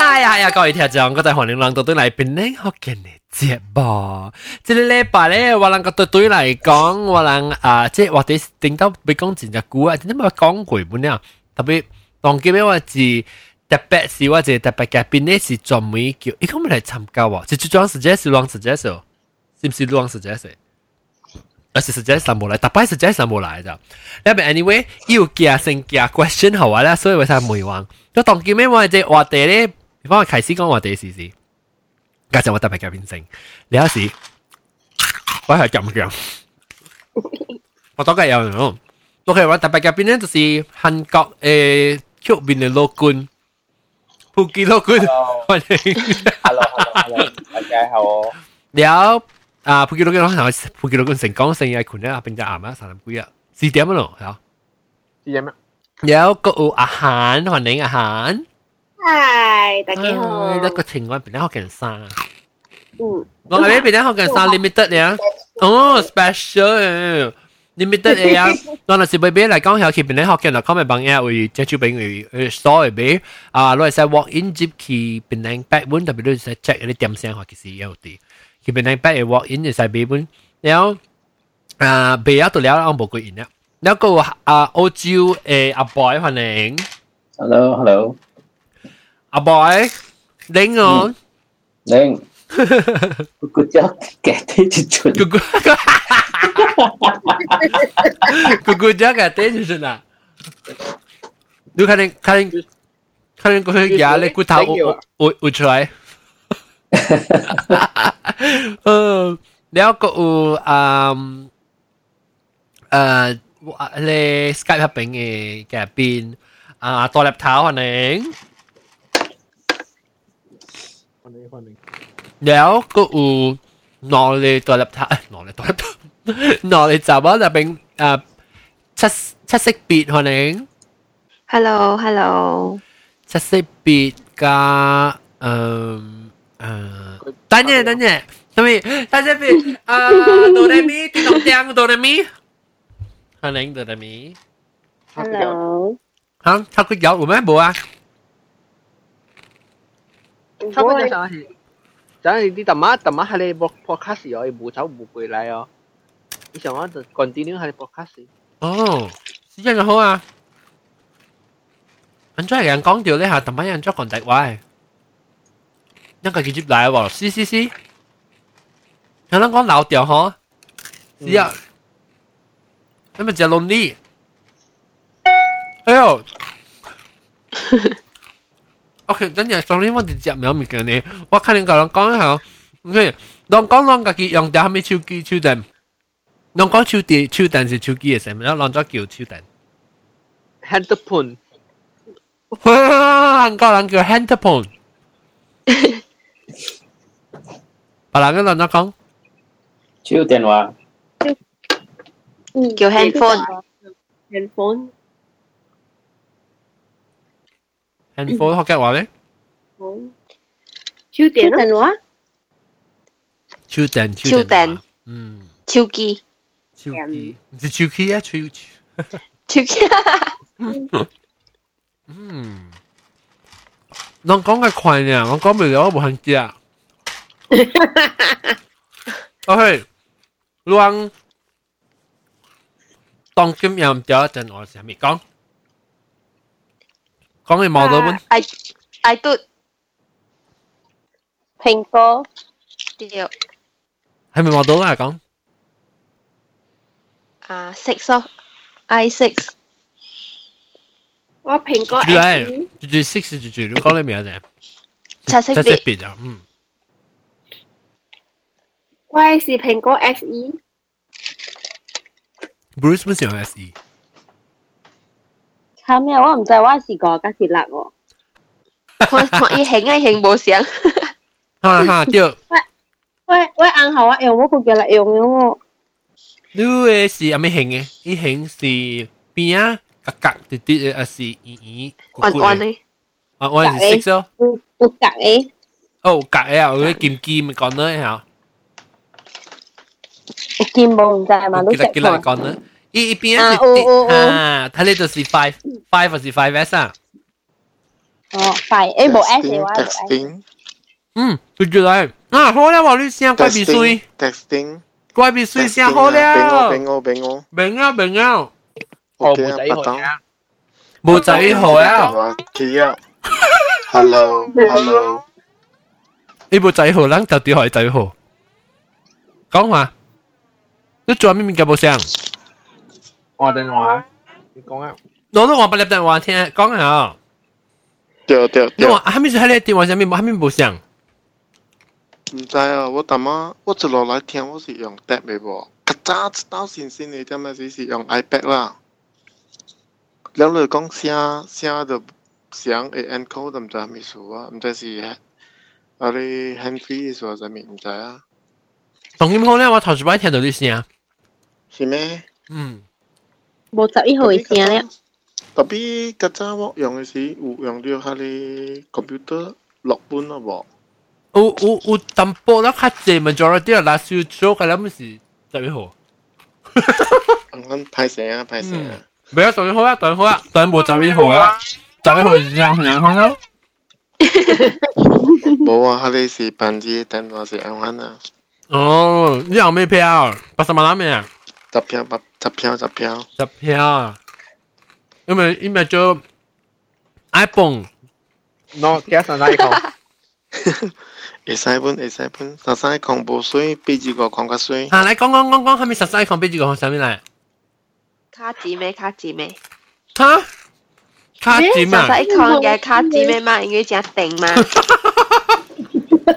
哎呀哎呀，各位听众，我在欢迎人到对来宾呢，好见你节目。这个礼拜咧，我人个对对来讲，我人啊，即我哋顶到未讲真只久啊，真冇讲过本了。特别当今日我是特别是我是特别嘉宾呢，是专门叫，伊讲来参加喎，是最装 suggest 乱 suggest，是不是乱 suggest？而是 suggest 什么来？特别 suggest 什么来的？那边 anyway 要加先加 question 好啊啦，所以我才问完。咁當見咩我哋話題咧，你幫我提示講話題試試。家陣我特別嘅變性，你有時我係咁樣。我當嘅有樣，我嘅話特別嘅變咧就是韓國誒 Q 邊嘅老官，普吉老官， 歡迎。 Hello，Hello，Hello，大家好。了啊，普吉老官可能普吉老官成功成日群咧，阿邊隻岩啊，三十幾啊，四點啊咯，係啊。知咩？有個阿閒，歡迎阿閒。嗨，大家好。哎那個情況變得好緊生。Ừ. 嗯，我喺呢邊咧學緊三 limited 嘅，哦 special limited 嘅，我嗱時 baby 嚟講，有前邊咧學緊啦，講咪bằng air 會接住俾佢誒 store À, 俾啊，攞嚟使 walk in 接佢變靚 back one，特別都使 check 嗰啲點聲學其實有啲，佢變靚 back 嘅 walk in 就使俾 one，然後啊，俾一度了，我冇佢贏啦，有個啊澳洲誒阿 à, boy 歡迎， Hello，Hello，阿 boy，你我。你個隻嘅啲接觸，姑姑， 姑姑家嘅爹就是啦。你看你看你看你嗰牙咧骨头我我我出来。嗯，了个有啊誒，你 à, Skype 入邊嘅嘅邊啊，大粒頭可能。歡迎歡迎。 แล้วก็อูนอนเลยตัวแล็ปท็อป นอนเลยตัวแล็ปท็อปนอนเลยจับว่าจะเป็นอ่าชัดชัดสิบปีคนเอง Hello，Hello， ชัดสิบปีกับเอ่อเอ่อตั้งเนี่ยตั้งเนี่ยทำไมตั้งสิบปีอ่าโดเรมิที่ตรงเตียงโดเรมิคนเองโดเรมิ Hello， ฮะชอบก๋วยเตี๋ยวหรือไม่บัว 差不多就係，就係啲大媽大媽喺你 podcast 我哋冇走冇回嚟哦。以前我就 continue 喺 podcast。 โอ้สิ่งที่เขาอ่ะอันจ้าอย่างก้องเดียวเลยฮะทำไมอันจ้าก่อนแตกไว้นั่นก็คือจิ๊บไหลว่ะซีซีซีแล้วนั่นก็เหลาเดียวฮะเสียนั่นมันจะลนนี่เอ้ยโอเคตั้งแต่ตอนนี้ว่าจะจับแมวมีกันเนี่ยว่าคันนึงกับลองก้องเหรอโอเคลองก้องลองกับกี่ยังจะไม่ชิวกี่ชิวเต็ม น้องก็ชิวตีชิวแตนสิชิวกี้เสร็จแล้วลองจ้าเกี่ยวชิว แตน Handphone ฮ่าฮังก็ลังเกี่ยวแฮนด์พอนปะลังก็ลองจ้าก้อง 手电话，叫 handphone， handphone แฮนด์โฟนเขาแก้ว่าไหม chiếu 电 tiền á 话， ชิวแตน 手電 อืม 手机， ชิวกี้จะชิวกี้อะชิว 手机， อืมน้องก้องกับควายเนี่ยน้องก้องไม่รู้ว่าบุหันเจียโอเคลวงต้องกิมยำเจ้าจันอ๋อสามีก้องก้องไอ้มอเตอร์บน I I do，苹果，对，系咪望到啦？讲啊，six 哦，I six， có苹 Ờ, Chú có ấy. Apple 住住 six 住住，讲你名啫，七色即系 碟，别啊，嗯， quay xì苹có SE Bruce Wilson 有 S E，惨呀！我唔知我是個加是辣喎，我我一行一行无想，哈哈，叫喂喂，硬後我用我個叫嚟用嘅喎，你嘅是有咩型嘅？伊型是边啊？格格啲啲嘅，还是圆圆弯弯，的，弯弯是 six 咯，有有夾嘅，哦格啊，我啲劍劍講啦嚇，有見冇唔知嘛，都記食得記得喎。講啦，伊伊 À, 邊啊是啊，睇你就是 five five 還是 five S 啊？哦，快，诶，冇 S 嘅话，冇 S。 texting 嗯，对对来，啊，好了，我你声怪鼻 texting 水， texting 怪鼻水 à, 声好 bingo 了， bingo bingo 明啊明啊，我 ok 冇仔 à bắt 去 đầu 啊，冇仔好了， và kia Ờ, hello hello 你冇仔好，人到底系仔好？讲话，你做咩面嘅冇声？我等我啊，你講啊，我都话不立等话听，讲下，对对你对话还没在你电话上面，还没冇声，唔知啊，我淡啊，我一路来听我是用 tab 嘅喎，较早一到先先你点啊是是用 iPad 啦。了你讲声声就声会 encode 就唔知咩事啊，唔知是啊你 ờ, hand free 是啥物唔知啊？同咁好咧，我头先摆听到你声，是咩？嗯，冇十一號嘅聲咧，特別較早我用嘅是有用到下你 computer 落本啊喎，有有有淡薄啦，较济咪做咗啲啦，少少嘅啦，唔是仔好。咁歹勢啊歹勢啊，不要等一会啊，等一会啊，等我找一会啊，找一会然后然后呢？冇啊下你是辦事，等我是安安啊，哦，你有咩票？八十万哪面？十票八十票十票。十票。因为因为就 iPhone 我加上拉一個。会使分，会使分，十三空无水，比二个空较水。啊，来讲讲讲讲，还没十三款，俾住个上面来。卡子咩？卡子咩？哈？卡点上啊？晒一看嘅卡子咩嘛？因为正定嘛。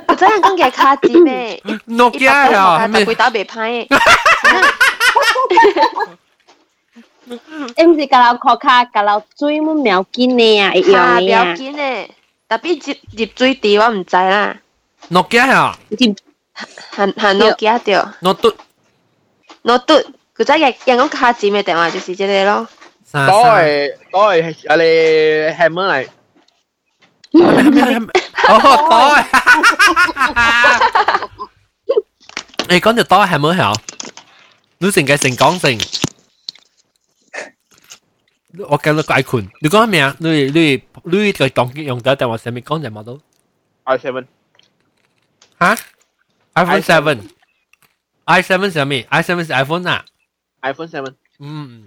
我真系讲嘅卡子咩？诺基一百亚块呀，还下没十几打未歹嘅。诶，唔是格老殼卡，格老水乜苗見你啊，一樣啊，不嘅要啊，紧诶，特别入入水池我唔知啦，诺基亚呀，限限诺基亚着，诺都诺嘟，佢真嘅人讲卡子咩电话就是这个咯，三所謂所謂係啊，你係乜嚟？哦，袋。你講條袋係冇效，你成嘅成講成。我叫你解困，你講咩啊？你你你個動機用咗，但我上面講就冇到。 I seven iPhone iPhone Seven。i seven 上面，i seven 是 iPhone à? Ừ. 啊， iPhone seven，嗯，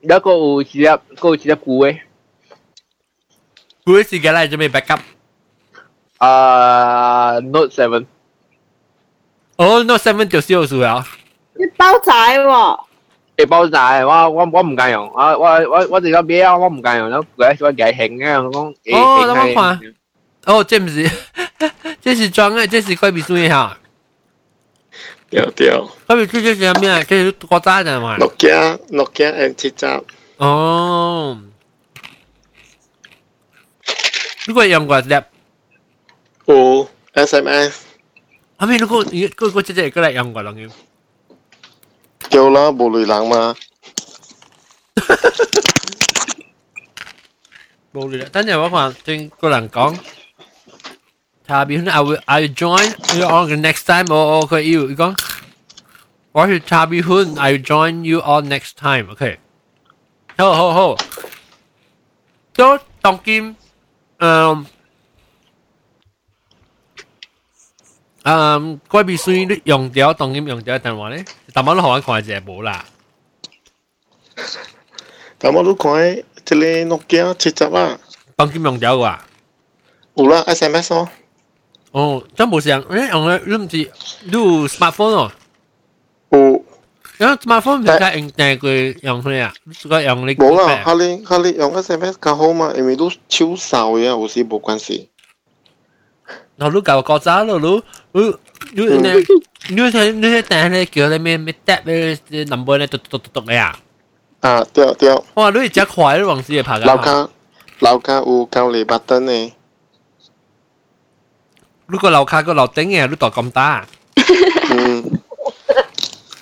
有一個有一隻，有一隻舊嘅，佢是嘅啦，準備 backup。啊 À, Note seven，哦，No Seven 就消數了，你包仔喎，誒包仔，我我我唔敢用，我我我我自己買啊，我唔敢用，我嗰時我幾興嘅，我講幾哦興你冇看嘅，哦，這不 是，這是裝嘅，這是怪秘書嘅哈。对对，特别这些什么呀？这是国家的嘛？诺基亚，诺基亚 N 七十，哦，如果用过这个，有 SMS，后面如果你如果这个过来用过了，叫啦，无雷人嘛。无聊。等阵我看听个人讲，下边 I will I will join you on the next time or OK you 伊讲，我是查比훈，I will join you on next time。OK，好好好，都当今，嗯。嗯，怪秘书你用掉，当然用掉，但话咧，但我都学我看下冇啦。但我你看，这个诺基亚七十啊，当然用掉啩。有啦 SMS 哦，哦，真冇想，你用咧，你唔是你有 smartphone 哦，有因为 smartphone 唔使用定佢用咩啊，只係用你无啦，哈你哈你用 SMS 较好嘛，因为你手少呀，有时无关系。然后你搞搞渣咯，你你你你你睇你睇定咧叫你咩咩 tap 咩 number 咧，嘟嘟嘟嘟嘅啊，啊，对对，哇，你只快都往死嘅拍老，卡老卡有交礼拜等呢，你個樓卡個樓頂嘅，你度咁大，嗯，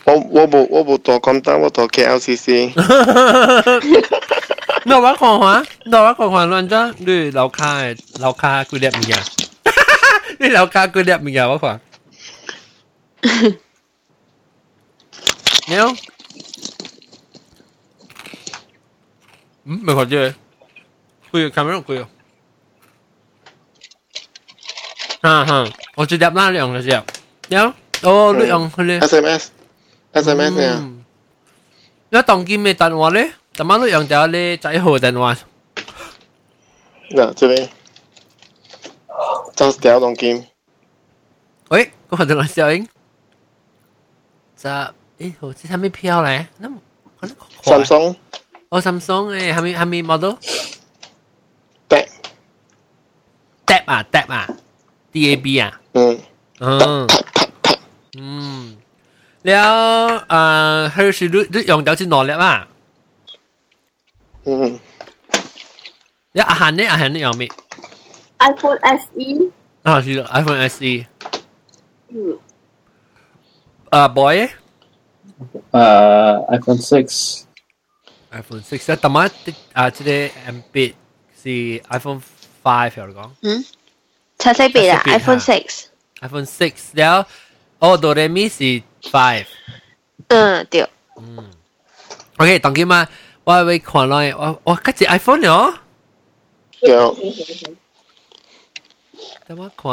我我无我无做咁大，我做 KLCC。你話講話，你話講話亂咗，你樓卡嘅樓卡佢叻唔 嘅，你樓卡佢叻唔嘅，我 講，你好。嗯，没看见。可以，看没有可以。 ฮ่าฮ่า我直接那里用直接แล้วโอ้ลูก用เลย SMS SMS เนี่ย อืมแล้วตองกินไม่ตันวะเลยแต่มาลูก用เดียวเลยใจโหดตันวะ เดี๋ยวจะไปจังสเตียวตองกิม เอ้ยก็หันมาเสียวเองจะเอ้ยโหที่ทำไม่เพียวเลยนั่นมัน ซัมซุง โอ้ซัมซุงเอ้ยทำมีทำมีโมเดล แตะ แทบอ่ะแทบอ่ะ DAB อ่ะ อืม อื แตะ ม แตะแตะแตะ อืม แล้วเอ่อเฮอร์ชิลุลุยองเดียวจะนอนแล้วอ่ะ อืม แล้วอาหารเนี่ยอาหารเนี่ยยังมี iPhone SE อ่าคือ À, iPhone E. SE อืม เอ่อบอย Uh, iPhone 6. iPhone 6แล้วแต่มาอ่าที่ได้ MB คือ iPhone 5เหรอครับ 叉西比啦叉西比，iPhone 哈 Six， iPhone 哦6แล้วโอ้โดเรมิคือ5嗯对， อืมโอเคตอนกี้มาว่าไปขอหน่อยว่าว่าก็จะ iPhone เหรอ เดี๋ยว แต่ว่าขอ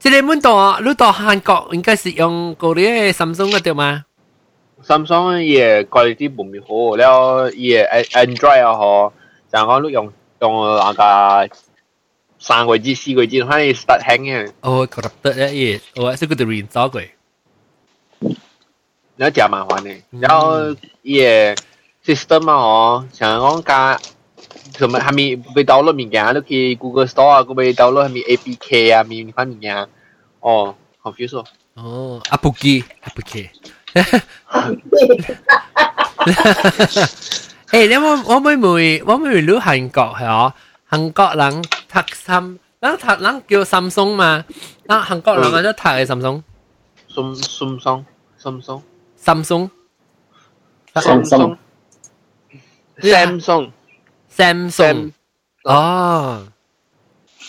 ที่ได้มุ่งต่อรู้ต่อฮันเกาะ应该是用เกาหลี Samsung ก็เดียวมา Samsung 也 quality 唔係好，了也 Android 啊嗬，就講你用用那個三個字四個字，反正 start 輕嘅， โอ้ยกดรับเตอร์ได้อีกโอ้ยซึ่งกูจะเรียนต่อก่อน 你真麻煩嘅。嗯然後也 system 啊嗬，像講加什麼係咪被 download 物件，你去 Google Store 啊，佢被 download 係咪 APK 啊，咪番物件，哦，confuse 喎。 โอ้อัปปุกีอัปปุ กีเอ้ยแล้วว่าว่าไม่มีว่าไม่มีรู้ฮันกอกเหรอฮันกอกหลังทักซัมหลังทักหลังเกี่ยวซัมซุงมาหลังฮันกอกหลังก็จะทักไอ้ซัมซุง Sam- Samsung Samsung ซัมซุง Samsung Samsung ซัมซุง Sam อ๋อ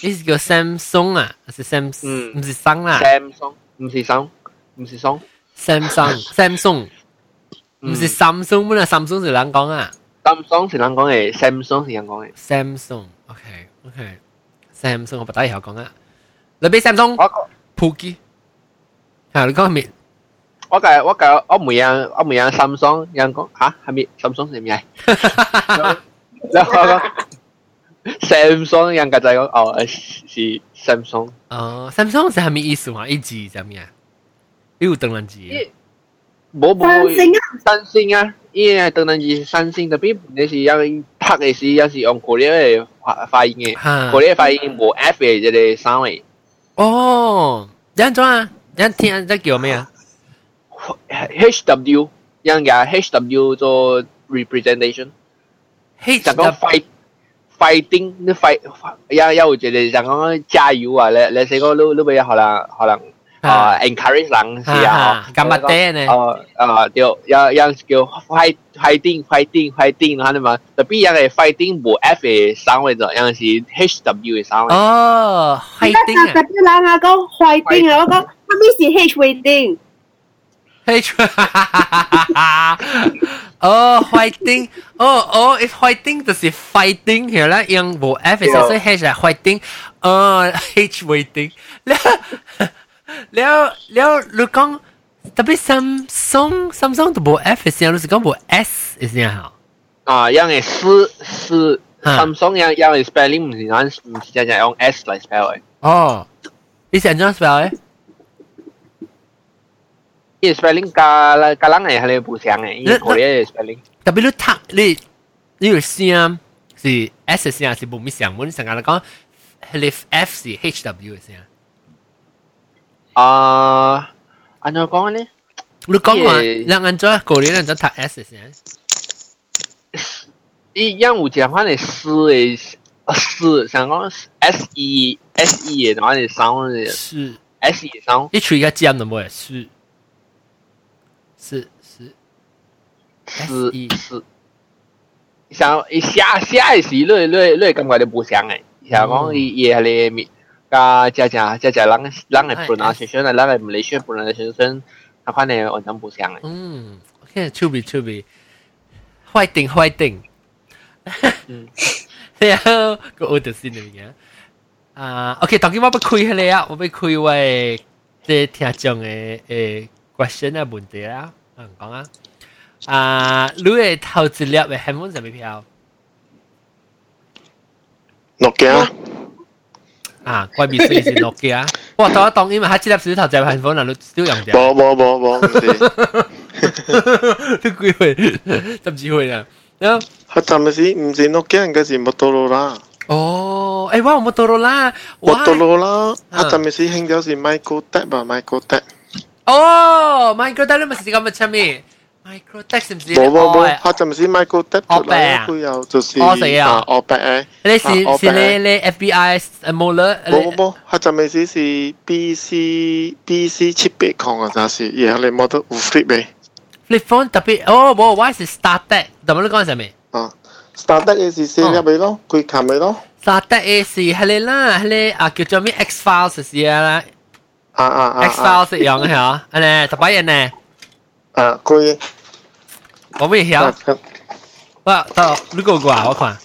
นี่คือซัมซุงอ่ะคือซัม อืม ไม่ใช่ซังล่ะ Samsung 唔是 Samsung 唔是 Samsung ซัมซุงซัมซุงไม่ใช่ Ừ, ซัมซุงมั้งนะซัมซุงคือหลังกองอ่ะ Samsung 是人講嘅，Samsung 是人講嘅。 Samsung OK OK Samsung 我不打以後講啊，你俾 Samsung 我講普及，係你講咩？我計我計我唔樣我唔樣 Samsung，人講嚇係咪 Samsung 係咪？然後我講 Samsung 人家就講哦呃是 Samsung，哦，Samsung 係咩意思嘛？一字就咩啊？六等人字啊一冇三冇星啊，三星啊，依係當然是三星，特別你是用拍嘅是有時用嗰啲嚟發發音嘅，嚇嗰啲發音冇 F 嘅即係三位哦，你安怎啊？你安聽在叫咩啊？ H W，人家 H W 做 representation。嘿，就講 fight fighting，你 fight 有有就係就講加油啊！你你成個都都俾可能可能啊 encourage 人是啊，咁乜爹呢？哦啊叫有有叫 fight fighting fighting fighting，然後你嘛，特別有係 fighting 冇 F 嘅三位咗，有陣時 H W 嘅三位。哦，黑丁但啊特別冷啊，講壞丁啊，我講乜咩是 H weighting？ 黑出，哦，坏丁，哦哦，if 坏丁就是 fighting 係啦，用無 F 嘅時候，所以 H 係壞丁， 哦，H 為丁，แล้ว แล้วแล้ว你講特別 Samsung Samsung 都無 F 嘅時候，你是講無 S 嘅時候，啊，有係四四啊 Samsung 有有係 spelling 唔係唔係真係用 S 嚟 spell 嘅，哦，你想點 spell eh? 咧？依 spelling 加啦加人係係你唔相嘅，依那我哋 spelling。特別你讀你你個聲是 um, S 嘅聲是無咩聲，我哋成日講 F 是 H W 嘅聲，啊，安怎講呢？你講話耶兩人做啊過年人做讀 S 嘅聲。伊因有一款的诗的诗，想講 S E S E 的，然後的 sound 是 S E sound 你取一个尖的冇？是是是 S 诗 E 诗，想伊写写的時，你你你感覺就無相的，想嗯講伊伊係咧咪，加加加加加人人哎的 pronunciation 啊，人的 Malaysian pronunciation，那款的完全無相的。嗯，OK，出笔出笔，坏顶坏顶，嗯 哎然后个 order 新的名啊，OK，当今我要开迄个啊，我要开我的这听众的诶 question 的问题啊，嗯，讲啊，啊，你的头一粒的韩文什么票诺基亚，啊？怪秘书是诺基亚，我当当因为他这粒是头一粒韩文，那你still 用着？ 无无无无，唔是，你几岁？十几岁啦？然后。佢暫時唔是諾基亞，應該是摩托羅拉。哦，哎，我有摩托罗拉，摩托拉，羅拉，啊佢暫時興咗是 Michael Tech 吧，Michael Tech。哦，micro d e l 咪是咁嘅出面，micro d e 是唔是？冇冇冇，佢暫時 Michael Tech 惡出病啊嚟，佢又就是惡死啊啊，惡病嘅。你是啊是你你 FBI 誒冇啦，冇冇冇，佢暫時是 BC BC 七百抗啊，暫時而家你冇得 flip 嘅。你 phone 特別，哦冇，我是 start deck，同埋你講係咩啊，start 得嘅是四粒尾咯，佢琴尾咯。 ？start deck 嘅是係你啦，係你啊叫做咩 X file 嘅事啦啊啊啊，X 啊 file 識用嘅嚇，係咧，特別人咧，啊，佢我未曉啊，佢哇，到你個個啊，我看，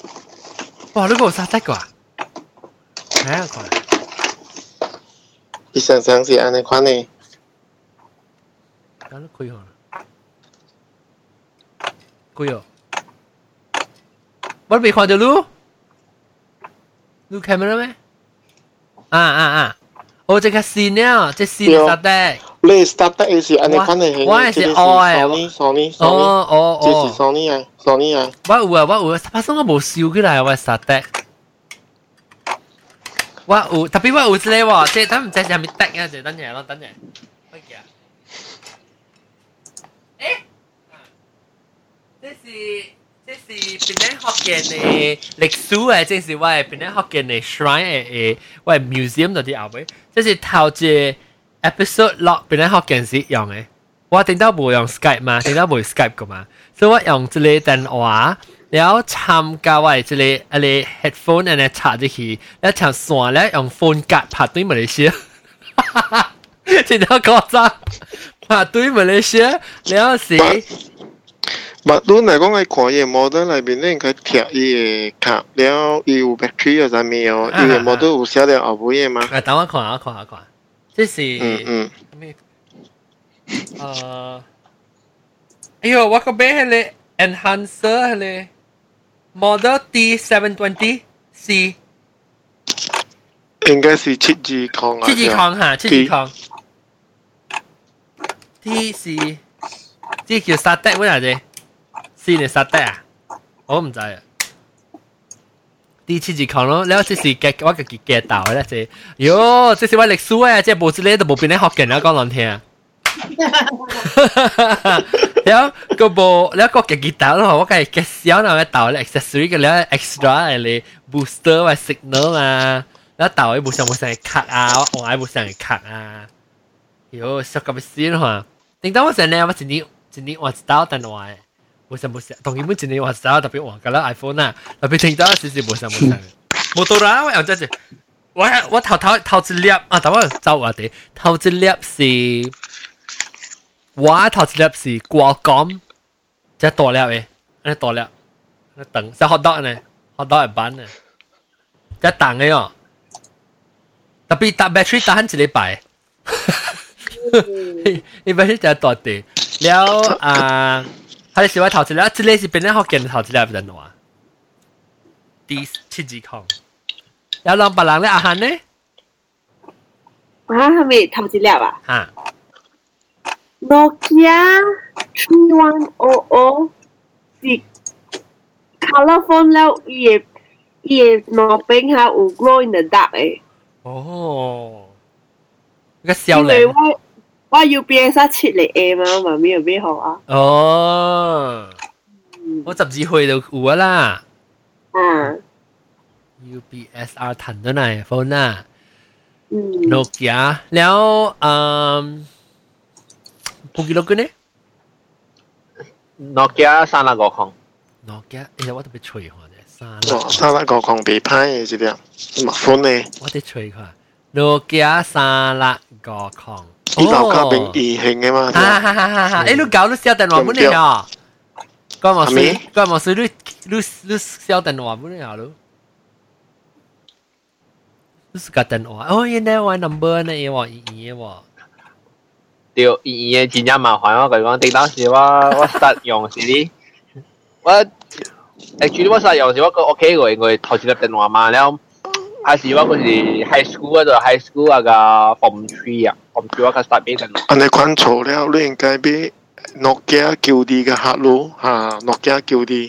哇，你個 start deck 個啊，睇下看。佢常常是安尼款嘅。 Dale cuidado. Cuidado. 我未看到路，路 camera 咩？啊啊啊！我即刻線了，即線對哦實的。你 start 得嘅是安尼款嘅，我我也是愛呢，Sony 哦 Sony，哦這是哦， Sony 啊，Sony 啊。我有啊，我有啊，發生我冇笑起來，我實的。我有，特別我有之類喎，即係等唔知係咪得啊？就等陣咯，等陣。乜嘢啊？誒，這是這是檳城學院嘅歷史誒，這是我係檳城學院嘅 shrine 誒誒，我係 museum 嗰啲後尾，這是頭一 episode 落檳城學院時用嘅。我頂到冇用 Skype 嘛，頂到冇 Skype 噶嘛，所以我用這個電話。然後參加我哋這裡我哋 headphone 然後插入去，然後插線，然後用 phone 格拍對馬來西亞。真係誇張，拍對馬來西亞，然後是物論嚟講，佢看嘢 model 裏邊，你應該貼伊嘅卡，了伊有 battery 啊，啥物哦，伊嘅 model 有寫了後尾嘅嘛。啊，等我看下，我看下，我看下，這是嗯嗯，咩？呃，哎呦，我個咩係你 enhancer 係你 model D seven twenty C 應該是七字抗啊。七字對吧抗嚇，七字抗。T 是即叫沙爹咩嚟啫？是你沙爹啊？我唔知啊。第七字抗咯，然後即是嘅我嘅嘅道咧，即哟，即是我歷史啊，即係冇知咧都冇變咧學勁啦，講兩聽啊。 แล้วก็โบแล้วก็เก็บกีตาร์แล้วผมว่าไงเก็บเสียงนะแล้วต่อแล้วอ็กซ์เซอรี่กันแล้ว extra อะไรบูสเตอร์มาสิกเนอร์มาแล้วต่อไอ้บูสังบูสังคักอ่ะว่าไอ้บูสังคักอ่ะโย่สกับสินหัวถึงตอนว่าเสร็จแล้วว่าจริงจริงว่าจะต่อแต่ว่าบูสังบูสังตรงนี้มันจริงว่าจะต่อแต่เป็นว่ากันแล้วไอโฟนน่ะแล้วไปถึงตอนสิสิบูสังบูสังโมโตร่าว่าเอาใจสิว่าว่า头头头一粒啊，但我走话地，头一粒是。我头一粒是果干，即大粒诶，安尼大粒，安尼长，即 hot dog 呢，hot dog 一版呢，即长诶哦，特别搭 battery 搭很一礼 拜，你 battery 就大啲，了啊，还是我头一粒，即个是变咧福建头一粒人话，第七级空，了让别人咧阿汉呢，啊，係咪頭先聊啊哈， ？Nokia three one o o 是 color phone แล้ว也也攞冰下有 glow in the dark 誒，哦，个笑因為脸我。我要變曬切嚟 A 嘛，媽咪有咩好啊？哦，我十二岁就有啊啦啊， ，UBSR ทันด้วยไหนโฟนน่ะ 嗯， โนเกียแล้วอืมปุกิโลกุเนี่ย 诺基亚三六五空， โนเกียเอ้ยว่าจะไปช่วยหัวเนี่ยซาละ 哇，三粒個抗被歹嘅一粒，麥款嘅， ว่าจะช่วยค่ะโนเกียซาละกอคอง 伊老家邊異型嘅嘛。對 ฮ่า 吧 ฮ่าฮ่าฮ่าฮ่าเอ้ยลูกเก่าลูกเสียวแต่หนอนมุ้นเนี่ยเหรอก็มาซื้อก็มาซื้อลูกลูกลูกเสียวแต่หนอนมุ้นเนี่ยเหรอลูก 就是个电话，哦，原来我 number 呢，一我一一我，对，伊伊诶真正麻烦，我甲你讲，顶当时我我实用是哩，我 actually 我实用是我个 OK 个，因为头一个电话嘛，了，还是我个是 high school 啊，就 high school 啊个 form three 啊，form three 我个 start 变电话， อันในควันโฉแล้วเรื่องกลายเป็นโนเกียกิวดีกับฮารุฮะโนเกียกิวดี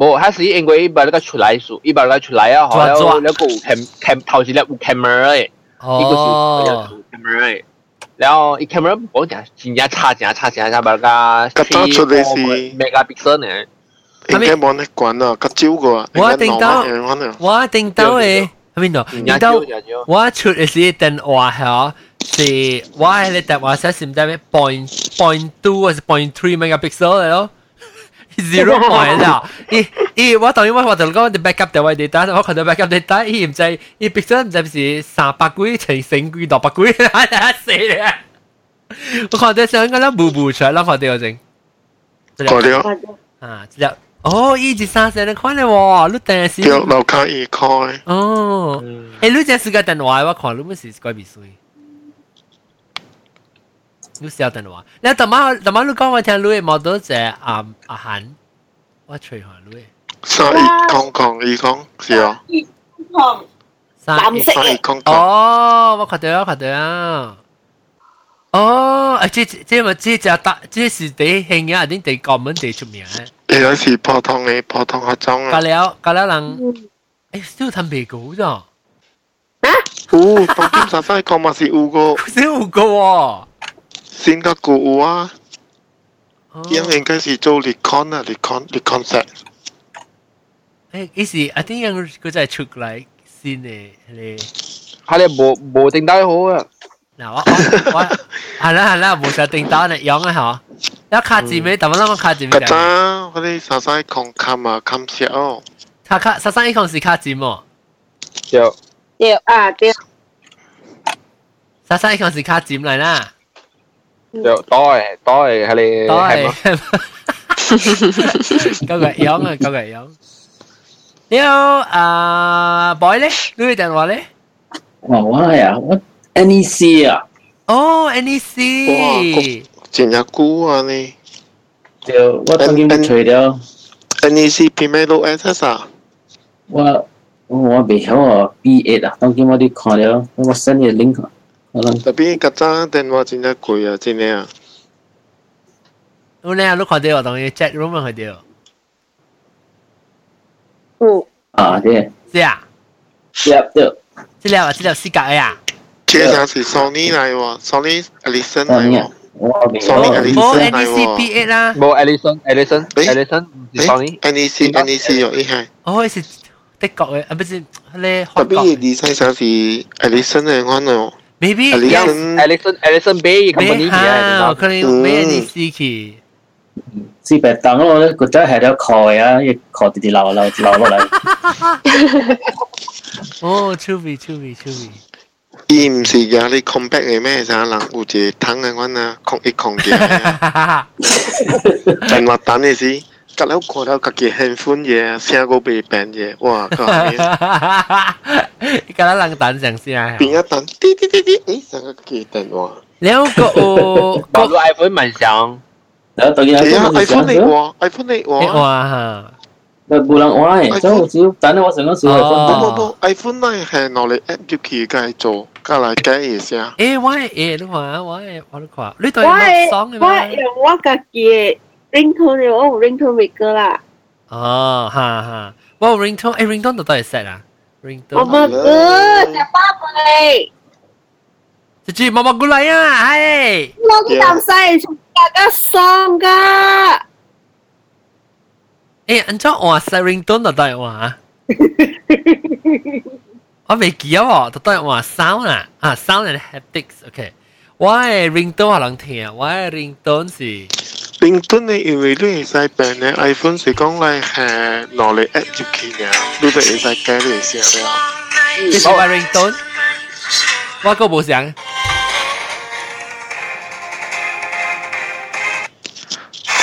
无，还是因为伊把那个出来数，伊把那个出来啊，好了，了个有 cam cam 头一个有 camera 诶。一个是要哦，读 camera，然后一 camera 我讲真正差，真正差，真正差，把个 megapixel 呢， เองแค่มองในควันอ่ะกระจิ้วกว่าเองแค่นอนเองวันอ่ะ 我听到诶，阿明诺，真听正到少，真少。我出的是电话哈，是我迄个电话是现在 point point two 还是 point three megapixel 的咯，zero point 啦，伊伊我当然我话就讲 backup 电话 data，我看到 backup data，伊唔知伊 pixel 唔知是三百几乘乘几六百 几，吓死咧！我看到想讲咱步步出来，咱看到先。 ก็เดี๋ยว 啊，这个哦，一级三十，你看了哇，你等是 เดี๋ยวเราเข้าอีกคอย 哦，哎，你这是个电话，我看你们是怪比水，你是要电话，那怎么怎么你讲我听你毛多只啊啊喊，我吹下你， สร้างอีกคองของอีกคองเสียว 三 สร้างอีกคองของ 哦，我看到我看到啊。哦，啊，这这么这只大，这是第兴啊，定第澳门第出名的。 เอ้ยสีพอทองเอ้ยพอทองเขาจ้อง 搞 อ่ะ 了搞了人，哎，still 摊白狗咋？ อู้哦ตองกิมซาซ่าคองมาสิอูโก 真啊有个哦。 ซินกับกูอูอ่ะ 哦 ยังเองก็สีโจลิคอนอ่ะ啊ลิคอนลิคอนเซ็ต 哎，伊是 I think 应该再出来新的嘞。他咧无无定到好啊，那我 我我，好啦好啦，无啥叮当的样啊哈。那卡子没，怎么那么卡子没 กระ？จ้าเขาได้ซาซ่าคองคำอ่ะ啊คำเสียว哦卡卡十三一空是卡子么？就啊对，十三一空是卡子来啦。就多诶多诶，他咧对， 嗰个样啊，嗰个样。了啊，boy 咧，你嘅电话咧？哇，我呀，我 NEC 啊，哦，NEC， จริงอยากกู้อันนี้ 就我曾经找了， อัน E นี้สิพี่ไม่รู้เอสเอส啊อ่ะ 我我未晓哦，B 一啊，当今我哋看了，我 send 你 link，可能 แต่พี่กระจ้าเดนว่าจริงอยากกุย啊อ่ะจริงเนี่ย 我咧，你看到我同你 chat room 看到。嗯，啊，对，是啊，对对，这条啊，这条是假的呀。 เชื่อฉันสิซอนี่ไหนวะซอนี่อลิสันไห当นวะ 然，我未哦晓哦，哦 Edison 来哦 NEC B A 啦，无 Alison Alison Alison เอ๊ะ Sony อัน E นี้สิอันนี้สิอยู่อีไฮ 哦是德国的，啊不是咧 แต่ 韓 พี่ 國 ดีไซน์ฉันสิอลิสันไหนวะเนาะ哦，maybe Alison yes， Alison Alison Bay company 咩嚇？可能嗯咩 NEC 去？是白当咯，嗰只系条靠啊，一靠直直流流流落来，哦，趣味趣味趣味， อีมสิยาลิคอมแบกไอ้แม่ฉันหลังอูเจทั้งไอ้วะนะคงอีกคงเดียว 哈哈哈哈！ จันวัดตันนี่สิกัดแล้วขอแล้วกัดเกี่ยแฮนฟุนเย่เสียกูไปแปนเย่ว้าก็ 哈哈哈哈哈！你講得冷淡成先啊 ปี！นั้นตันติ๊ดติ๊ดติ๊ดเอ๊ะฉันก็เกี่ยเดนวะ 兩個哦，网個络 iPhone 蛮像，然后当今我哎呀哋，iPhone 你我，我，iPhone 你你我，話嚇？我冇人玩嘅，所以我只等我上嗰時不哦我不不，iPhone 你係攞嚟 app 入去嘅做，加嚟改一下。誒喂誒，你話我誒我都話，你對我我爽嘅的我咩？用我家己的 ringtone 的，我有 ringtone maker 啦，哦，哈哈，我 ringtone 誒 ringtone 到底係 set 啊？ringtone Ờ, 我 vâng. 冇个食饱未？这句妈妈过来呀、啊！哎，我去淡水出大家爽噶，哎，按照我 Siren 蹲的对话，啊我未记哦，都对话 sound 啊，啊 sound and haptics，OK。我的 ringtone 好难听，啊我的 ringtone 是，另端你因為你會使病咧，iPhone 是講你係攞嚟 app 入去嘅，你就會使改一下了。这是我的 ringtone，我个无想，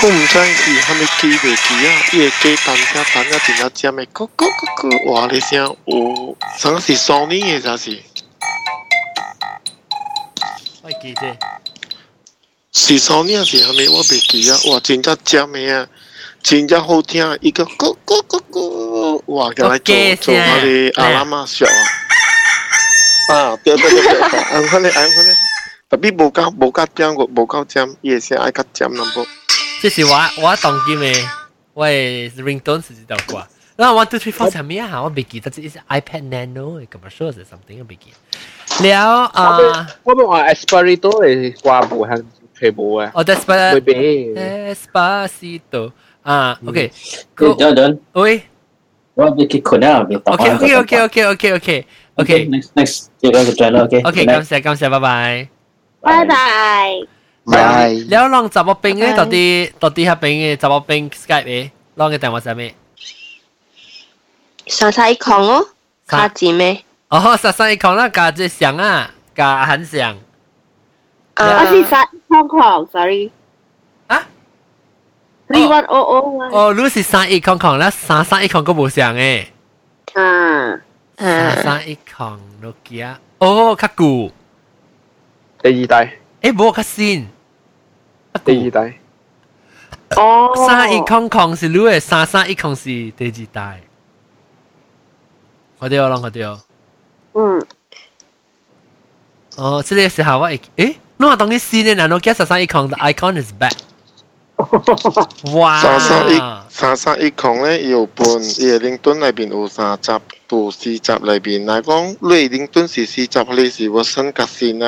我唔知是虾米鸡袂鸡啊，伊个鸡蛋声蛋啊，真啊正咪咕咕咕咕，哇！你声有，啥是 Sony 嘅，啥是我记得，是 Sony 还是虾米？我袂记啊，哇！真正正咪啊，真正好听，伊个咕咕咕咕，哇！叫来做做我哋阿拉妈笑啊！啊，对对对对，按翻咧，按翻咧。特别无够无够尖个，无够尖，伊个声爱较尖淡薄。这是我我当今的我的 ringtone 是这条歌。那 one two three four 什么啊？我未记得，这是 iPad Nano 的 commercial 是 something 我未记。了啊，我们话 Esperito 嘅歌冇係全部啊，哦會 Despacito 俾 Despacito 啊，OK，Go- Good, done, done. 喂 What make it cool now? We talk ，OK about OK OK it. OK OK OK OK Next, next. You guys try now, okay? OK， Good night. 感謝感謝，拜拜。拜拜。拜拜。 แล้วลองจับว่าเป็นไง 拜拜 ตอนที่ตอนที่ฮับเป็นไงจับว่าเป็นสกายเอลองกันแต่ว่าจะไม่ 上晒一空哦，啥卡钱咩？ อ๋อสักสักอีกคนละกาจะเสียงอ่ะกาหันเสียง 我啊，是三香港，sorry。啊？Three one O O โอ้รู้สิสักอีกคนของแล้วสักสักอีกคนก็ไม่เสียงเอ้ 啊， สัก 嗯， สักอีกคนโนเกียโอ้คักกู 第二代， เอ้ยบอกคัสซินคักกู 第二代，哦， สักอีกคนของสิรู้เอ้สักสักอีกคนสิเดจิตายขอเดียวลองขอเดียว 嗯， อ๋อที่เรียกสิหาว่าอีกเอ๊ะนู่นตรงนี้ซีเนี่ยนะโนเกียสักสักอีกคน the icon is back ว้าว 三三一三三一空咧，伊有分伊个零吨内面有三集到四集内面，来讲瑞零吨是四集，你是我新革新诶。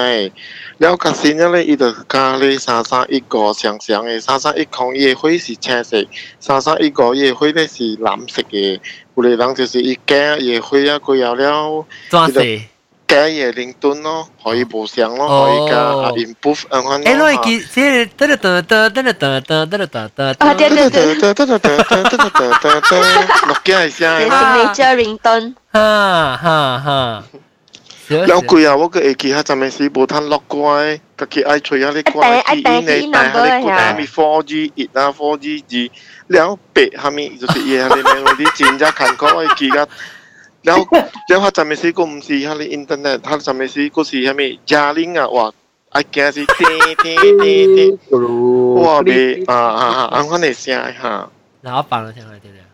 了革新了咧，伊就加咧三三一个上上诶，三三一空伊个灰是青色，三三一个伊个灰咧是蓝色诶。有个人就是伊加伊个灰啊，过后了。 จวนสิ 加伊个零吨咯，可以无相咯，哦可以加啊 improve 啊款咯。 เอ้ยเราไอ้กีเจ๊เต้นเต้นเต้นเต้นเต้นเต้นเต้นเต้นเต้น 啊对哒对哒对，哒哒哒哒哒哒哒哒哒，落架一下这是诶。 major 零吨， ฮ่าฮ่าฮ่าเสือ 老贵啊！我个会记哈阵咪是无通落过诶，家己爱吹下咧歌，咧哈咪 four G 热啊 four G G，了白哈咪就是伊哈咧咩嗰啲真正坎坷我会记噶。了了哈阵咪是个毋是哈咧 internet，哈阵咪是个是哈咪哑铃啊哇！啊惊是滴滴滴滴。哇我未啊啊啊，安款的声哈， แล้วเอาปังแล้วใช่ไหมเดี๋ยวเดี๋ยว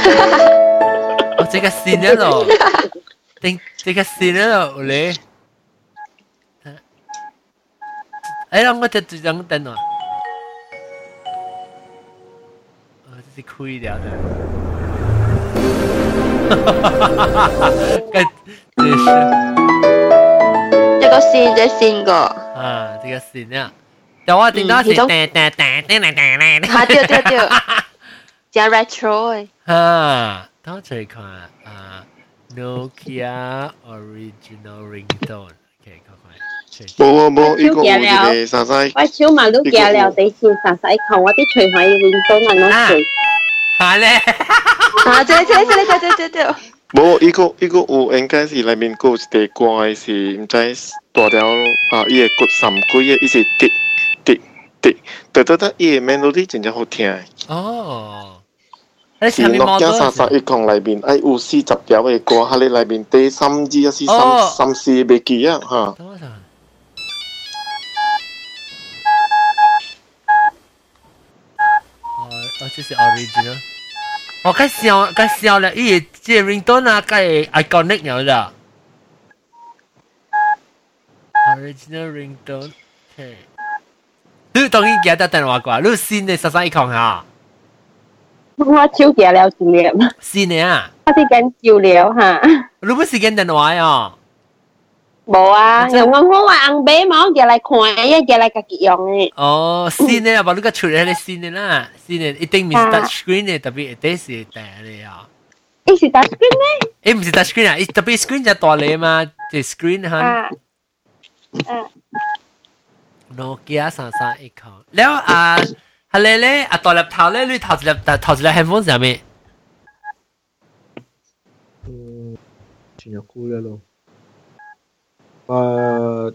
โอ้เจ๊กซีนแล้ว เหรอเจ๊กเจ๊กซีนแล้วเหรอโอเล่เอ้ยเราก็จะจุดยังเต้นหน่อยเออจะคุยเดี๋ยวเดี๋ยว ก็เดี๋ยว 这个新这新个，啊，这个是那样。แต่ว่าจริงๆแล้ว อืม สิ ที่ต้อง แต่แต่แต่แต่แต่แต่แต่แต่ 啊对对对， 加 retro 诶， ฮ่าต้องใช้คำว่าอ่า 啊 Nokia original ringtone โอเคค่อยๆใช้ 无无无，伊个有一个啥啥，我手嘛都夹了，第先三十一空，我啲除可以运到那攞水。 หาเลย 啊对对对对对对对，无伊个伊个有应该是内面有一个歌是毋知大条啊，伊个骨三骨个伊是滴滴滴，得得得，伊个 melody 真正好听。 โอ้哦แล้ว 是 ทำมีมอเต诺อ 基 ร์ 三三一空内面，哎有四十条个歌，哈咧内面第三支还是三三四袂记啊哈， ต้องสั่งอ๋ออ๋อ这是 ờ, original Ờ, อ๋อก็เสียวก็เสียวแล้วอีเจ ringtone อ่ะก็ iconic แล้วล่ะ original ringtone โอเคลูกตรงนี้แกจะแต่งว่ากว่าลูกซีนในสักสักอีกของอ่ะ 我手夹了一粒， ซีนเนี่ยอ่ะ 我啲紧照了哈。 ลูกไม่สิแกนแต่งว่าอ่ะ 冇啊，用我我话红白毛夹来看，一夹来家己用诶。 อ๋อซีนเนี่ยบอกลูกก็ชุดอะไรซีนเนี่ยนะซีนเนี่ยอีติ้งมีสตาร์ทสกรีนเนี่ยแต่เป็นเดซี่แต่เลยอ่ะ 伊是打 screen 呢？ เอ้ยไม่ใช่ทัชสกรีนอ่ะไอ้แต่เป็นสกรีนจะต่อเลยมาจะสกรีนฮัน 啊， โนเกียสามสามเอกของแล้วอ่าฮัลโหลเลยอ่ะต่อแล็ปท็อปเลยลุยท็อปแล็ปท็อปแล็ปแฮนด์โฟนจะมี Ah, 嗯，真系酷了咯。呃，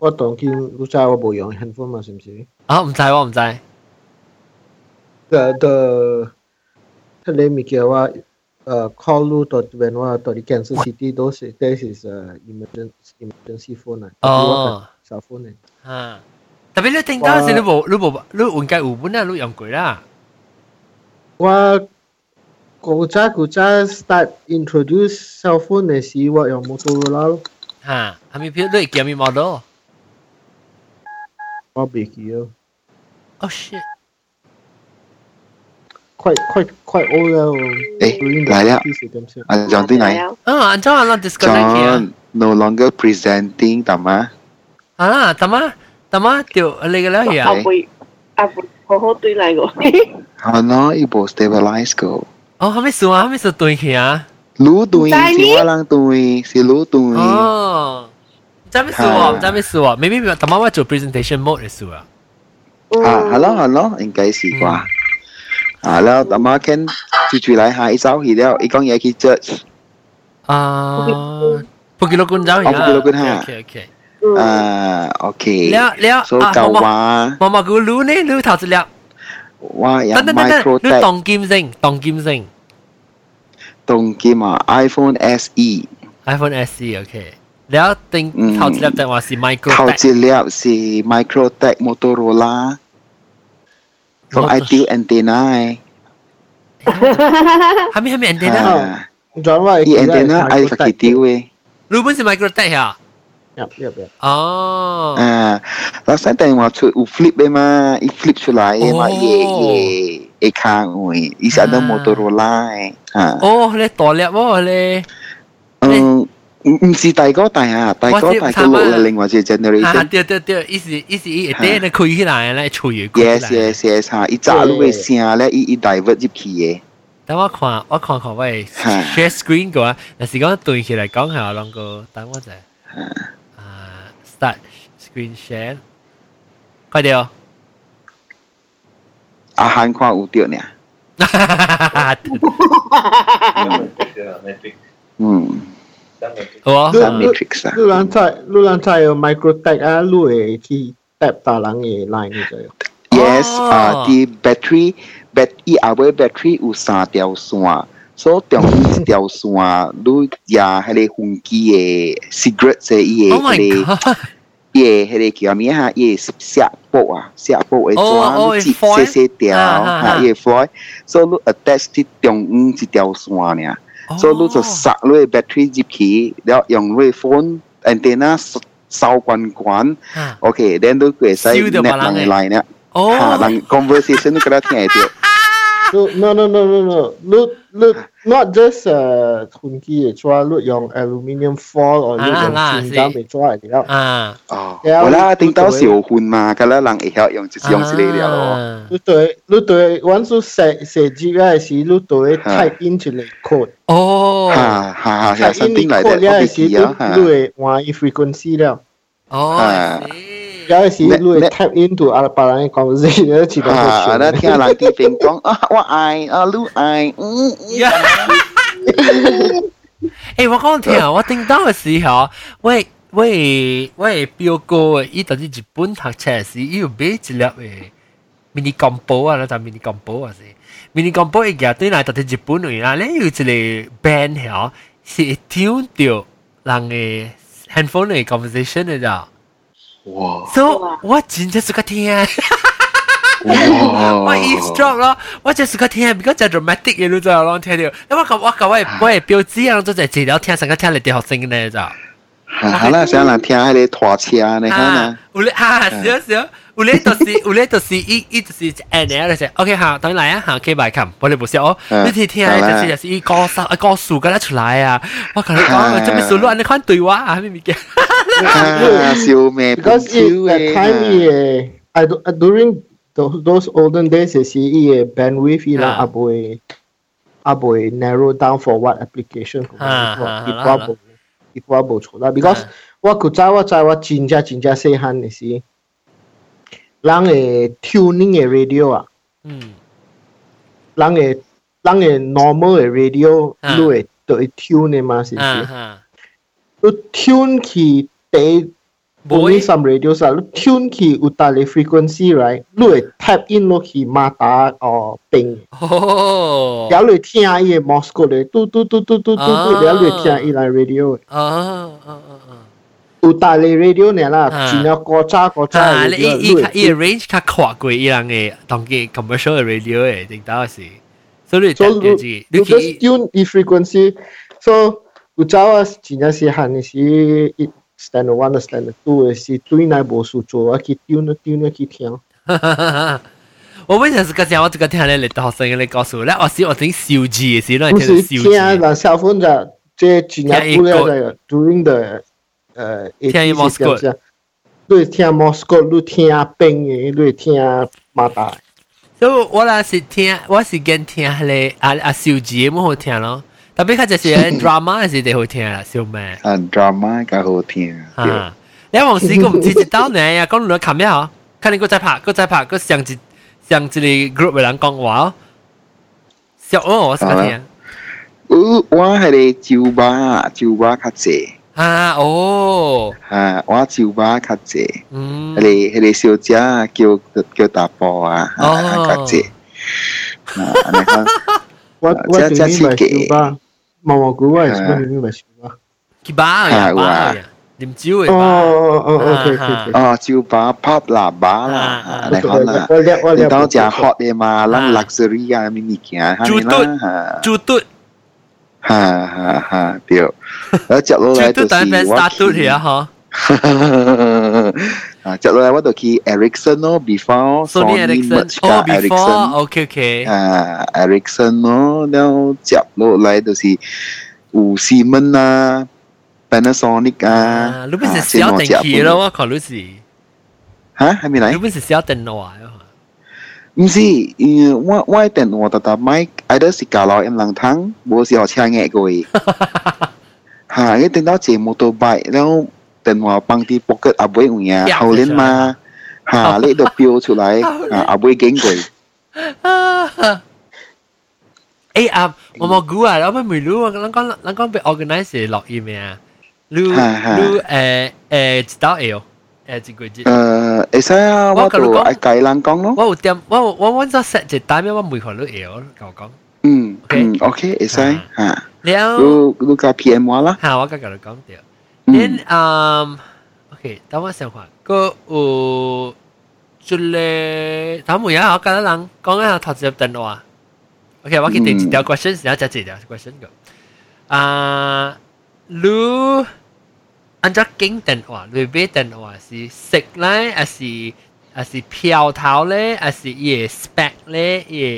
我當見古仔我冇用 handphone 嘛，是唔是？啊，唔知我唔知，個個佢哋咪叫話，誒 ah, call 路到邊話到啲 cancer city 都是 this is 誒 emergency emergency phone lah. 啊， 어, 哦，手 phone 嚟。啊，特別你聽到時你冇你冇你換計換本啦，你用攰啦，我古仔古仔 start introduce cell phone 嘅時，我用 Motorola 咯，嚇，係咪票你叫咪 model？我未記咯， Oh shit！快快快 old lah, 啦我。誒嚟啦อาจา dạ, รย์ที่ไหน 啊，安怎啊？咱 disconnect 去啊 John no longer presenting ตามมา 啊，怎么怎么就那个了去啊阿？贝阿贝，好好对嚟我。 how no it will stabilize go 哦，还没输啊，还没输对去啊？ รู้ตุย ใจนี้ สิว่าลังตุยสิรู้ตุย 哦，咱没输啊哦，咱没输哦，maybe 怎么我做 presentation mode 的输啊？ อ่าฮัลโหลฮัลโหลเองไกสีกว่าอ่าแล้วตามมาแค่จู่ๆไหลหายเศร้าหีแล้วอีกองใหญ่คิดเจอ 啊，不给老公找去啊？哦不给老公哈 OK OK。Ừ. อ่าโอเค 了了 โซ 啊， เกา 妈妈 ว่า 妈妈给我撸呢，撸头子了。 ว่าอย่าง 等等 ไม 等 โคร 等， แต 你 ก 当金星，当金星 ตรงกี่มา iPhone E. SE ，iPhone SE OK。了，顶嗯头子了，但话是 micro เขา tech จะเรียกสิไมโครแตกมอเตอร์โรล่าของไอติวแอนเทนา 还没还没 antenna อ่า 哦。 John ว่า อีแอนเทนาไอฝักกิ Ờ. ติเวย 如本是 micro tech 啊？ ยับยับยับ 哦。 อ่าลักษณะแต่งว่าชุดอุฟลิปไปมาอีฟลิปชุดไหลมาเย่เย่เอคางอุยอีสันเดอร์มอเตอร์โรล่าอ่า โอ้เลยต่อแล้วว่าเลย เออไม่ใช่แต่ก็แต่อ่ะแต่ก็แต่ก็โลละเลงว่าจะเจเนอเร อ่า ชั่น เดี๋ยวเดี๋ยวเดี๋ยวอีสิอีสิอีเดี๋ยวนะคุยขึ้นมาแล้วช่วยคุย yes ขึ้นมา yes yes à. ฮะอีจ่าลูกเวยเสียและอีอีไดเวอร์จิบขี้เย่ แต่ว่าขวาว่าขวาขวาไป share screen ก่อนแต่สิ่งที่ตัวขึ้นมาก่อนหาลองก็ตั้งว่าจะอ่า start screen share 快点哦 อาหารความอุดเดียวเนี่ย อืม โอ้ ตามเมทริกซ์อะ ลูกหลานชายลูกหลานชายเอาไมโครแตกอ่ะลูกเอที่แตบตาหลังเอไลน์นี่เจอ Yes, Oh. uh, the battery, bat, e our battery 有三条线，so 中间一条线，你也迄个风机的 cigarette 的伊 Oh my 的 god 伊的迄个叫咩哈？伊下布啊，下布的 Oh, oh, 砖， it's 细 foil 细条，啊啊啊哈，伊 foil，so 你 attach 伫中间一条线尔。所以你就塞落去 battery 入去，然後用落去 phone antenna 收關關 อ่า ，OK，then 你會使 Seal the 入人 balance 嚟咧。 โอ้ ค่ะหลัง conversation นี่ก็ได้ที่ไหนเดียว ลูก no no no no no ลูกลูก not just uh, เอ่อคุณกี้ชัวลูกยอง aluminum foil or ลูกยอง อ่า ชิง สิ ดำไปชัวอีกแล้ว อ่า 哦， แล้ว เวลาติ้งเต้าเสียวหุ่นมากันแล้วหลังไอ้เหี้ยยังจะยังสิเลยเดียวเหรอ ลูกตัวลูกตัว once ลูกใส่ใส่จีได้สิลูกตัว type in ชิเลยโคด โอ้ ฮ่าฮ่าฮ่าอย่า type ya, สัน in ติ้งหลาย โค แต่ ด ต้ แล้ อ ว งไป สิลูเกี่ยว ก ฮ่า ลูกวาง eh, frequency ya. แล้ว โอ้ อ่า แล้วสิ และ ลูก และ eh, type into อะไรปะอะไร conversation แล้วชิดำ ฮ่า ไปชัว แล้วที่หลังตีเป็นกล้องอ้อว่าไอายอ้อลูกไอายอื้ออื้ อ 诶、我讲听，我听到的时候，我的我的我的表哥的，伊就是日本读册的时，伊有买一粒诶 mini combo 啊，那只 mini combo 啊是 mini combo 伊家对来，就是日本位啦，咧有一个 band 吼，是会听到人的 handphone 的 conversation 的啦。哇 So 我真正是个听，我哇 eavesdrop 咯，我就是个听，比较真 dramatic 嘅，你知道，啷听到？因为我我我的我的表姐啊，都在治疗听，成个听嚟啲学生咧就。 ฮ่าฮ่าแล้วที่หลังที่ให้เลยถั่วเชียร์นะฮะนะ 有咧啊，是啊是啊，有咧就是有咧就是一一就是 N L 就是，OK 好，等来啊，好，OK 拜看，我哋唔笑哦，你听听就是就是一歌手一歌手跟他出来啊，我同你讲，做咩数落你看对话啊，咩物件？ ฮ่าซิวเมย์ปุ๊บ Because ซิ it, วเอ that ฮ่ time, yeah, I, do- uh, during those, those olden days, you see, yeah, bandwidth, you know, Ah. aboy, aboy narrow down for what application. for Ah, what ah, it ah, wa bo- it wa bo chu la. Because what could I what I what ginger ginger say han you see. Lang a tuning a radio ah, 嗯 lang a lang a normal a radio eh, Ah. lu a to a tune 嘛是啊是，哈， lu tune 去第 only some radios are tune key utale frequency right 你会 tap in 落去马达哦冰，哦，然后你听伊个 Moscow 咧嘟嘟嘟嘟嘟嘟嘟，然后你听伊来 radio 啊啊啊啊！ utale radio 呢啦，啊只要高炸高炸啊，你伊 radio 伊伊你 range 较跨过伊人诶，当个 commercial 诶 radio 诶，顶到是，所以你 so 搭住 you 是，你 you just 去 tune the frequency so 有朝啊只要是喊你是 it standard one standard two 的是对内无事做啊去 tune tune 去听。 我本身是个讲，我这个听咧，你大声咧告诉我，咧我是我听烧鸡诶时，让不你听是到烧听啊鸡，啦，小凤仔这几年不了的 during the 呃，听 Moscow 对，听 Moscow，对听冰的，对听马达，所以我啦是听，我是跟听咧啊啊烧鸡冇好听咯，特别较就是 drama 诶时你好听啦，小妹。啊，drama 较好听，对。啊！你往时个唔知一刀呢呀，讲落琴咩嗬？看你个再拍，个再拍，个上一上一个 group 嘅人讲话哦，笑哦，我识听有我迄个酒吧，酒吧较济，啊哦，啊，我酒吧较济，嗯迄个，迄个小姐啊叫叫大波啊，Oh. 啊，较济。啊，你看，我啊我这对面买这是书吧，毛毛菇我也是啊对面买书吧。佢把啊呀有啊把呀，啉酒哦嘅吧，哦哦，OK OK，哦，酒吧 pub 啦 Ah,，bar 啦，啊，你看啦，我叻我你叻，当食 hot 的嘛，Ah. 咱 luxury lah, ah, 啊，咪物件，哈咪啦，猪肚哈哈哈，对。然后食落来猪就肚是等人 start 肚 嚟我。啊啊，接落来我就去 Ericsson 咯嗬，before，Sony Ericsson，哦 Oh, before，OK OK，啊，Ericsson À, 咯，然后接落来就是有 Siemens 啊，Panasonic à. 啊，啊，你本是小電器咯，我看你是，你嚇係咪嚟？本是小電話啊，唔是，嗯，我我的電話特特買，係得是教老人能聽，冇時候車嘅佢。嚇！你電腦借 motorbike，然後電話放啲 pocket à, 阿妹用呀，後年嘛嚇，你都標出嚟，啊阿妹經過。 啊เอ้ยอ่ะมามอกูอ่ะแล้วมันไม่รู้ว่าแล้วก็แล้วก็ไป organize หลอกอีเมลรู้ ฮะฮะ รู้เออเออจิตเอาเอวเออจิตกุ Ừ. จิ 誒，會使啊，我我跟你就講愛計人講咯。 ว่าอุตยมว่าว่าว่าจะเสร็จจิตตายไม่ว่ามือของรู้เอวเก่าก้อง 嗯 Okay 嗯，OK，會 ừ, 使啊嚇。 แล้ว 你你教 PM 我啦。 หาว่าก็เก่าก้องเดียวเน้น 嗯 อ่าโอเคแต่ว่าเสียงว่าก็อู ừ, จุดเลยถามหมูยะเขากันแล้วหลังก้องก็ถอดเสียงตันอ่ะโอเคว่าคิดถึงจิตเดียว question เสียจะจิตเดียว question À, ก็อ่ารู้อันจะเก่งตันอ่ะหรือเบตันอ่ะสิสิกเลยอ่ะสิอ่ะสิเพียวเท้าเลยอ่ะสิเย่สเปคเลยเย่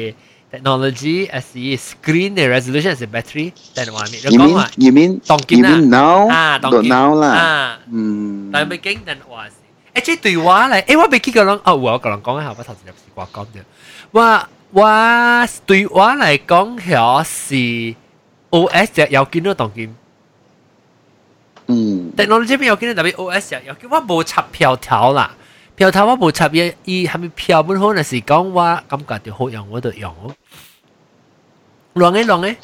technology อ่ะสิ screen เนี่ย resolution อ่ะสิ battery à? ตันอ่ะมีแล้ว ，you ก็ว่า mean you mean ต้องกิน you นะ mean now อ่าต้องกิ don't น now lah. Hmm. อ่า 啦。嗯。但係咪經人話事？誒，即係對話嚟，誒，我未見過人，哦，我個人講一下，我頭先有試過講嘅，話話對話嚟講，佢是 OS 就有見到當見嗯。 ，technology 邊有見到特別 OS 就有見，我冇插票頭啦，票頭我冇插嘢，依係咪票本可能是講話感覺就好用我就用咯，浪嘅浪嘅，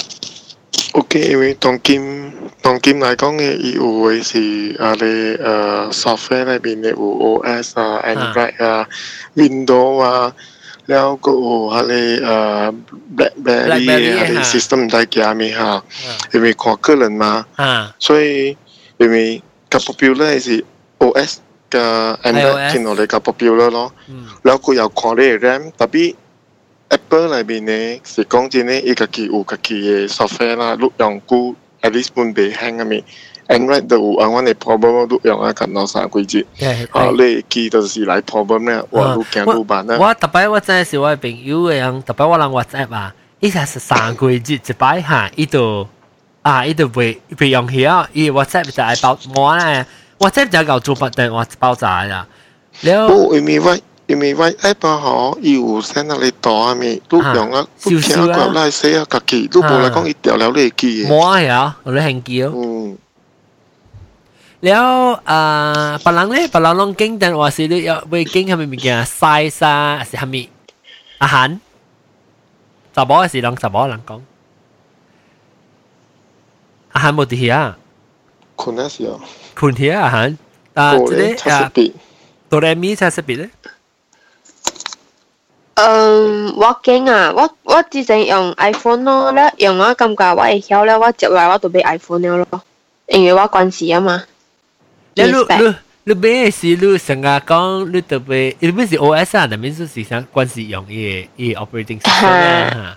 OK，因為當今當今嚟講嘅，伊有嘅是啊你誒 software 裏邊嘅有 OS 啊、Android 啊、Window 啊，然後個有嗰啲誒 BlackBerry 嘅 BlackBerry 嗰啲啊 system 唔知叫咩嚇，啊因為看個人嘛，啊所以因為較 popular 嘅是 OS 嘅 Android iOS 見落嚟較 popular 咯。嗯 แล้วกูอยากขอเรียกแรมแต่พี่ Apple อะไรแบบนี้สิกงจีนี่อีกกี่อูกกี่ซอฟต์แวร์ละลูกอย่างกู at least มันเบแห้งอะมี Android เดออูอันว่าใน problem ลูกอย่างอากันเราสามกุยจี ，OK， อ่าเลยกี่ตัวสี่หลาย problem เนี่ยว่าลูกแกงลูกบานนะ ว่าต่อไปว่าจะสิว่าเป็นยูเองต่อไปว่าลังว่าจะมาอีสักสามกุยจิตจะไปหาอีตัวอ่าอีตัวไปไปยองเหี้ยอีว่าจะจะไอ้เป่าหม้อน่ะว่าจะจะเก่าจูบแต่ว่าเป่าจ่ายอ่ะแล้ว โอ้ยมีไว้อีมีไว้ไอ้ปะหออยู่เส้นอะไรต่ออะมีลูกอย่างละลูกแกงก็ไล่เสียกะกี่ลูกโบแล้วก็อีเดียวแล้วเลยกี่ หม้อเหรอหรือแหงเกี้ยว อืม แล้วอ่าปลังเนี่ยปลังลองกิ้งแต่ว่าสิลูกไปกิ้งทำไมมีกี่ไซซ่าสิทำไมอาหารสบอสิลองสบอลังกงอาหารหมดเหี้ย คนน่าเสีย คุณเทียอาหาร 啊，果这然个差啊十，倍。哆来咪才识别咧，嗯，我惊啊！我我之前用 iPhone 咯，咧用我感覺我會曉咧，我接來我就俾 iPhone 了咯，因為我關事啊嘛。你你 Respect 你你咩是你成日讲你特别，你咩是 OS 啊？那边就是想关 是用伊伊 operating system 啊。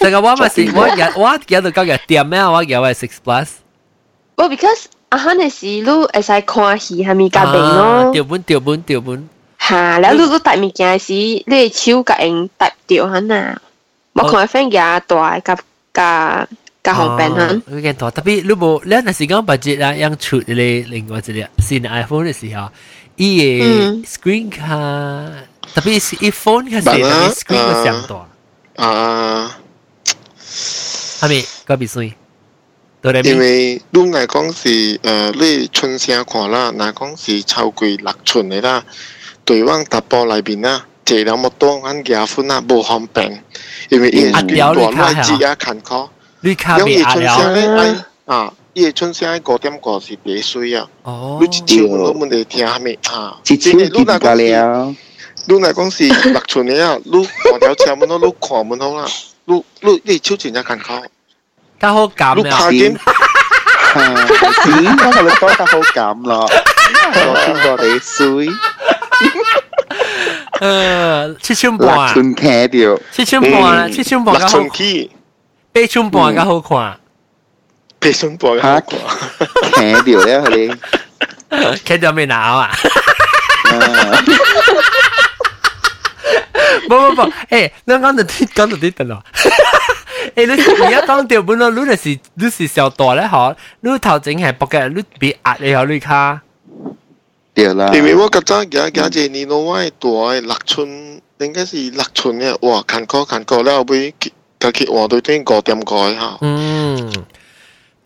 สังเกตว่ามันสิว่าอย่าว่าเกี่ยวตัวก็อย่าเตรียมแม่ว่าเกี่ยวไว้ six plus 不 because 啊哈那時你會使看戲係咪加定 เดี๋ยว 咯？ บุญเดี๋ยวบุญเดี๋ยวบุญ 嚇，แล้ว你你帶物件時，你的手甲用帶掉哈呐。我看 friend 加大甲甲甲方便哈。 ก็แค่ตัวแต่พี่ลูกบุแล้วในสิ่งที่บัจจิตอะยังชุดเลยลิงว่าจะเรียกสินไอโฟนสิฮะอีเอสกรีนค่ะแต่พี่อีโฟนค่ะสิแต่พี่สกรีนก็เสียงตัว 啊， ทำไมก็บิสุยตัวเรมิ 因为你来讲是呃，你春声看啦，若讲是超过六寸的啦，对往达波内面啦，坐了么多按牙分啦，无方便，因为伊啊是屌你卡大来呀只也坎坷， ลูกค้า 了 ไม่ 伊 อ่าน 春 แล้ว 声咧哎啊，伊春声五点五是第水啊， อ๋อ 你一手都问题听下面啊，一手因为见你若家讲是了，你若讲是六寸的啊，你看条车门咯，你看门好啦，你你你手真正坎坷， ถ้าเขากำ 你 เนี่ย 拍 紧。哈，是，我同你讲得好咁咯，我见到你水， เออชิชุ่มปอ 立寸睇掉， ชิชุ่มปอชิชุ่มปอ 六 ก็เขา 寸起， เป้ชุ่มปอก็เขาขวา 培训部嘅 Ha? 好看，睇掉了佢 แค่จะไม่หนาวอ่ะ 哋。 บ่บ่บ่เอ้เรื่องก้อนตัวที่ก้อนตัวที่ตลอดเอ้ลูก你要讲掉本咯，你那是你是小大咧嗬，你头前系薄嘅，你别压你嗬，你卡对啦，因为我较早行行者年老外大诶六寸，应该是六寸嘅，哇，艰苦艰苦了后尾，家己换到转五点五嘅哈，嗯，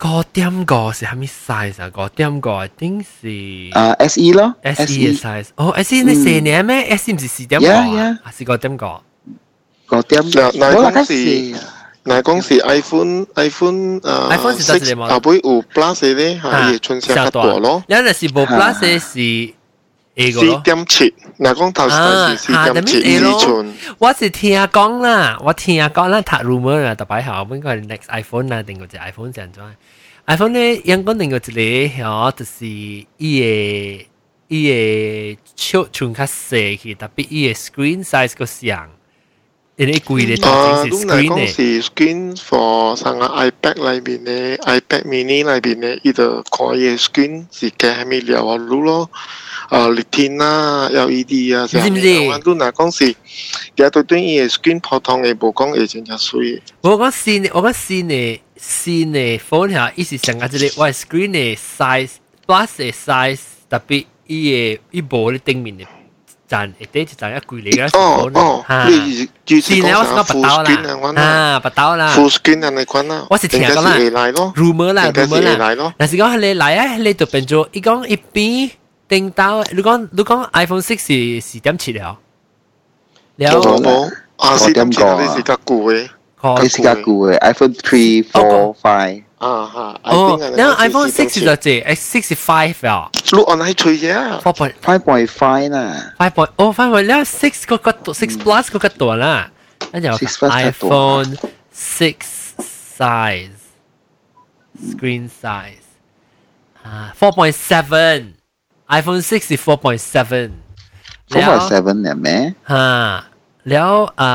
个点个是虾米 size 啊？个点个一定是啊，S E 咯 S E size 哦，S E 你四年咩？S E 唔是四点个啊？是个点个？嗰點嗱嗱我嗰嗰時時乃讲是 iPhone iPhone 啊 iPhone 是多少年 six 冇后尾有 Plus 咧，吓，伊寸声较大咯， แล้วแต่สิบก plus สี่เอกเห四รอ 点七，乃讲头先是四啊点七啊二寸， ว่าสิเทียกล้องน่ะว่าเทียกล้องแล้วถัดรูเมอร์น่ะต่อไปหามันก็ next iPhone น่ะถึงก็จะ iPhone เสียงจ้อย iPhone เนี่ยยังก็ถึงก็จะเลยเหรอแต่สิอีเออีเอชุดชุนคัสเซ่คือแต่ปีอีเอ screen size ก็เสียงอันนี้กุยเลยตัวจริง 啊， สิ 你乃 screen 讲 เนี่ย 是 screen for 上个 iPad 内面咧，iPad mini 内面咧，伊就看伊 screen 是加虾米料啊，如咯，啊 à, Retina E 啊 LED 啊，是是虾不米是料啊？你若讲是，也对对伊 screen 普通诶，无讲会真正水。我讲新的我讲新的新的 phone เหรออีสิเสียงก็จะเลยว่า screen เนี่ย size plus เนี่ย size แต่ปีอีเออีโบเลยติงมินเนี่ยจานเอเต้จะจานอีกุยเลยก็สิบ 哦 โบน哦ะ，你就是是แล้ว 讲 ว่าสก็ 啥 ปะ full เต้าล่ะ screen 啊，款 อ่า 啊 ปะเต้าล่ะ ，full screen 啊那款啊，我是应听该讲是啦会来咯， รูเมอร์ล่ะ 应 รู 该是 เมอร์ 会 ล่ะ 来咯。 นั่นสิก็เลยไล่อะเลยตัวเป็นโจอีกองอีปีติงเต้าลูกกองลูกกอง iPhone 6สี่สี่点七แล้วแล้ว 冇冇冇，啊我四點点講七啊你是较旧诶。 ขอ 你是較舊嘅 eh. iPhone three four five，啊哈， โอ้แล้ว iPhone 6 six จะเจ65แล้ว 你按喺吹嘢啊， four point 5 point five lah. 啦， five point โอ้ 哦 five point แล้ว six ก็กระตัว six plus ก็กระตัวละนั่นอย่าง Six plus กระตัว iPhone six size screen size อ่า four point seven iPhone six คือ four point seven 4 point seven 嚟咩？ ฮะแล้วอ่า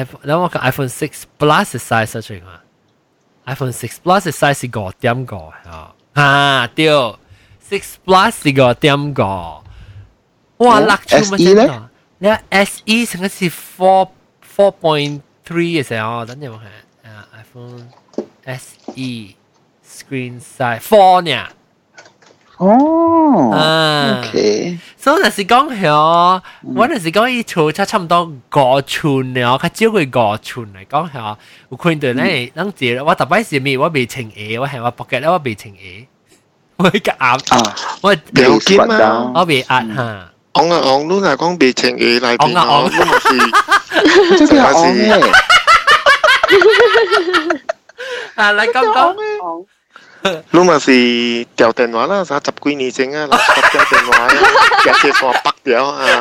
iPhone แล้วก็ iPhone 6 plus ไซส์เท่าไหร่ฮะ iPhone 6 plus ไซส์สิบเต็มก่อฮะฮะเดียว6 plus สิบเต็มก่อว้า แล้ว ลักชูมัน SE จะ เลย ต่อแล้ว SE ฉันก็สิ4 4.3ใช่ไหมอ๋อตั้งยังไงอ่า 啊 iPhone E SE screen size 4เนี่ย 哦， 아. 啊 OK，所以就是讲嗬，我就是講依做差差唔多五寸了，佢超過五寸嚟講嗬，我看到咧，諗住我特別是咩，我未情嘢，我係我 pocket 咧，我未情嘢， 我一個壓，啊，我不要紧你 squat 嘛 down 我未壓嚇，昂啊昂，你若讲未情义内边昂啊哦，昂你咪是。这是昂诶，啊，你講講， lúc mà thì đèo điện thoại là sao chập quy nị chính á là chập đèo điện thoại chặt chẽ xóa bắt đéo à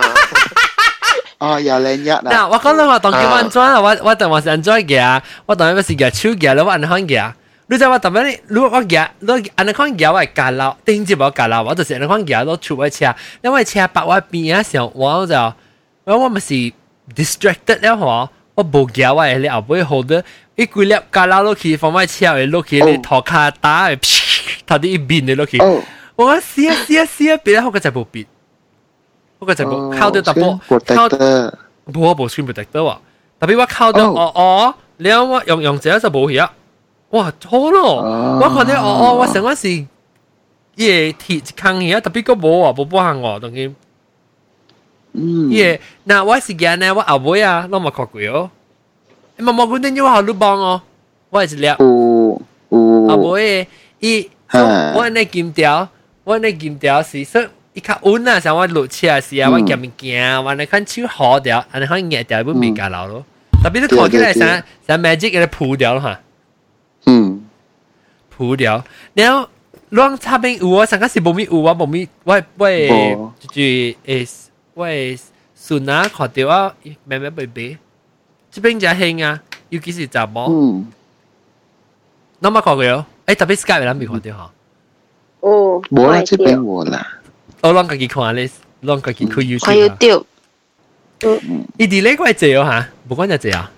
啊，又靓一啦，嗱，我講啦，我當佢安裝啊，我我當我是安裝嘅，我當佢是嘅超嘅，你我安康嘅。你知我特別咧，如果我嘅，如果安康嘅，我係架樓，頂住我架樓，我就是安康嘅，我出我車，因為車白我邊嘅時候，我就我我咪是 distracted 了嗬，我冇嘅我係你後背 hold 一攰粒架樓落去，放埋車去落去，你拖卡打，頭啲一邊你落去。哦，我試一試一試一邊咧，我個就冇變，我個就 어, 冇靠到 double，靠 protector，冇啊，冇 screen protector 啊，特別我靠到哦哦哦，你有我用用者就冇嘢，哇好咯，哦我覺得哦哦，我成嗰時夜鐵坑嘢，特別個冇啊，冇幫下我，當然嗯，夜嗱我時間咧，我阿妹啊，攞埋確攰哦，你冇冇管定要我老幫我，我係一粒。有啊，有无诶，伊哈我那金条，我那金条是说伊较稳啊，像我落车时啊，嗯我夹咪惊，我那看手好掉，安尼看硬掉，要咪夹流咯。特别你对看起来对对像像 magic 给它扑掉了哈，嗯，扑掉。然后乱差边有啊，上个是无咪有啊，无咪我我无就是诶，我顺啊看到啊，慢慢白白，这边才兴啊，尤其是查某，嗯，那么看过哟。诶，特别 Skype 咱未看到哈。哦，无啦，这边无啦，我啷个去看咧？啷个去看 YouTube？看 YouTube，伊伫咧怪济哦哈，无管就济啊。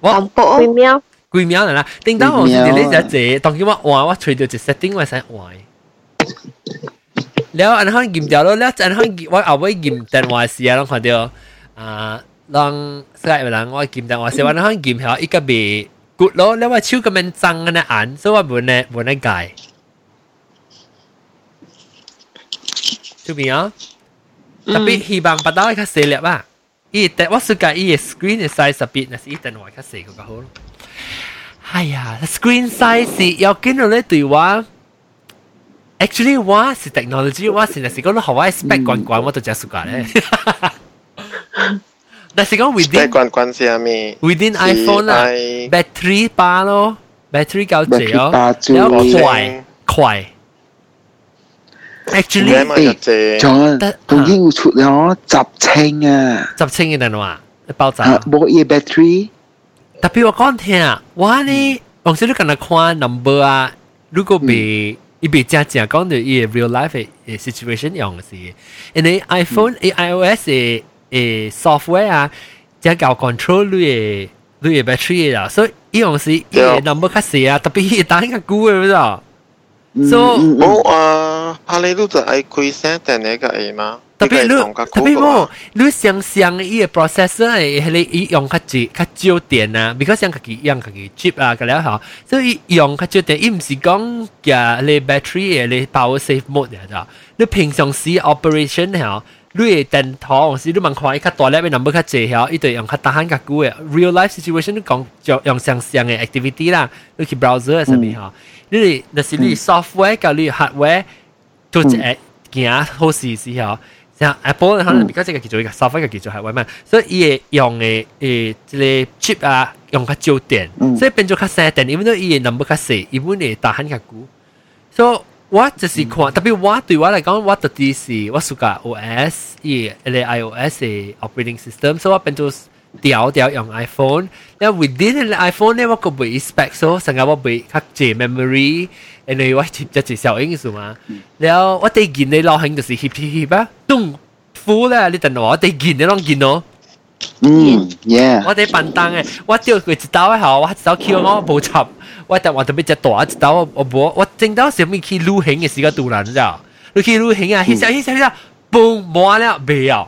淡我薄微妙，几秒啦啦，叮当我是几秒啊伫咧只济，当今我换我吹到一 setting 我使换。了，安康验掉咯，了，安康我后尾验电话时啊，拢看到啊，让世界人我验电话时，我安康验下伊个袂 good 咯，了我手咁样脏安尼眼，所以我无呢无呢改。出边啊，特别希望八刀较细粒啊。伊但我是讲伊 screen size 特别，那是伊等我较细个较好咯。哎呀，screen size 是要跟到咧对我。Actually，我是 technology，我是那是讲咧，我 spec 管管我都真 suka 咧。那是讲 tại within quan quan xe mi within iPhone 啦。 ai battery 八咯，battery 九不去折哦，打你住要我快快。 em Actually， mà giật chế ，John，得当今有出了集清啊，十千嘅電話爆炸啊，。无伊 battery，特別我講聽啊，我呢，我先你跟佢看 number 啊，如果被伊被真正講到伊嘅 real life 嘅嘅 situation 樣嘅事，因為 iPhone 嘅 iOS 嘅嘅 software 啊，真搞 control 你嘅你嘅 battery 啦，所以伊樣時伊嘅 number 較細啊，特別伊單較高嘅，唔知道。嗯 So- 嗯嗯 bố à hà lê lúc giờ ai quay xe tên này cái ấy mà 特別 Cái 你 tổng các 特 cú 別 của 冇 bà.，你想想伊個 processor 係你伊用較少較少電啊，because 想家己用家己 chip 啊，咁了吼，所以伊用較少電，伊毋是講嘅你 battery 嘅你 power save mode 嚟咋，你平常時 operation 吼，你嘅電筒是你問看伊較大粒嘅 number 較濟吼，伊就用較大漢較久嘅 real life situation 你講就用想象嘅 activity 啦，你去 browser 上面吼，你若是你 software 甲你 hardware 都一個件好事時候。像 Apple 咧，可能嗯而家即係叫做一個 software 嘅叫做係為咩？所以伊嘅用嘅誒即個 chip 啊，用較少電，嗯所以變咗較細電，因為都伊嘅 number 較細，伊本嚟大很較久。所以我就是看，特別我對我嚟講，我特別是我 suka E, OS 伊嘅 iOS 嘅 operating system，所以我變咗調調用 iPhone。然後 within 嘅 iPhone 咧，我個袂 spec，所以成日我袂較濟 memory，因為我接接接效應是嘛。แล้วว่าได้กินในรอหังจะสิฮิปที่ฮิปะตุ้งฟูแล้วนี่แต่หนอได้กินในลองกินเนาะ 嗯，yeah， ว่าได้ปันตังไงว่าเดียวกูจะเต้าให้เขาว่าจะเต้าคิวงอบูชับว่าแต่ว่าจะไม่จะตัวจะเต้าว่าบัวว่าจริงเต้าเสียมีคีรู้เห็นไงสิก็ตูนั้นจ้ะรู้คีรู้เห็นอ่ะฮิเซฮิเซฮิเซปุ้งมัวแล้วเบี้ยว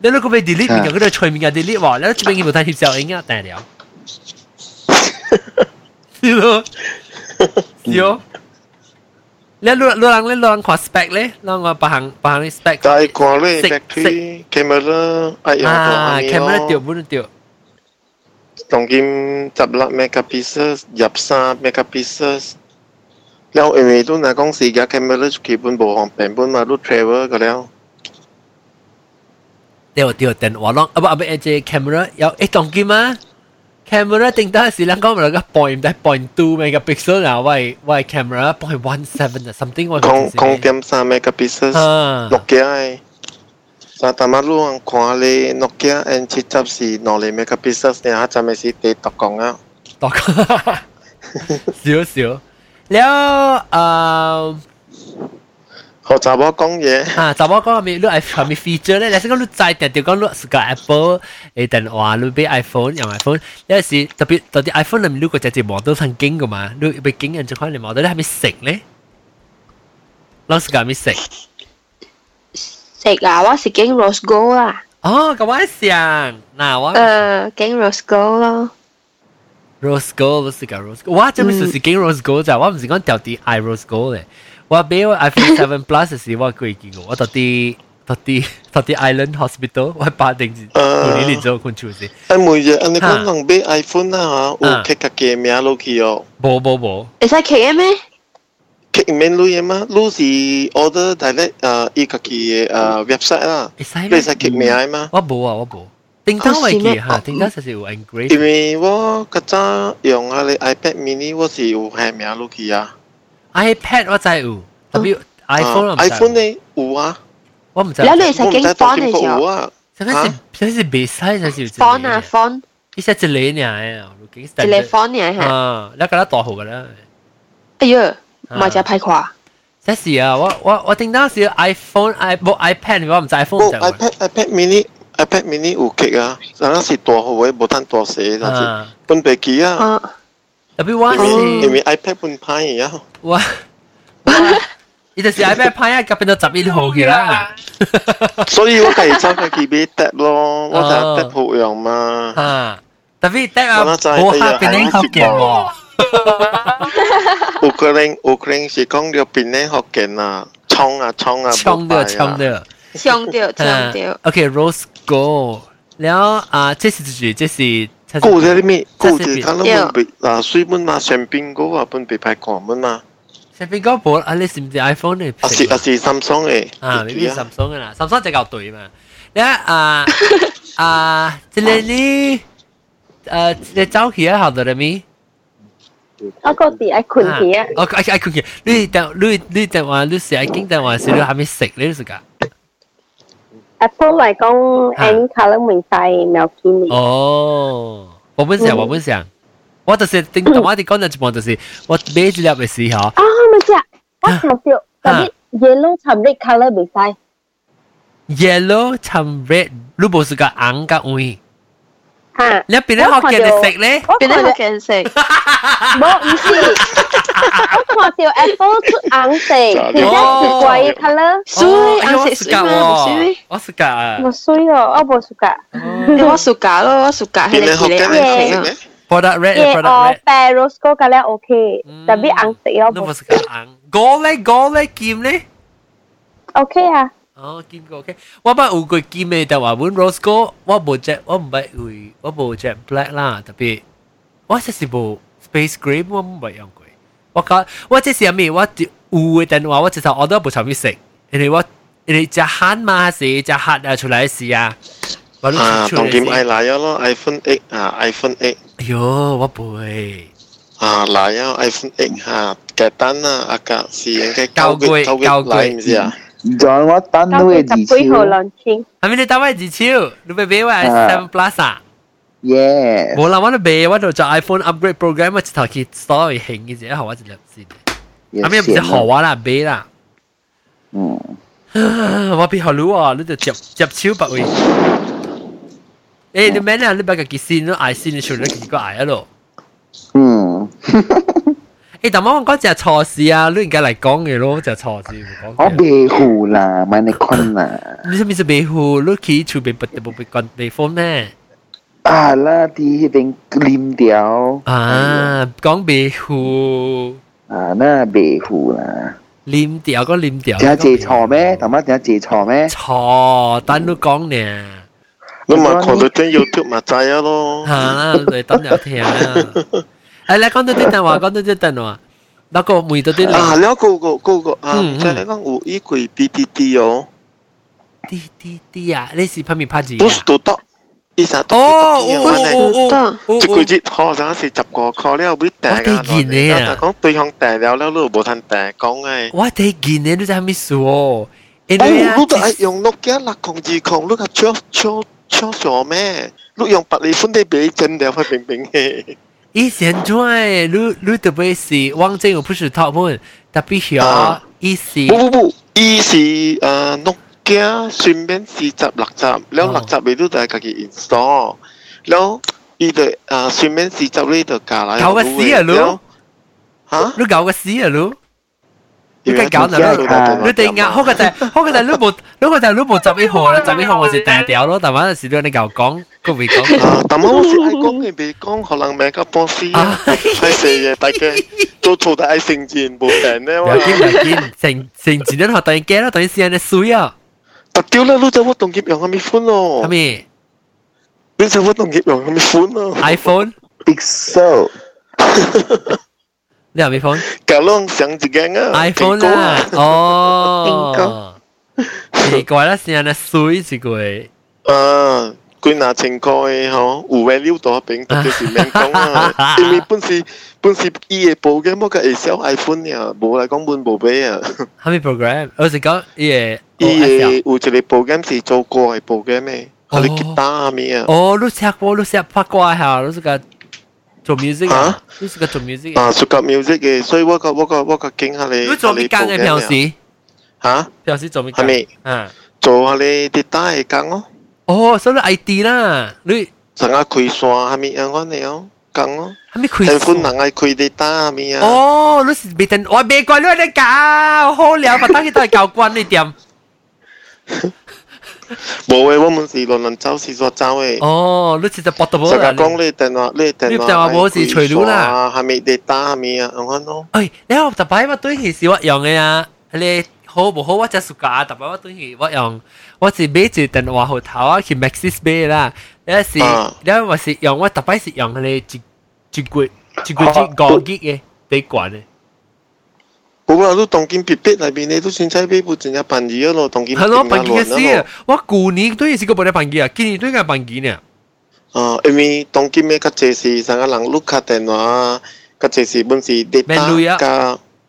แล้วเราก็ไป delete มีกันก็เลยช่วยมีกัน delete ว่ะแล้วจะเป็นกี่บททันฮิเซเองอ่ะแต่เดียวสิโลสิโอ แล้วลูลูลังเล่นลองขอสเปคเลยลองมาประหังประหังสเปค Tại có lệ Xịt, bạc xịt. thuy, camera, ai yếu อ่า tỏ anh แคมเมอร์เดียวบุญเดียว Trong kim chập lạc megapixels, dập xa megapixels. Leo ở mấy lúc nào con xì gà camera chụp kỳ bốn bộ hồng bền bốn mà lúc travel có leo. เดี๋ยวเดี๋ยวแต่ว่าลองเอาเอาไปเอเจแคมเมอร์เอาเอ๊ะตรงกี่มาแคมเมอร์ติงต้าสิลังก็มันก็ point ได้ point two megapixel นะว่าว่าแคมเมอร์ point one seven something ว่า Con con tiêm xa megapixels. อ่า Nokia ai. Sa tama luôn khóa lệ Nokia anh chỉ chập xì nó lệ megapixels nè hát chạm mấy xì tế tọc con á. ต่อ เสียวเสียวแล้วเอ่อ Họ chả bỏ con vậy. อ่าแต่ว่าก็มีเรื่องไอมีฟีเจอร์เลยแล้วซึ่งก็รู้ใจแต่เดี๋ยวก็รู้สึกกับ Apple eh, ไอ้แต่ว่ารู้ไป iPhone อย่าง iPhone แล้วสิแต่ปีตอนที่ iPhone นั้นรู้ก็จะจีมอเตอร์ทางกิ้งกันมาดูไปกิ้งอันจะค่อยเลยมอเตอร์ได้ไม่เสกเลยลองสกัดไม่เสก เสกอ่ะว่าสิเก่งโรสโกอ่ะ อ๋อก็ว่าเสียงน่าว่า เออเก่งโรสโกล Rose Gold รู้สึกกับ Rose Gold ว่าจะไม่สุดสิกิ้ง Rose Gold จ้ะว่ามันสิก้อนเดียวที่ i Rose Gold เลยว่าเบลว่า iPhone 7 Plus สิว่ากูอีกกี่กูว่าตอนที่ตอนที่ตอนที่ Island Hospital ว่าป้าเด็กจีคนนี้หรือเจ้าคนชูสิ Anh mùi giờ anh ấy Ha. có lòng bê iPhone nào hả? Ủa Ha. cái cà kê mẹ lâu kì ồ. โบโบโบ เอ้ใช่เค้กไหม Cái men lưu em á, lưu gì order direct ờ, y cà kì ờ, website á. ไอ้ไซส์ Bây giờ cái mẹ ai mà. ว่าโบอ่ะว่าโบติงเต้าไว้กี่ฮะติงเต้าจะสิวอังกฤษ Tại vì wo cái cha dùng cái iPad mini wo gì u hai mẹ lâu kì à. iPad ว่าใจอูแต่พี่ iPhone ว่า iPhone này u à. ว่ามันจะ แล้วเลยใส่ Mua เก่ง trái ฟอ tao นต์ kim เลย bộ เชียว u à. ฉันว่าสิฉันว่าสิเบสไซส์ฉันสิ ฟอนต์อ่ะฟอนต์ อีสัตว์จะเลี้ยเนี่ยลูกกิ้งสแตน จะ ด์ เลยฟอนต์เนี่ยฮะ อ่าแล้วก็แล้วต่อหัวแล้ว เอ้ยเยอะมาจะพายขวา 这是啊，我我我听到是 iPhone、i 不 iPad，我唔知 iPhone 唔 Bộ 知 iPad iPad mini iPad mini u kick à. Sao nó xịt tua hồ với bộ thân tua xế là gì. 啊， Bên bề kì à. เออ 特别我 Tại vì- tại 是 vì iPad bên phai à. 我我，伊就是 iPad 拍啊，隔边到十一号去啦，所以我家己走去去买 tab 咯，我就哦 tab 好用嘛。啊，特别得啊，我那知冇下边哎呀啲学嘅喎，有可能有可能是讲了变咧福建啊，冲啊冲啊，冲无的牌啊冲。的， เชียงเดียวเชียง 啊 เดียว ，OK，Rose Gold，然后啊，这是自己，这是，这故在里是面，这是故在他那门被啊水门啊香槟果啊，本被排寒门啊，上边嗰部啊，你是唔是 iPhone 嚟？啊是啊是 Samsung 诶，啊，你对啲 Samsung 噶啦，Samsung 就夠對嘛。你啊啊 啊，即係呢誒，你走起啊，後頭嚟咪？ แล้วก็ตีไอ้ขุนทีอ่ะ 我我我佢，你但你你但話你食經但話食你還沒食，你食噶？ แอปเปิลไว้กล้องไอ้นี่คาร์ลเหมือนใจแมวกินอีก 哦，我本想我本想，我就是定同我哋講嘅一半就是我買一粒嘅時候， อ๋อมันจะว่าทำเดียวแต่ที่เยลโล่ทำได้คาร์ลเหมือนใจ yellow 掺 red，你冇食噶紅噶黃， อ่ะ 你邊啲學嘅你食咧？ เป็นได้เหมือนกันเสก บ่อีสิว่าพอเดียวแอปเปิลชุดอังเสกถึงได้ถือกวยคาร์ล ซุยอัน哦哎我 เสก 食 ซุย 噶 มากซุย 喎，我食呃噶 บ่。ซุยอ่ะอ้อบ่สุกะ เดี๋ยวว่าสุกาแล้วว่าสุกาให้ 变 เลย 咧福 กี่เลยอ建ัน 诶， เสก 食 อ่ะ 咧， product red เอ eh, ออ product red แปรโรสโกก็แล้วโอเค อืม แต่พี่อังเสกเรา นึก บอก ว่าสกัดอังโกเลยโกเลยกิมเลย โอเคอ่ะ อ๋อกิมก็โอเคว่าบ้าอูกุยกิมเลยแต่ว่าวุ้นโรสโกว่าโบแจ็คว่าไม่อุยว่าโบแจ็คแบล็กล่ะแต่พี่ว่าจะสิโบสเปซกรีมว่าไม่ยังกุยว่าก็ว่าจะเสียมีว่าจะอูแต่ว่าว่าจะสั่งออเดอร์บุชามิสิกอันนี้ว่าอันนี้จะหันมาสิจะหัดเอา出来สิอ่ะว่าลูก 啊， ชิ้น 当 ชิ้น 今 เลยสิ爱来了咯，iPhone 8啊，iPhone 哎8呦ว่าป่วย 啊来了，iPhone 8哈，雞蛋啊，啊個是應該 เกากุย 九月 เกากุ 來 ย 唔是啊？ จอนว่าตัน ก็ ด้วคืยอกับ ดี ปุ้ย ชิ โฮ ว ลอนชิง อันนี้ได้ไว้จีชิวดูไปเบ้ว่า อ่า seven plus อ่ะ เย่ 冇啦，我哋未，我度做 iPhone upgrade program，我直头去 story 興嘅啫，學我一粒先。後面唔知學我啦，未 啦。 อืม 我俾學你啊，你就接接超百位。誒，你咩啊？你把個結線都捱線，你全部結果捱一路。 อืม 誒，但我講就係錯事啊，你而家嚟講嘅咯，就係錯事。 อ๋อเบหูล่ะมาในคอนล่ะ 你是唔是被糊？你企住被不得不被幹被封咩？ อ่าล่ะที่เป็นริมเดียว 啊，講被糊。 อ่าหน้าเบหูล่ะ 啉掉个啉掉。正坐坐咩？头妈正坐坐咩？错，等你讲呢。你咪看到啲 YouTube 咪知啊咯。吓，你等聊天。哎，你讲到啲电话，讲到啲电话，那个每到啲啊，了嗰個嗰個啊，嗯嗯唔知你講有依個 BDD 哦，滴滴滴啊，你是拍面拍字都是都得，依家都哦，得哦哦哦哦，即佢只拖咗是十個個了，會訂啊！我哋見你啊但係講對方訂了了，你又冇ทัน訂，講嘅。我睇见你都在咪说，哎哎，呀，你都係用六一六窮二窮，你係超超超傻咩？你用百里歡啲俾真掉塊平平嘅，以前在你你特别是王正，我不是他们特别小，意思不不不，依是誒 Nokia 算邊四集六集，แล้ว 哦六集你都係自己 install，แล้ว依度誒算邊四集呢度架嚟搞個屎啊你 แล้ว嚇？你搞个屎啊你！你梗係搞啦 Dạ, 你你哋壓好個就係好個就係 Lumo，好個就係 Lumo 十一號啦，十一號我是大屌咯，但係時都你夠講，佢會講啊！但我是爱讲嘅，未讲可能名叫波斯啊，系四嘢，大家都做得爱成件冇病咧。唔要緊唔要緊，成成前都學突然間啦，突然時間你水啊，特屌咧，你就我同葉用咁咪款係咯，咪你就我同葉用咁咪款咯。 iPhone？ Pixel 你有咩 phone？假浪想一間啊 iPhone 啦，哦，奇怪啦，時間你水是佢，啊，佢拿情歌嘅嗬，有咩料到餅特別是名講啊，因為本是本是伊嘅部嘅，冇個係小 iPhone 啊，冇嚟講本部俾啊。係咪 program？我是講耶，伊嘅有一個 program 是做歌嘅 program 嘅，係你吉他啊咩啊。哦，你食過你食拍過下，你是個做 music 啊啊？你是個做 music 啊？啊，熟夾 music 嘅，所以我個我個我個傾下你。你做咩間嘅平時？嚇，平時做咩間係？咪啊，做下你啲單嘅講咯？哦，所以 ID 啦，你陣間開線係咪樣講你哦？講咯，係咪佢係款人係開啲單係咪啊？哦，你是被人我被關你喺搞，好了，把當佢都係搞關你點？冇嘅，我們是亂亂走，是作走嘅。哦，你是隻 portable 陣啦間。講你電話，你電話。係咪啲單係咪啊？講咯。 เอ้ยแล้วแต่ไปว่าตุ้ยหิสิว่าอย่างไงอะอะไรโหบอกโหว่าจะสุกาแต่ไปว่าตุ้ยหิว่าอย่างว่าสิเบจิแต่ว่าหัวเท้าอะคือแม็กซิสเบล่ะแล้วสิ อ่า แล้วว่าสิอย่างว่าแต่ไปสิอย่างอะไรจิจิกุยจิกุยจิกอกิกเอได้กว่าเนี่ย 好啦，都當見別別裏邊，你都算差俾部真係便宜咯，當見 ฮัลโหลปังกี้ก็สิว่ากูนี้ตุ้ยหิสิก็บ่ได้ปังกี้อะกินนี่ตุ้ยกันปังกี้เนี่ย 啊，因为当今嘅较侪是三个人录卡电话，较侪是本是 data 加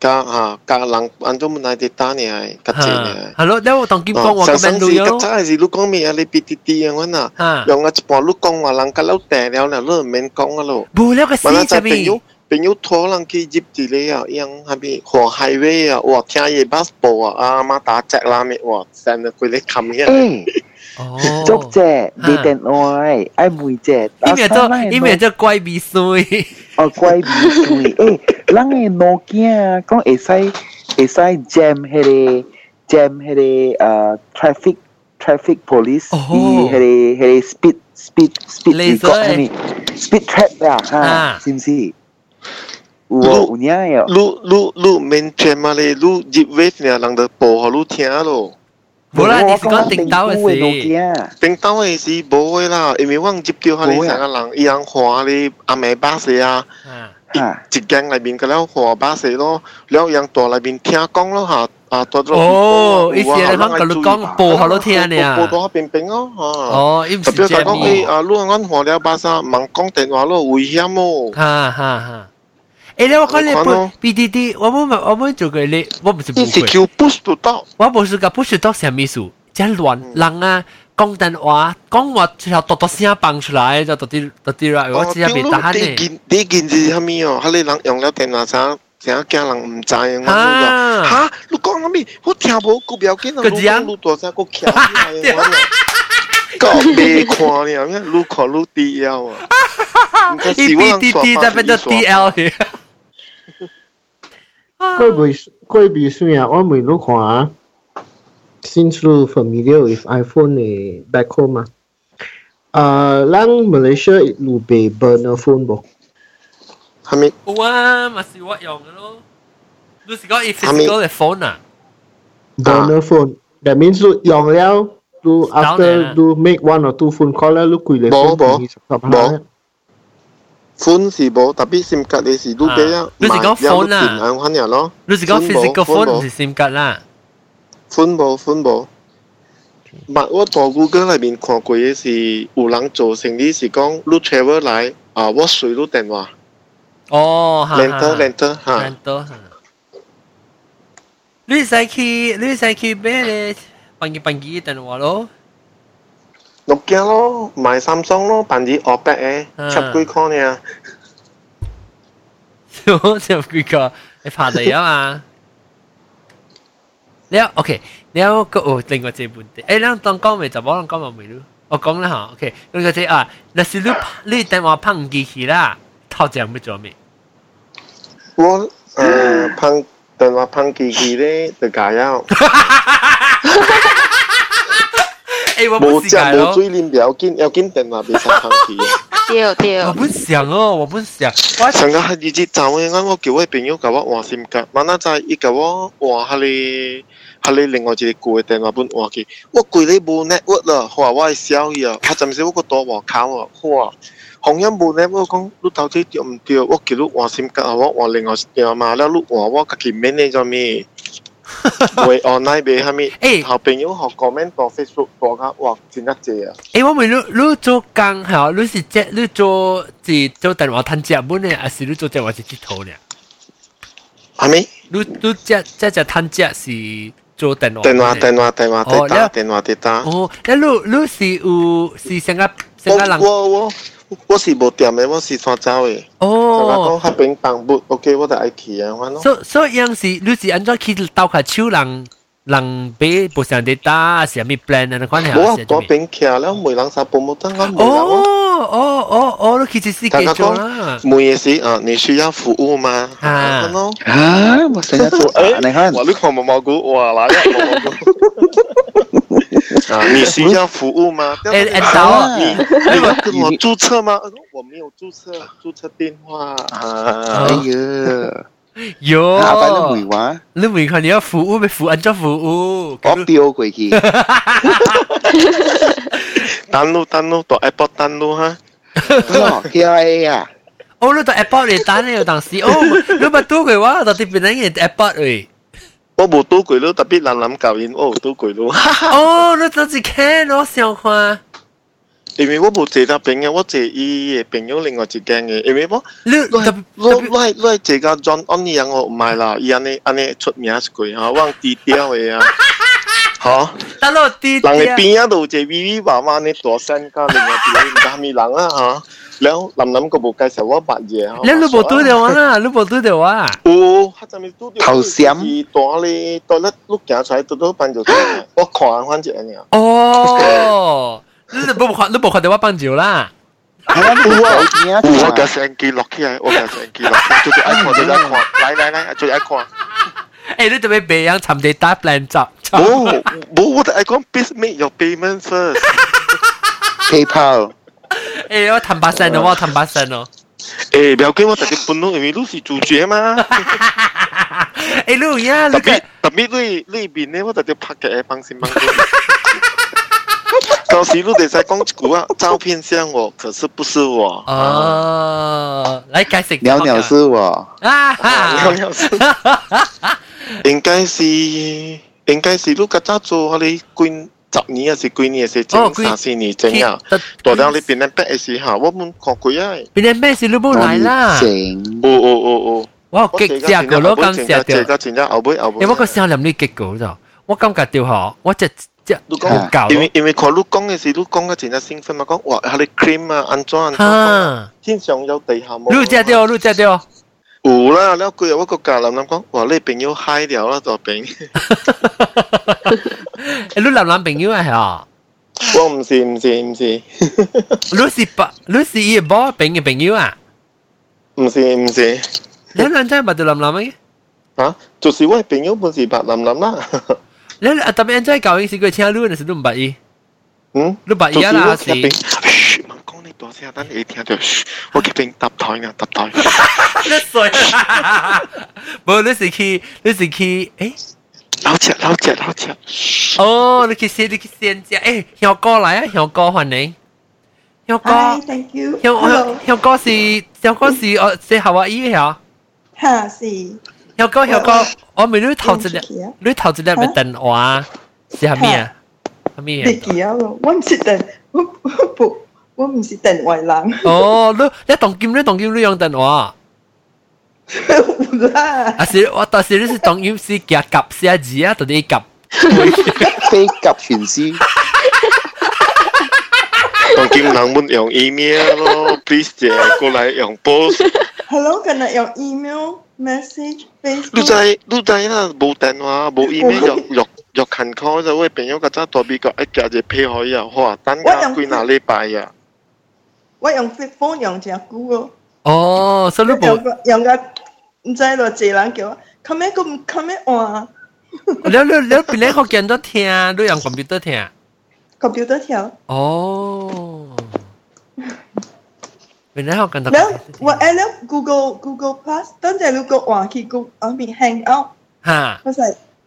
加哈加人按照本来 data 呢，较 ฮะ 侪呢。 ฮัลโหลแล้วตองกินฟองว่าก็แมนดู 是 เยอะ 较早是录讲咩啊？你 PTT 啊，阮啊， ฮะ 用啊一半录讲话人甲老订了了，你免讲啊咯。 บูแล้วก็ 完 สิ 了， จะ 在 มี 朋友朋友托人去入地咧啊，样还咪和 highway 啊，哇，听伊 bus 步啊，啊妈打只啦咩哇，真系佢咧冚嘢。诶， อ๋อ 足姐啊你电话诶，爱梅姐， อีเมียเจ้าอีเมียเจ้าก้อยบีซุย 哦怪唔水诶，咱诶 Nokia 讲会使会使 jam 迄个 jam 迄个呃 traffic traffic police 哦伊迄个迄个 speed speed speed Laser 你讲咩 speed trap à? 啦啊哈，是毋是？有哦有影诶哦。 ลูลูลูเมนเทรมาเลยลูจิบเวฟเนี่ยหลังเดอโปฮอลูเทียโล โบราณนี่สิก้อนติงเต้าอะสิ โนเกีย เป็งเต้าไอ้สีโบยล่ะเอมีว่างจิบเดียวฮะเลย Boy อะ สังหลังอียังหัวเลยอเมบ้าเสีย อ่า อ่า จิตแกงลายบินก็แล้วหัวบ้าเสียเนาะแล้วยังตัวลายบินเทียกล้องแล้วหาอ่าตัวตัว โอ้อีเสียในห้องกับลูกกล้องโปฮอลโลเทียเนี่ย โปตัวเป็นเป็นเนาะอ๋อ อ๋ออิม แต่ สิ เปียว เจ แต่ก็ มี ไอ้อ่าลูกงั้นหัวแล้วบ้าซะมังกล้องแต่งหัวโลอุ้ยเฮียโม ฮ่าฮ่าฮ่าเอ้ยแล้วว่าเขาเลย ขอโน้ ปีดีดีว่ามันแบบว่ามันจุกเลยว่ามันจะบุกที่สิ ไป คิวปุ๊บตัวเต้า ว่าบุกกับผู้ชุดต้องเสียมิสูจะหลวนหลังอ่ะกล้องตันว่าก้องว่าจะเอาตัวตัวเสียงปัง出来จะตัวที่ตัวที่เราว่าจะยังไม่ตายเนี่ย กินได้กินสิทำไมอ่ะฮะเลยหลังอย่างแล้วแต่นาซาเสียงแกหลังไม่ใจอย่างนั้น ฮ่า เลยฮะลูกกองทำไมว่าเที่ยวบอกกูเบียวกินอ่ะ ก็ ลูก เจีย กอง งลูกตัวซากูเขียวที่ไหนก็เบคอเนี่ยเนี่ยลูกขอลูกตีเอวอ่ะ อีปีดีดีจะเป็นตัวทีเอลเลย 过未过未算啊，我未落看啊。Since you familiar with iPhone 的 back home 嘛，啊，咱 Malaysia 有被 burner phone 不？ ทำไม ว่ามาสิว่าอย่างนั้นลูก รู้สึกว่าอีฟิสิกอลเลยโฟนอ่ะ Burner phone. That means look yong liao. Do there after lah. do make one or two phone call แล้วลูกคุยเลย บ่บ่ phone ที่สำคัญ บ่ นะ phone 是无，特别 SIM 卡你是都俾啊，你是講 phone 啊安翻呀咯 รู้สึกว่าฟิสิกอลโฟนสิซิมกันล่ะ ，phone 无 phone 无。唔係我在 Google 裏面看過嘅是有人做生意是講，你 travel 來啊，我隨你電話 โอ้ฮ่าฮ่าฮ่า ，rental rental แร 嚇 น，โต้ฮะลุยใส่คีลุยใส่คีเบลปังกี้ปังกี้แต่หนูว่าโล 諾基亞咯，買 Samsung 咯，辦啲 OPEC 啊嘅，七幾箍呢？ เสียบกูก็ไอ้ผ่านเลยอะมาแล้วโอเคแล้วก็โอ้另外这问题ไอ้เรื่องตองก้องไม่จะบอกตองก้องมาไม่รู้我讲了哈，OK，那个这啊，那是你你电话碰机器啦，套这样要做咩？我呃嗯碰電話碰機器咧，就解啊了。哎，我 不冇是食解咯冇，水啉，不要緊，要緊電話俾曬碰機。啊对对我，不想哦，我不想，我上个日子走嘅，我叫位朋友甲我換 SIM 卡，明仔載伊甲我換下你下你另外一個舊嘅電話本換去，我攰你冇 network 啦，話我係痟去啊，我暫時我個大外口啊，哇！紅音冇 network，講你到底對唔對？我叫你換 SIM 卡，啊我換另外一條嘛，了你換我家己免你做咩？袂 online 袂虾米？哎頭朋友學 comment 到 Facebook 大家哇真得濟啊！哎，我问你，你做工哈，你是接你做是做电话摊接本呢，还是你做电话是接头呢？虾米？你你接接接摊接是做电话？電話電話電話哦滴答了電話滴答。哦，那你你是有是上个上我个人我我我是无店的，我是山走的。我哦，讲黑冰棒不 OK，我就爱去啊，我咯。所所以样是你是安怎去刀下手人人俾不上地打，是咪 plan 啊？款系我大冰徛了，每人三半毛等我每哦人我。哦哦哦，你其实是几做啦？每夜时啊，你需要服务吗？啊我咯。啊，我成日做 啊，你看，哇，你看毛毛菇，哇，哪样毛毛 菇？啊，你需要服务吗？哎哎啊刀啊你要跟我注册吗？呃我没有注册，注册电话啊。哎呀，有，下擺都梅話，你问看你要服务咪服安怎服务？我丟過去，登录登录，到 Apple 登录哈。哦，KIA 啊，哦，你到 airport 嚟打你有当时，哦，你咪多佢话，到啲边人嘅 airport 喂，我冇拄过咯，特別人諗教因，我有拄过咯。哦，你到时看我想看，因為我冇坐到朋友，我坐伊嘅朋友另外一間嘅，因為我你我特我特我我坐到 John On 樣我唔係啦，伊安尼安尼出名是鬼啊，忘低調嘅啊。好，打落啲人嘅邊啊都有一個 V V 娃娃呢大聲加另外一個唔知咩人啊嚇，然後林林個冇介紹我白嘢啊。你你冇拄着我啦，你冇拄着我啊！有，他前面拄到頭閃大咧，到咧碌行出來，到到班就出來我看翻只樣。哦，你你冇看，你冇看到我放照啦？係啊，你做咩啊？我架相機落起嚟，啊我架相機落起 來，最最愛看，最最愛看，來來來，最愛看。誒，你做咩俾人尋地打 plan 集？冇冇，我就愛講 please make your payment first。 PayPal，誒，我氹把聲咯，我氹把聲咯。 誒，唔要緊，我直接搬咯，因為你是主角嘛。誒，你有影？特你個別特別你你邊咧，我直接拍嘅放心放心。 到時你哋使講一句 啊，照片像我，可是不是我。哦，嚟解釋。鳥鳥是我，啊啊， 哈！有有事。應該是應該是你較早做，你幾十年還是幾年還是哦整幾三四年整啊？ตัวเราได้เป็นนั่นแป๊ะไอ้สิฮะว่ามึงขอกูย่าย เป็นแม่สิลูกบุญไหลล่ะ 整 โอ้โอ้โอ้โอ้ ว้าวเก่งเสียกูแล้วกันเสียเดียว ก็จริงจ้าเอาไว้เอาไว้ เอ้ว่าก็เสียลำนี้เก่งกูจ้ะว่ากังกัดเดียวหอว่าจะจะ ลูกกง เก่า 因为因为ขอลูกกงไอ้สิลูกกงก็จริงจ้าซิงเฟินมาก็ว่าฮาริครีมมาอันจ้อน ฮ่า ที่สองยาวตีหาโม ลูกเจ้าเดียวลูกเจ้าเดียว โอ้ละแล้วกูอยากว่าก็กาลำน้ำก็ว่าเลยเป็นยูไฮเดียวแล้วต่อเป็น เอ้ลูกหลับหลับเป็นยังไงหรอ ว่าไม่สิไม่สิไม่สิ ลูกสิปะลูกสิอีบอเป็นยังเป็นยังอ่ะ ไม่สิไม่สิ แล้วหลังจากมาดูหลับหลับไหม ฮะจุดสิว่าเป็นยูไม่สิบาทลำลำ ละ แล้วแต่เป็นยังไงเก่ายังสิกูเชื่อลูกนะสิลูกบัดอี อืม ลูกบัดอีอะล่ะสิ 嘘，唔好講你大聲，等你聽到。嘘，我叫你搭台啊，搭台。 ลูกสวยบ บ่นี่สิคือนี่สิคือเอ๊ะ 老姐，老姐，老姐， โอ้นี่คือเสียนี่คือเสียนจ้ะเอ๊ะเฮียวโก้ไหนอ่ะเฮียวโก้หันไหนเฮียวโก้ Hi, thank you. เฮียวเฮียว Hello. เฮียวโก้สิเฮียวโก้สิเออเสียฮาวายเหรอ ค่ะสี่ เฮียวโก้เฮียวโก้อ๋อไม่รู้头一粒รู้头一粒เป็น电话是啥物啊啥物啊你記啊咯，我唔是等，我我不，我唔是等外人，哦你你当金你当金你用电话有啦， 啊是我但是你是当金是夹夹写字啊到底夹飛鴿傳書，当今人们用 email 咯，please 姐过来用 post。 Hello，今日有 email、message、你 Facebook，知你知啦，冇电话，冇 email，又又又勤 call 就喂朋友，嗰陣代表啊個一家就配合又啊哇，等下幾那禮拜啊呀？我用 phone 用只 Google，哦所以你不用個用個唔知咯，濟人叫我 come 一個唔 come 一換 แล้วแล้วแล้วเป็นเรื่องเขาเขียนตัวเทียนด้วยอย่างคอมพิวเตอร์เทียน ，computer 條， โอ้เป็นเรื่องของการตัด 然後我 add 了 Google Google Plus，等陣如果換去 Google 後面 hang out， ฮะ 我係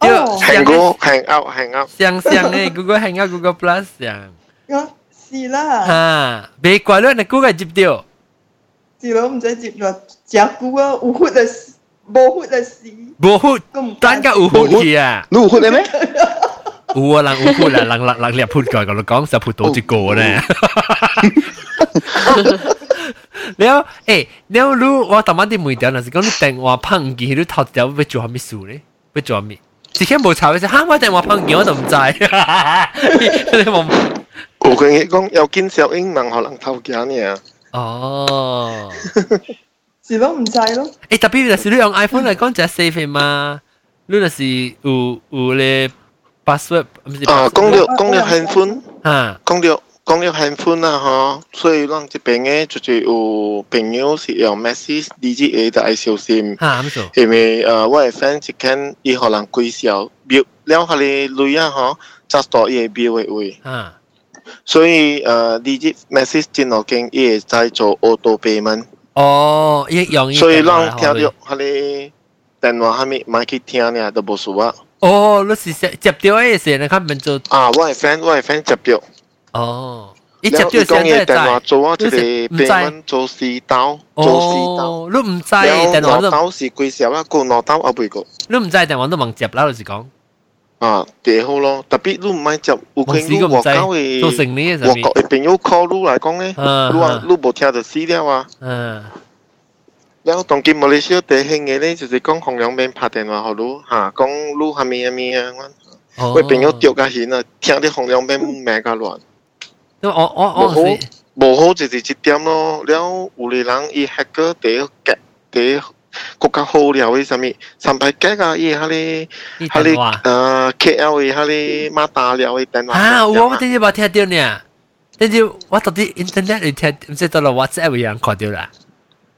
哦，行哥，行 out，行 out。 เสียงเสียงเนี่ย Google Hangout Google Plus เสียง 我是啦。 ฮะเบรกกว่าเรื่องใน Google จิบเดียว 是咯，唔使接落食久啊，有血就死无血就死， บัวหู 咁唔 ด้านก็อูหูเทีย 你有哭了咩？ อูหลังอูหูแหละหลังหลังหลังเรียบพูดก่อนกับเราก้องจะพูดตัวจิโก้แน่แล้วเอ๊ะแล้วรู้ว่าตอนมันที่มือเดียวน่ะสิก็รู้แต่งว่าพังกี่รู้ทอดเดียวไปจวนมิสูเลยไปจวนมิสิแค่บอกชาวไปสิห้ามว่าแต่งว่าพังกี่ว่าต้องใจเลยผม 我跟你講，有見小英文學人偷假呢。 啊 อ๋อ 是咯，唔使咯， เอ้ยแต่พี่แต่สิเรื่องไอโฟนเลยก็จะ save มารู้นะสิอูอูเลย password ไม่ใช่ 啊，講 password 了講了 handphone， ฮะ 講了講了 handphone 啊，嗬，所以讓這邊嘅就係有朋友是用 message DGA 就係小心。 ฮะไม่สู 因為誒，我嘅 friend 一間伊學人貴少，表了下你累啊，嗬，就到伊表嘅位。 ฮะ 所以呃，digit message 真好經伊在做 auto payment， อ๋ออีกอย่างอีก 所以 แบบ 讓聽 ว่า 到佢哋電話下面買去聽呢都冇事啊。 โอ้รู้สิเจ็บเดียวไอ้เสียนะครับมันจะ 啊，我嘅 friend，我嘅 friend 接到， อ๋ออี 然 เจ็บ 後 เดียว 佢 เสียได้講嘅 ใจ 電話做啊，你一是哦個唔知 payment 做四刀， โอ้ 做四刀。 รู้ไม่ใจแต่ 然 ว่า 後 รู้ 攞刀是貴少啊，個攞刀也未過 รู้ไม่ใจแต่ว่ารู้มังเจ็บแล้วรู้สิกอง 啊，第好咯。特別你唔買接，有 มัง 見 สิก็ 到 ไม่ 外 ใจ 交 ตัวสิ่ 嘅 งนี้สิ 外國嘅朋友 call 你嚟講咧， อ่า 你話你冇聽就死了啊。 อ่า แล้วตรงกินมาเลเซียเตะเฮงเงี้ยเลยจะจะก้องของยังเป็นพาเตนว่าเขารู้หากล้องรู้ฮามีฮามีฮะว่า อ๋อ เว้ยเป็นยศเดียวกับหินอ่ะเที่ยงที่ของยังเป็นแม่กาหลวน อ๋ออ๋ออ๋อสิ โบโหจะจะจิตเดียมเนาะแล้วอุลีหลังอีแฮกเกอร์เตะแกะเตะกูกะโฮเดียวไอ้สามีสัมภาระแกะกะอีฮะเลย ที่ ฮะ แต่ เลย ว่า เอ่อ KL อีฮะเลยมาตาเดียวไอ้แตนว่า อ่าว่าไม่ได้มาเที่ยวเดียวเนี่ยเดี๋ยวว่าตอนที่อินเทอร์เน็ตหรือเที่ยวไม่ใช่ตลอดว่าจะเอาอย่างขอเดียวละ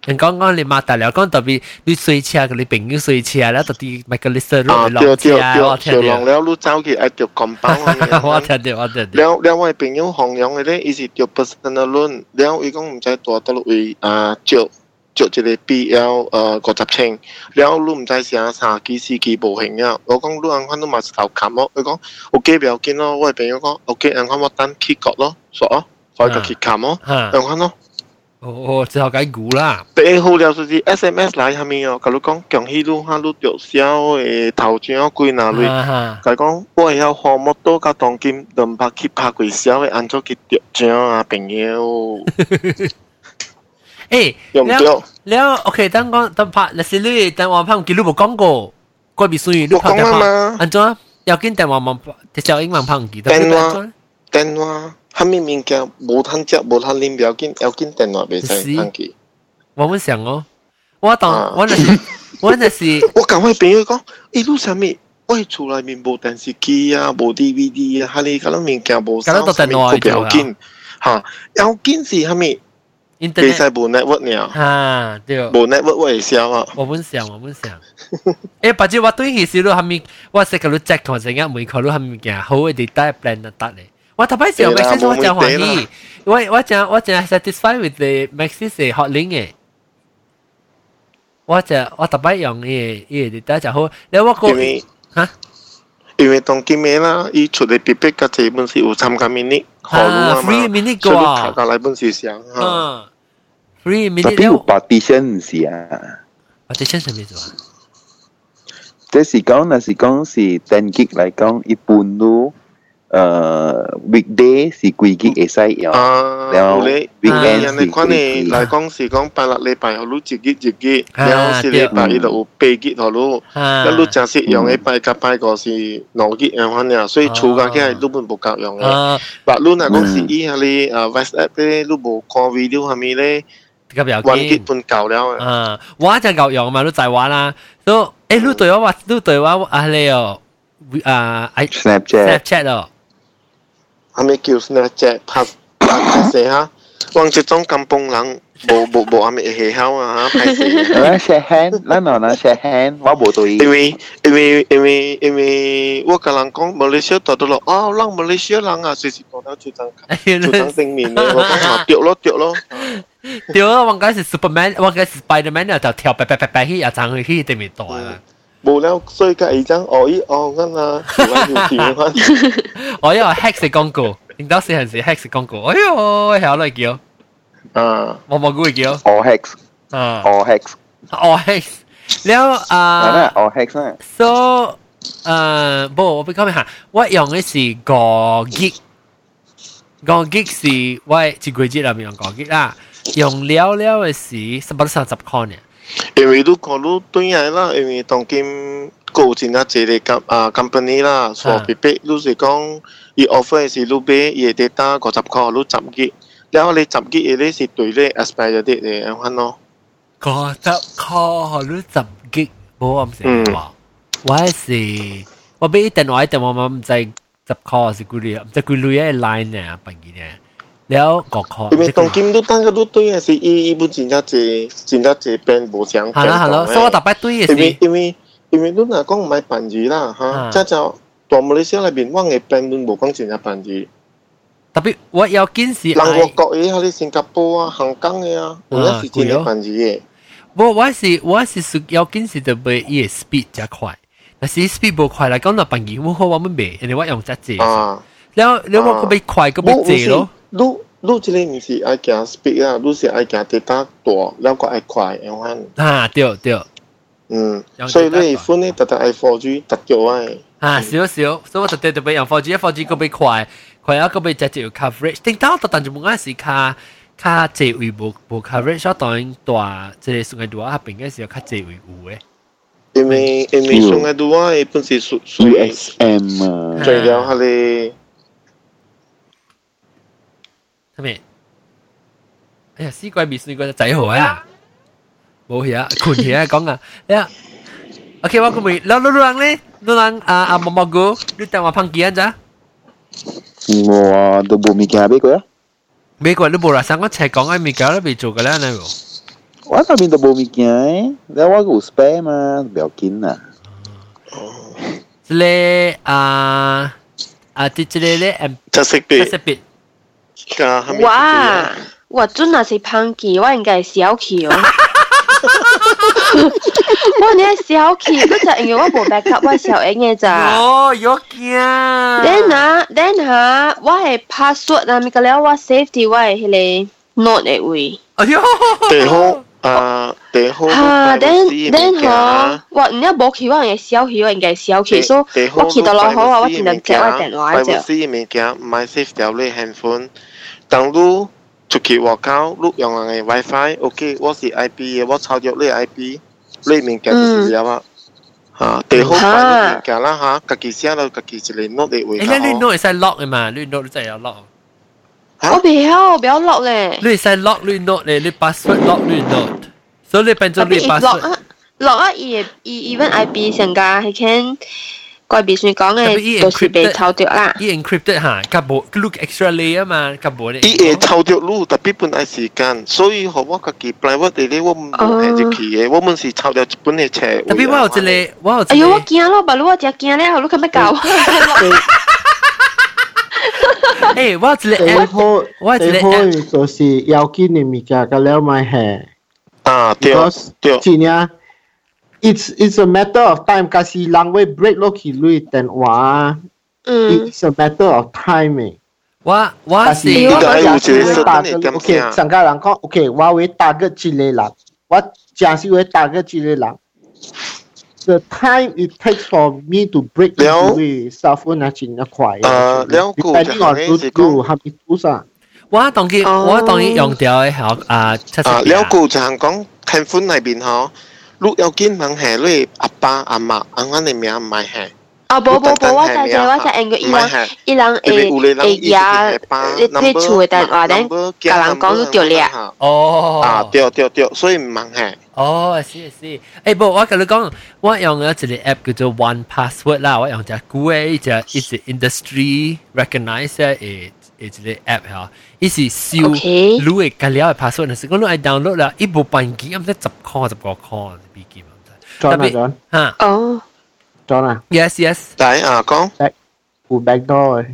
มันก็ก็เลยมาแต่แล้วก็ตอนที่ดูสวยเชียร์กับเลยเป็นยูสวยเชียร์แล้วตอนที่ไมเคิลลิสเตอร์ลง อ่า ไปลอง เดียวเชีเดีย ยว ร์ เดียว ว่าเที่ เดี ย ยเดียวว วลองแล้วรู้เจ้ากี่ไอ้เดียวกอมปังเนี่ย ว่าเที่ยวเดียวว่าเที่ยวเดียว แล้วแล้วว่าเป็นยูของยองเลยอีสิเดียว personal loan แล้วอีกก็ไม่ใช่ตัวตลกอีอ่าเจียวเจียวจะได้ BL เอ่อกดจับเชงแล้วรู้ไม่ใช่เสียสากี่สี่กี่บุหิงอ่ะแล้วก็รู้อันขั้นรู้มาสาวคำอ่ะแล้วก็โอเคไม่เอากินเนาะว่าเป็นยูก็โอเคอันขั้นว่าตั้งคิดก่อนเนาะสอคอยกับคิดคำอ่ะ ฮะ อันขั้นเนาะ โอ้โหจะเอาไก่กูล่ะ แต่เอฮูแล้วสุดที่ SMS ไลน์ทำไมอ่ะก็รู้ก็เกี่ยงฮีรู้ฮารู้เดียวเสียวเอทาวจีอ่ะกุยนาลุย อ่าฮะ 佢講我係有項目多甲當今兩百幾拍佢少嘅，按咗佢掉獎啊朋友， เอ้ย 又唔 แล้ว 掉。 แล้วโอเคตั้งก่อนตั้งพักแล้วสิลุยตั้งวันพักกินลูกบอกกล้องกูก็มีสุยลูกพักแต่พัก 嘛， อันจ้ะอยากกินแต่ว่ามันจะเจ้าเองมันพังกี่ตัว 電話下面物件無通食無通啉，不要緊，要緊電話袂是使通記。我们想哦，我啊当我那 是我那是我甲我朋友講，伊路上面。我的厝內面無電視機啊，無 DVD 啊，哈哩，嗰種物件無咁樣都電話都不要緊，嚇，要緊是蝦米？袂 internet 使無 network 呢，啊，对，無 network 我會消啊。我们想我们想，诶，不知我对起时咯，还没我识个路 check 看成日每个路还没行，好嘅地带 plan 得得咧。我头摆时候 m 對 a 啦 x 我真冇問欢題啦喜，我我真我真 satisfied with the m a x 嘅学龄嘅，我จะว่าแต่ไม่ยองเย่เย่ดีแต่จะโหแล้วว่าก็ 因为啊，因为当今年啦，伊出的特别个这本是有参加明年，好啊，free minute 所以过啊卡卡来本是啥？啊，嗯，free 特 minute 别 แล้ว 有 partition 唔是啊，啊，这先什么意思啊？即是讲，若是讲是 ten gig 嚟讲，一般都呃 weekday 是幾 gig 會使用，啊，然有後咧，人 weekend 是哋幾看你 gig 来。讲是讲拜六礼拜，好攞一日一日，啊然后是礼拜伊就有八日好攞，啊一攞正式用的拜甲拜個是兩日咁款呀，所以儲加起來都本無夠用嘅。啊，白攞嚟講是伊下咧，啊 WhatsApp 咧，都無看 video 下面咧， ก็แบบ วัน กิ 日 น 本夠了嘅。啊，我就牛羊嘛，都在玩啦。都诶，都对我话，都对我啊，你哦，啊，哎 Snapchat， ，Snapchat 哦， 阿咩叫 Snapchat 拍拍摄哈？往这种金崩人，无无无阿咩会晓啊哈？拍摄，咱 shake hand，咱哪能 shake hand？我無對，因为因为因为因为我甲人讲，马来西亚大到咯，哦，咱马来西亚人啊，随时讲到就张哎呀就张正面的，我讲啊，对咯对咯，对啊，我讲是 Superman，我讲是 Spiderman 啊，就跳白白白白去啊，长去去对面啊躲啦。无了所以甲伊讲哦伊哦咁啊，有有 款，我因为哦 Hex 嘅廣告，認到四行時 Hex 嘅廣告，哎呦，係我嚟叫，啊，我冇估會叫我 hex，我啊， hex，哦 Hex，แล้ว 哪能啊我 hex 呢？ ，so 誒，不，我俾講明下，我用嘅是個 gig，個 gig 是我一個月入面用個 gig 啦，用了了嘅是三百三十塊呢，因为都看都对来啦，因为当今有真啊侪个 com 啊 company 啦，所以别都是讲伊 offer 的是你买伊的 data 五十块，你十 G，然后你十 G 伊咧是对咧 expire 的的安款咯。個十塊你十 gig，冇咁成嗯話，我係我俾電話電話我唔知。十塊是幾多？唔知幾多嘅 line 呢？平幾呢？了個塊。因为当今都当个都对的是伊伊本真啊侪真啊侪变无相好了好了，所以我大概对也因为是，因为因为你若讲唔系便宜啦，哈，即就大马来西亚内面，我嘅变都无讲真啊便宜。特別我要堅持人外愛，国嘅，哈你新加坡啊、香港嘅啊，有啲是真啊便宜嘅。我我是我是屬要堅持特別伊 speed 加快，但是 speed 無快來講，那朋友我好我們未，因為我用只字，啊，了了我個咪快個咪我字咯，是，路路这里唔是爱行 speed 啊，路是爱行地大大，了个爱快，咁款，啊對對，嗯有，所以地你大大 phone 呢，特特爱 four G 特叫爱，啊少少，所以我特別特別用 4G 4G 個咪快，快啊個咪只字有 coverage，頂到特但就冇啱時卡卡字位無無 coverage，所以當然大即係屬於大下邊嘅時候卡字位有嘅，因为因为嗯上个都话本是属属于 USM 啊 Ah. 最了下咧，係咪？哎呀，死鬼未算過隻仔好啊！冇嘢啊，群嘢啊，講啊，你啊，OK，我講咪，老老老人咧，老人啊啊，毛毛菇，你等我烹雞啊咋？我都冇物件俾佢啊，美國你冇啦，上個斜講嘅咪搞都未做嘅啦，你喎。我那邊都冇物件，然後我有 spare 嘛，唔要緊啊。即係啊啊，即即係咧，嗯，特色特嘅色，別，加下面特色哇啊，！我阵若是胖记，我应该系小气哦。我呢小气，嗰只因为我无 backup，我小英嘅咋。哦，有驚啊！ then 啊，then 啊，我系 password 啊，咪个了我 safety 我系迄个 note 嘅位。哎呦，地好啊，地好，哈拜拜，then then 嗬，我唔知冇去，我应该小气，我应该小气，所以我去到落好啊，我见到只我电话只。只。私物件唔係 save 掉你 handphone，當你出去外口，你用人嘅 WiFi，OK，我是 IP 嘅，我抄咗你 IP，你物件就是了啊。啊，最好買你物件啦嚇，自己寫到自己一個 note 嚟哎，為那你啦。 note 會使 lock 嘅嘛？你 note 你真係有 lock。我唔晓，我唔晓落咧。你會使 lock 你 note 咧，你 password lock 你 note，所以你變咗特你別伊 password 落。啊落啊，伊的伊 even I B 成架係 can 怪別算講特別伊嘅，的就是 encrypted 被抄掉啦。伊 encrypted 吓，甲无 look extra layer 嘛，甲无咧。伊會抄着你，特別本愛時間，所以互我自己 private 地咧，我唔係入去嘅，我們是抄着一本嘅冊。特别我有一个，我有一哎呦，我个，驚咯，白佬我只驚咧，後碌佢咩搞？ 诶，我有一个最 app，好我有一个最好 app，就是要见你物件，个了买下。啊，对 Because 对，真呀，it's it's a matter of time，假使人会 break 落去类电话，it's a matter of time 诶。我我但是是你就要有一个我适当的点 OK，声。上家人讲 OK，我会 target lah. 一个人，我真是会 target 一个人。The time it takes for me to break 了 into cell phone 啊，真的快。呃了解 depending 就 on 是 who 是 do 讲 have to do 啥。我当佢哦我当佢用掉嘅學啊七十啊，幾了啊解就係講 handphone 內邊嗬，你要緊問下你阿爸阿媽，阿啱你名唔係下，啊，无无无，我知知，我知，因为伊唔係人下，伊人特別有会啲人会伊係呀，爸你你厝嘅电话咧，甲人講都對咧。哦啊，對對對，所以唔問下。哦，是是，诶，不，我跟你讲，我用嘅一个 app 叫做 One Password 啦，我用只古嘅一只一只 industry recognize 嘅一只 app 吓，伊是收 OK 你嘅隔了嘅 password，但是我攞嚟 download 啦，伊无办机，唔知十箍十五箍笔记嘛， John 啊別 John 吓哦， John 啊，yes yes。但係啊講， ，who back door 嘅。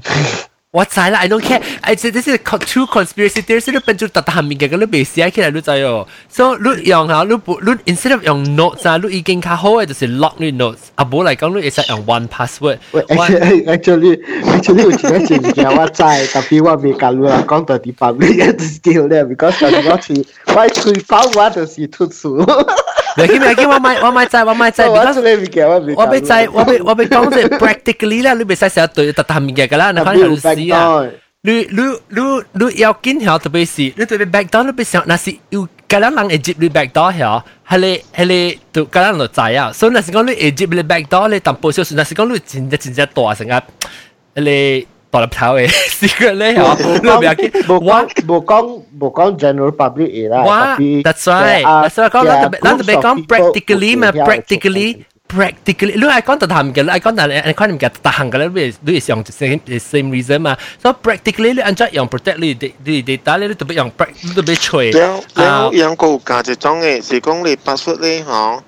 What's I like? I don't care. I said this is a co- true conspiracy theory. So you can just tatah minyak kalau besi aja lu tayo. So lu yang ha lu bu- lu instead of yang notes ah lu ikan kahol itu si lock lu notes. Abu like kalau lu is like yang one password. Wait, One actually, actually, actually, 有一个真正我知，但比我未甲你人讲到伫旁 边一直丢咧，because 但是我是我嘴巴我就是突出， lagi lagi wa mai wa mai zai wa mai 所 zai 以我 because 出来物件我未。 wa mai zai wa mai wa mai kong zai practically lah lu bisa saya tu tatah minyak kalau nak kan harus siap. 你你你你要紧晓特别是，你特别 back door 特别想，那是有格人人 Egypt 你 back door 晓，迄个迄个就格人就知啊。所以那是讲你 Egypt 你 back door 你淡薄小事，那是讲你真正真正大成啊，迄个大粒头 诶 secret 咧晓，你不要紧。无我讲无讲无讲 general public 啦，我 that's right，that's right。讲咱特别咱特别讲 practically 嘛，practically。practically，你係講特行嘅，你係講但係你可能嘅特行嘅咧，你你係用 same same reason 嘛。所以 practically 你按照用 protect 你啲你啲 data 咧，你特別用 pract 你特別脆。了啊了，有個有價值種嘅，是講你 password 咧嗬，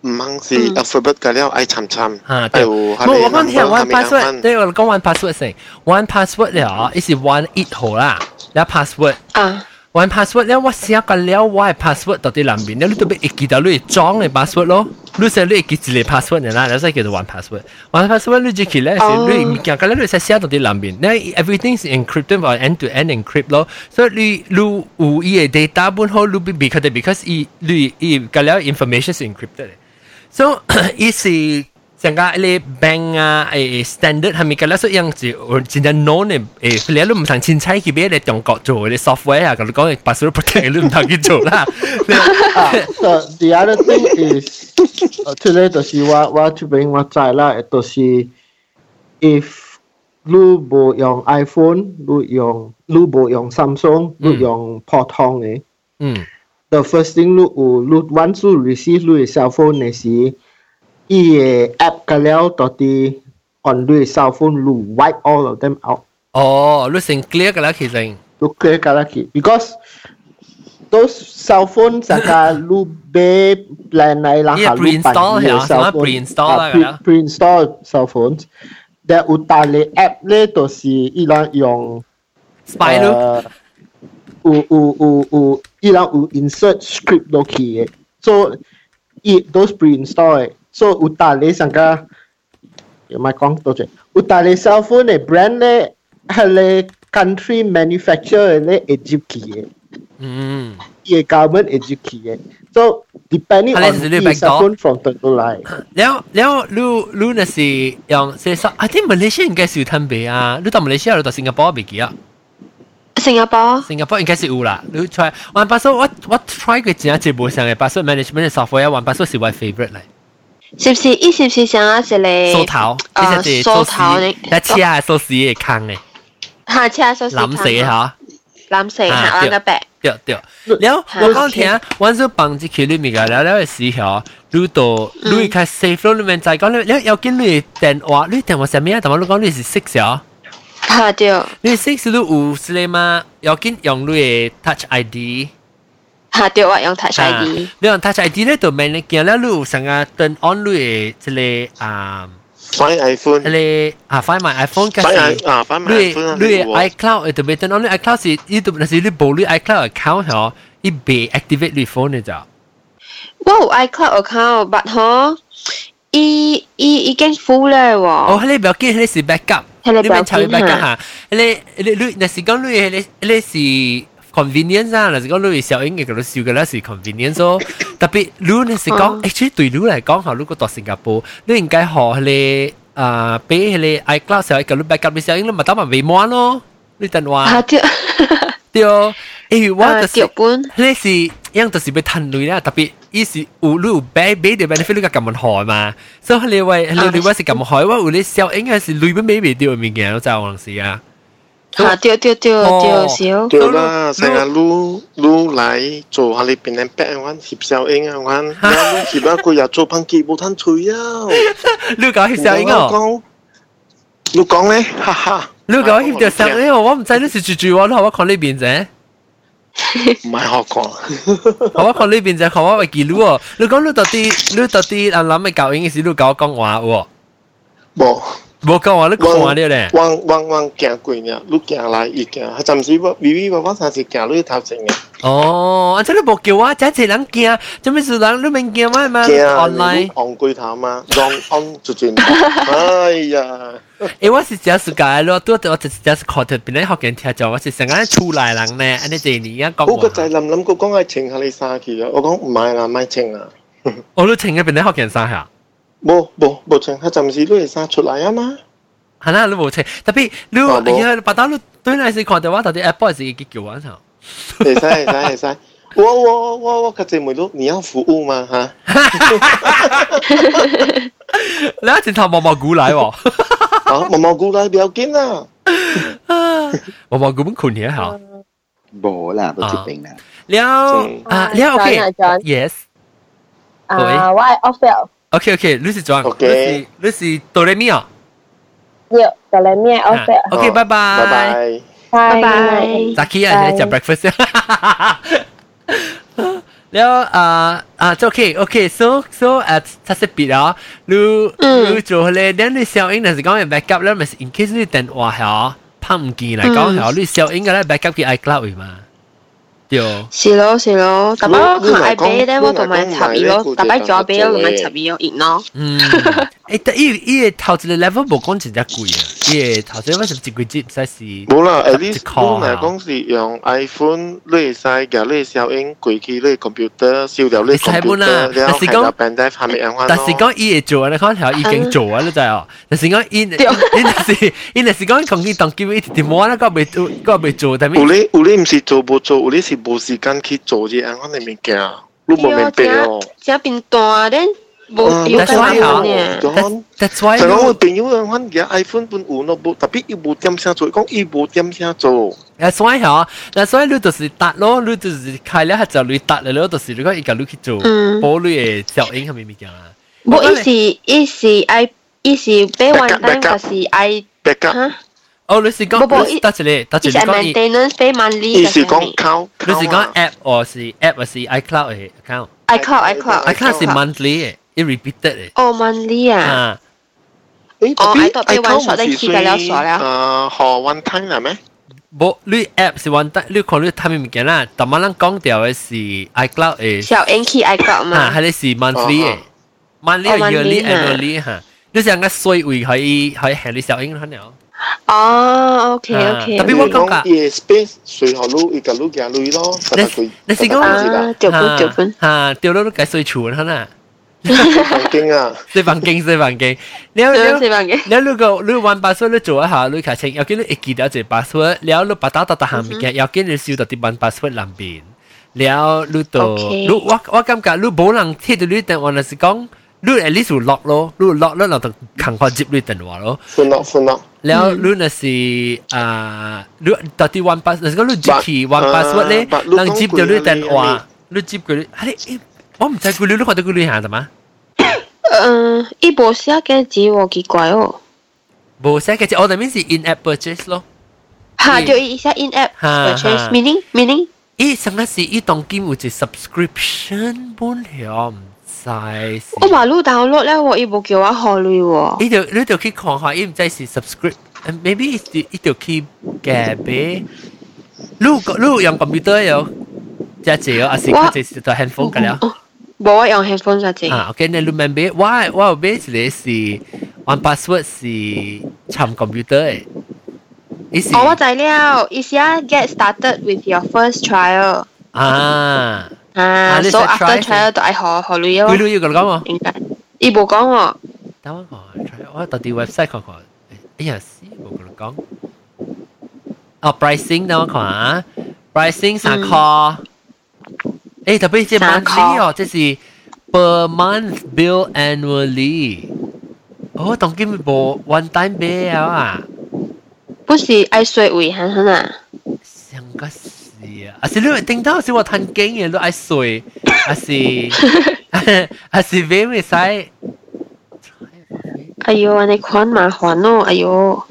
唔問是 alphabet 嘅了，愛尋尋，啊，哎對，呦我下面我剛聽兩 one 分下面兩 password，分對我講 one password 先，one password 咧哦，一是 one it 號啦，然後 password。啊， one password 咧，我寫過了我嘅 password 到底兩邊咧，你特別會記得你裝嘅 password 咯。你寫你會記一個 password 嘅啦，然後再叫做 one password。one password 你就記咧，是你物件，咁你寫寫到底兩邊，咧 everything is encrypted or end to end encrypt 咯。所以你你有伊嘅 e data 本好，你必必佢哋 because 伊你伊嘅了 information 是 encrypted 嘅。So is sangka le bank ah eh eh, standard hami kala so yang si original known eh eh le lu mtang chin chai ki be le tong ko jo le software ah kalau kau pasal protect lu mtang ki jo lah. Le- Ah, so the other thing is uh, today to see what what to bring what try lah to see if lu bo yung iPhone lu yung lu bo yung Samsung lu Mm. yung Potong eh Hmm. the first thing lu u lu once lu receive lu cell phone eh si i eh, app ka leo to ti on lu cell phone lu wipe all of them out Oh, lu sing clear kala ki sing. lu clear ka laki because those cell phone saka lu be plan nai lang Yeah, ha lu pre-install pan ye ya, cell sama phone. pre-install Ah, lah pre- kan? pre-install cell phones that utale app le to si ilang yung Spy lu. uh, u u u u ilang u insert script do ki eh. so i those pre-install eh. so utale saka you might kong to je utale cell phone eh, brand le hale country manufacturer le Egypt ki eh. Hmm. the government educate. So depending Unless on it's really the backdoor. phone from the line. แล้วแล้วลูลูน่ะสิยังเสียสอ I think Malaysia 应该是有ทันเบอ่ะลูต่อ Malaysia ลูต่อสิงคโปร์ไปกี่อ่ะ 新加坡，新加坡應該是有啦。你 try One Password，我我 try 過真係無上嘅 password management 嘅 software One Password 是我 favorite 嚟。是不是？伊是不是想要一个梳頭，你啊實係梳頭你你一車係梳屎嘅坑嘅，下车手攬死嚇。蓝色啊下對蓝个白，对对，然后我刚听，我就帮只佢哋咪个了了嘅时候，如到如佢 safe 咯，你咪再講，你你有見你電話，你電話上面啊，同我講你是 six 啊，下对，你 six 都有是你嘛？有見用你嘅 touch ID。下对我用台晒啊的，你用 Touch ID 咧，就明你見了，你有上啊 turn on 你嘅即個啊，買 iPhone，即個啊 Find My iPhone 嘅買是 i。啊，à, 買你 iPhone 啊，你你有啊 iCloud 會特別 turn on 你 iCloud 是，你特別是你冇你 iCloud account 嗬，你被 activate 你 phone 嘅咋？我有 iCloud account but 吼，伊伊已经 full 咧喎。哦，迄个不要紧，迄个是 backup，迄个你免抄去不要紧 backup 哈哈。迄个你你若是讲你迄个迄个是 convenience 啊，若是讲你小英嘅嗰度笑嘅咧是 convenience 咯。特別你若是講哦，actually 對你嚟講，嚇，如果到新加坡，你應該學迄個啊，俾迄個 iCloud 小英嘅 backup，你小英你咪打埋未滿咯，你等啊話對，對哦。誒，我啊就腳是。本。 นี่สิยังตัวสิไปทันลุยนะแต่ปีอีสิอูรูแบเบเดี๋ยวแบนฟิลูกกับมันหอยมาซึ่งเขาเรียกว่าเราเรียกว่าสิกับมันหอยว่าอูนี่เซลเองสิลุยไม่ไม่เดียวมีเงี้ยเราจะเอาหลังสิอ่ะ 啊對對對哦對少。对啦，成日撸撸嚟做下你邊人 back 嘅話，協效應嘅話，有協一個日做烹記冇攤脆啊！ ลูกกับฮิปเซลเองอ่ะ 講，你講咧，哈哈， ลูกกับฮิปเซลเองอ่ะว่าไม่ใช่นี่สิจู่จู่ว่าเราว่าคนนี้เป็นเจ้ 唔係學講， เขาว่าคนนี้เป็นเจ้เขาว่าไปกี่ลูกลูกกับลูกตัวที่ลูกตัวที่อันล้ำไม่เก่าเองสิลูกกับกังวาอ่ะ 冇。 บอกกังวาลูกกังวาเนี่ยแหละ 往往往行過呢，你行來伊行，佢暫時我微微我我暫時行你頭前嘅， อ๋ออันฉันบอกเกี่ยวว่าจะเจริญเกียจะไม่สุดหลังลูกเป็นเกียไม่มาออนไลน์ 行昂貴頭嘛，浪昂就轉，哎呀！ เอ้ยว่าสิจะสุกายแล้วตัวแต่ว่าจะจะขอเถิดเป็นได้หอกเงินเทียจอว่าสิสังเกตชูหลายหลังแน่อันนี้เจนี่ยังกอง 我 หั 個 ว 仔諗諗，佢講係請下你三期啊，我講唔係啦，唔係請啊。 โอ้รู้ถึงกันเป็นได้หอกเงินซ่าเหรอ 冇冇冇請，佢暫時都係生出嚟啊嘛。 ฮะน่ารู้บ่ใช่แต่พี่รู้ อ๋อบ่ ไอ้เหี้ยปัตตารู้ตัวไหนสิขอแต่ว่าตอนที่ Apple สิกี่กี่วันเหรอ 你生你生你生，我我我我個仔妹都你要服務嘛嚇， แล้วจินทำมอมอ กูหลายวะ 啊毛毛菇奶不要緊啦。 มอมอกูมึงขุนเหี้ยเหรอ 无啦，都啊接定啦。 แล้วอ่ะแล้วโอเค จอนอ่ะจอน yes อ่า โอ้ย ว่าออฟเฟล โอเคโอเครู้สิจวง โอเค รู้สิรู้สิโตัวเรมี่อ่ะ เดี๋ยวแต่ละเนี่ยออฟ อ่ะ เฟล โอเคบายบา 拜 ย 拜。 ใช่ 拜 ไง 拜。 จากที่อันนี้จะ breakfast แล้วอ่าอ่าโอเคโอเค uh, so so uh, อ่ะถ้าเสร็จปิดแล้วรู้รู้จู่เลยเดี๋ยวรู้เซลล์เองนะสิก็เป็น backup แล้วมัน in case รู้แต่ว่าเหรอพังกี่ไหนก็เหรอรู้เซลล์เองก็ได้ uh, backup ที่ iCloud อีกมาเดี๋ยว 是咯是咯，特別我看 I 俾咧，我同埋插伊咯，特別做俾我同埋插伊咯，熱咯。 อืมเอ้ยแต่อีอีเท่าจะ level บอกก่อนจะกุยอ่ะอีเท่าจะว่าจะกุยจิบซะสิ 冇啦，at Just least call 都嚟講是用 iPhone 你使嘅，你小影攰去你 computer 燒掉你你使本啦 computer，然但後是睇講到 band 係咪樣翻但是咯？講伊會做咧，可能係已經做啊，你知哦。但是講 伊，伊若是伊若是講講伊當機，伊直直摸咧，個未做，個未做，但有係你有你唔是做冇做，有你是冇時間去做嘅，樣翻你咪驚，你冇明白哦。只變大咧，啊冇但掉是我咁有樣嘅。講 that's why 就講我朋友樣翻嘅 iPhone 本換咯，冇特別要冇點聲做，講要冇點聲做。 that's why 嚇，that's why 你就是搭咯，你就是開咧就你搭咧，你就是你講伊個你去做，嗯，保你嘅效應係咪咪講啊？冇意思意思，I 意思俾還單，但是 I backup，嚇，哦，你是講搭住你，搭住意你思 I 講伊， maintenance 俾萬呢意嘅思講嘢。靠你靠是講 app 或是 app 或是 iCloud 嘅 account，iCloud I call I call 是 monthly 嘅，i repeated 嘅，哦萬呢啊，啊，誒哦特 iPhone 別俾 iPhone one shot 唔你是 keep 得了算鎖了啊何 ờ, one time 係咩？冇你 app 是 one time，你講你睇咪咪講啦，但係咱講掉嘅是 iCloud 嘅。小 N key I call ฮะ 嘛 ฮั。นนี่สี่ monthly อ่าฮะ monthly อ๋อ or yearly monthly and ฮะ yearly ฮะดูสิอันก็สวยอุ่ยให้ให้แฮร์รี่เซลล์เองเท่านั้น 哦，OK Ờ, 啊 OK。特別我講㗎伊 space 隨後路伊個路行路咯，實在佢。你是講實在佢啦啊，掉 À. 本掉本。 ฮะเดี๋ยวเราต้องการสวยชูนเท่านั้น 神經啊！ สวยฟังเก่งสวยฟังเก่งแล้วแล้ว 四萬嘅， แล้วลูกก็ลูกวันพาสเวิร์ดลูกจั่วหาลูกขาเช็งอยากกินลูกเอกกี่เดียวเจ็ดพาสเวิร์ดแล้วลูกปะตาตาตาหามีแกอยากกินลูกซิวตัดที่วันพาสเวิร์ดลำบินแล้วลูกตัวลูกว่าว่ากำกับลูกโบลังที่ตัวลูกแต่วันนั้นสิกงลูกแอลลิสูล็อกโลลูกล็อกแล้วเราต้องขังคอจิบลูกแต่หัวโล 歡樂歡樂， แล้วรุ่นน่ะสิอ่ารุ่นตอนที่วันปัสแล้วก็รุ่นจิบขี่วัน Ờ, ปัสวัดเลย บัดลูก ลังจิบเดียวรุ่นแต่น ต้องคุยอะไร ว่ารุ่นจิบกูรุ่นอะไรเอ๊ะว่าผมใจกูรุ่นลูกคนแต่กูรุ่นหาแต่มา 嗯，一部写嘅字喎，奇怪哦。 โบเซ่ก็จะเอาแต่ไม่สิ in app purchase 咯哈，嗯就一下 in app ฮะฮะ purchase meaning meaning。 อีสังกัดสิอีตองกิมอุจิ subscription บุญเหรอไม่ใช่สิ 我话你 download 咧，我伊无叫我学你 อี 喎。 เดี๋ยวรุ่นเดี๋ยวคิดของหาอีไม่ใช่สิ subscribe and maybe อีเดี๋ยวอีเดี๋ยวคิดแก่เบ้ลูกก็ลูกยังคอมพิวเตอร์อยู่จะเจออาศัยก็จะตัว handphone กันแล้ว 哦无我用 headphone 咋整？ อ่าโอเคในรูมแมนเบสว่าว่าเบสเลยสิวันพาสเวิร์ดสิชำคอมพิวเตอร์อีสิ 哦，我知了，伊是啊 get started with your first trial อ่า 啊啊你，so 先 try after 先 trial 就爱学学累 คุยรู้ 咯。 อยู่กันก็มั้ง 应该，伊无讲哦， แต่ว่าขอ try ว่าตอนที่เว็บไซต์ของขอไอ้ยาสิบอกกันก็อ๋อ Ờ, pricing นะว่าขอ pricing สามคอเอ้ยแต่ไม่ใช่มันนี่หรอจะสิ per month bill annually โอ้ต้องกินโบ one time bill อ่ะ 不是爱水位很很啊。想个死啊！啊是你听到是我吞经嘅，你爱水，啊是 啊是咩咩使？哎哟，安尼款麻烦哦，哎哟，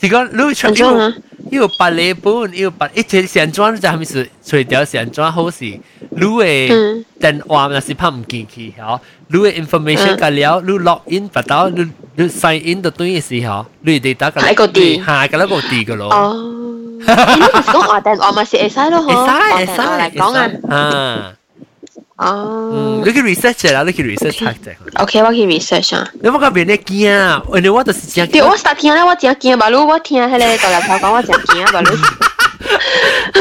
是讲你全安怎部啊？要八日本，要八一切上装就系咪是除掉上装好事？你嘅嗯，电话那是拍唔见去，嗬？你嘅 information 噶了，你 log in 不到，你你 sign in 就对嘅事，嗬？你 data 噶下一個字下噶啦个字噶咯，哦，你啊那是讲外电话嘛是会使咯会吼，使外会电话来使讲啊会，使啊！嗯哦你去 research 下啦，你去 research 下啫。 ，OK，我去 research 啊。你冇讲别人惊啊？因为我就是惊。对，我实听咧，我真惊吧，如果我听迄个大粒头讲，我真惊吧，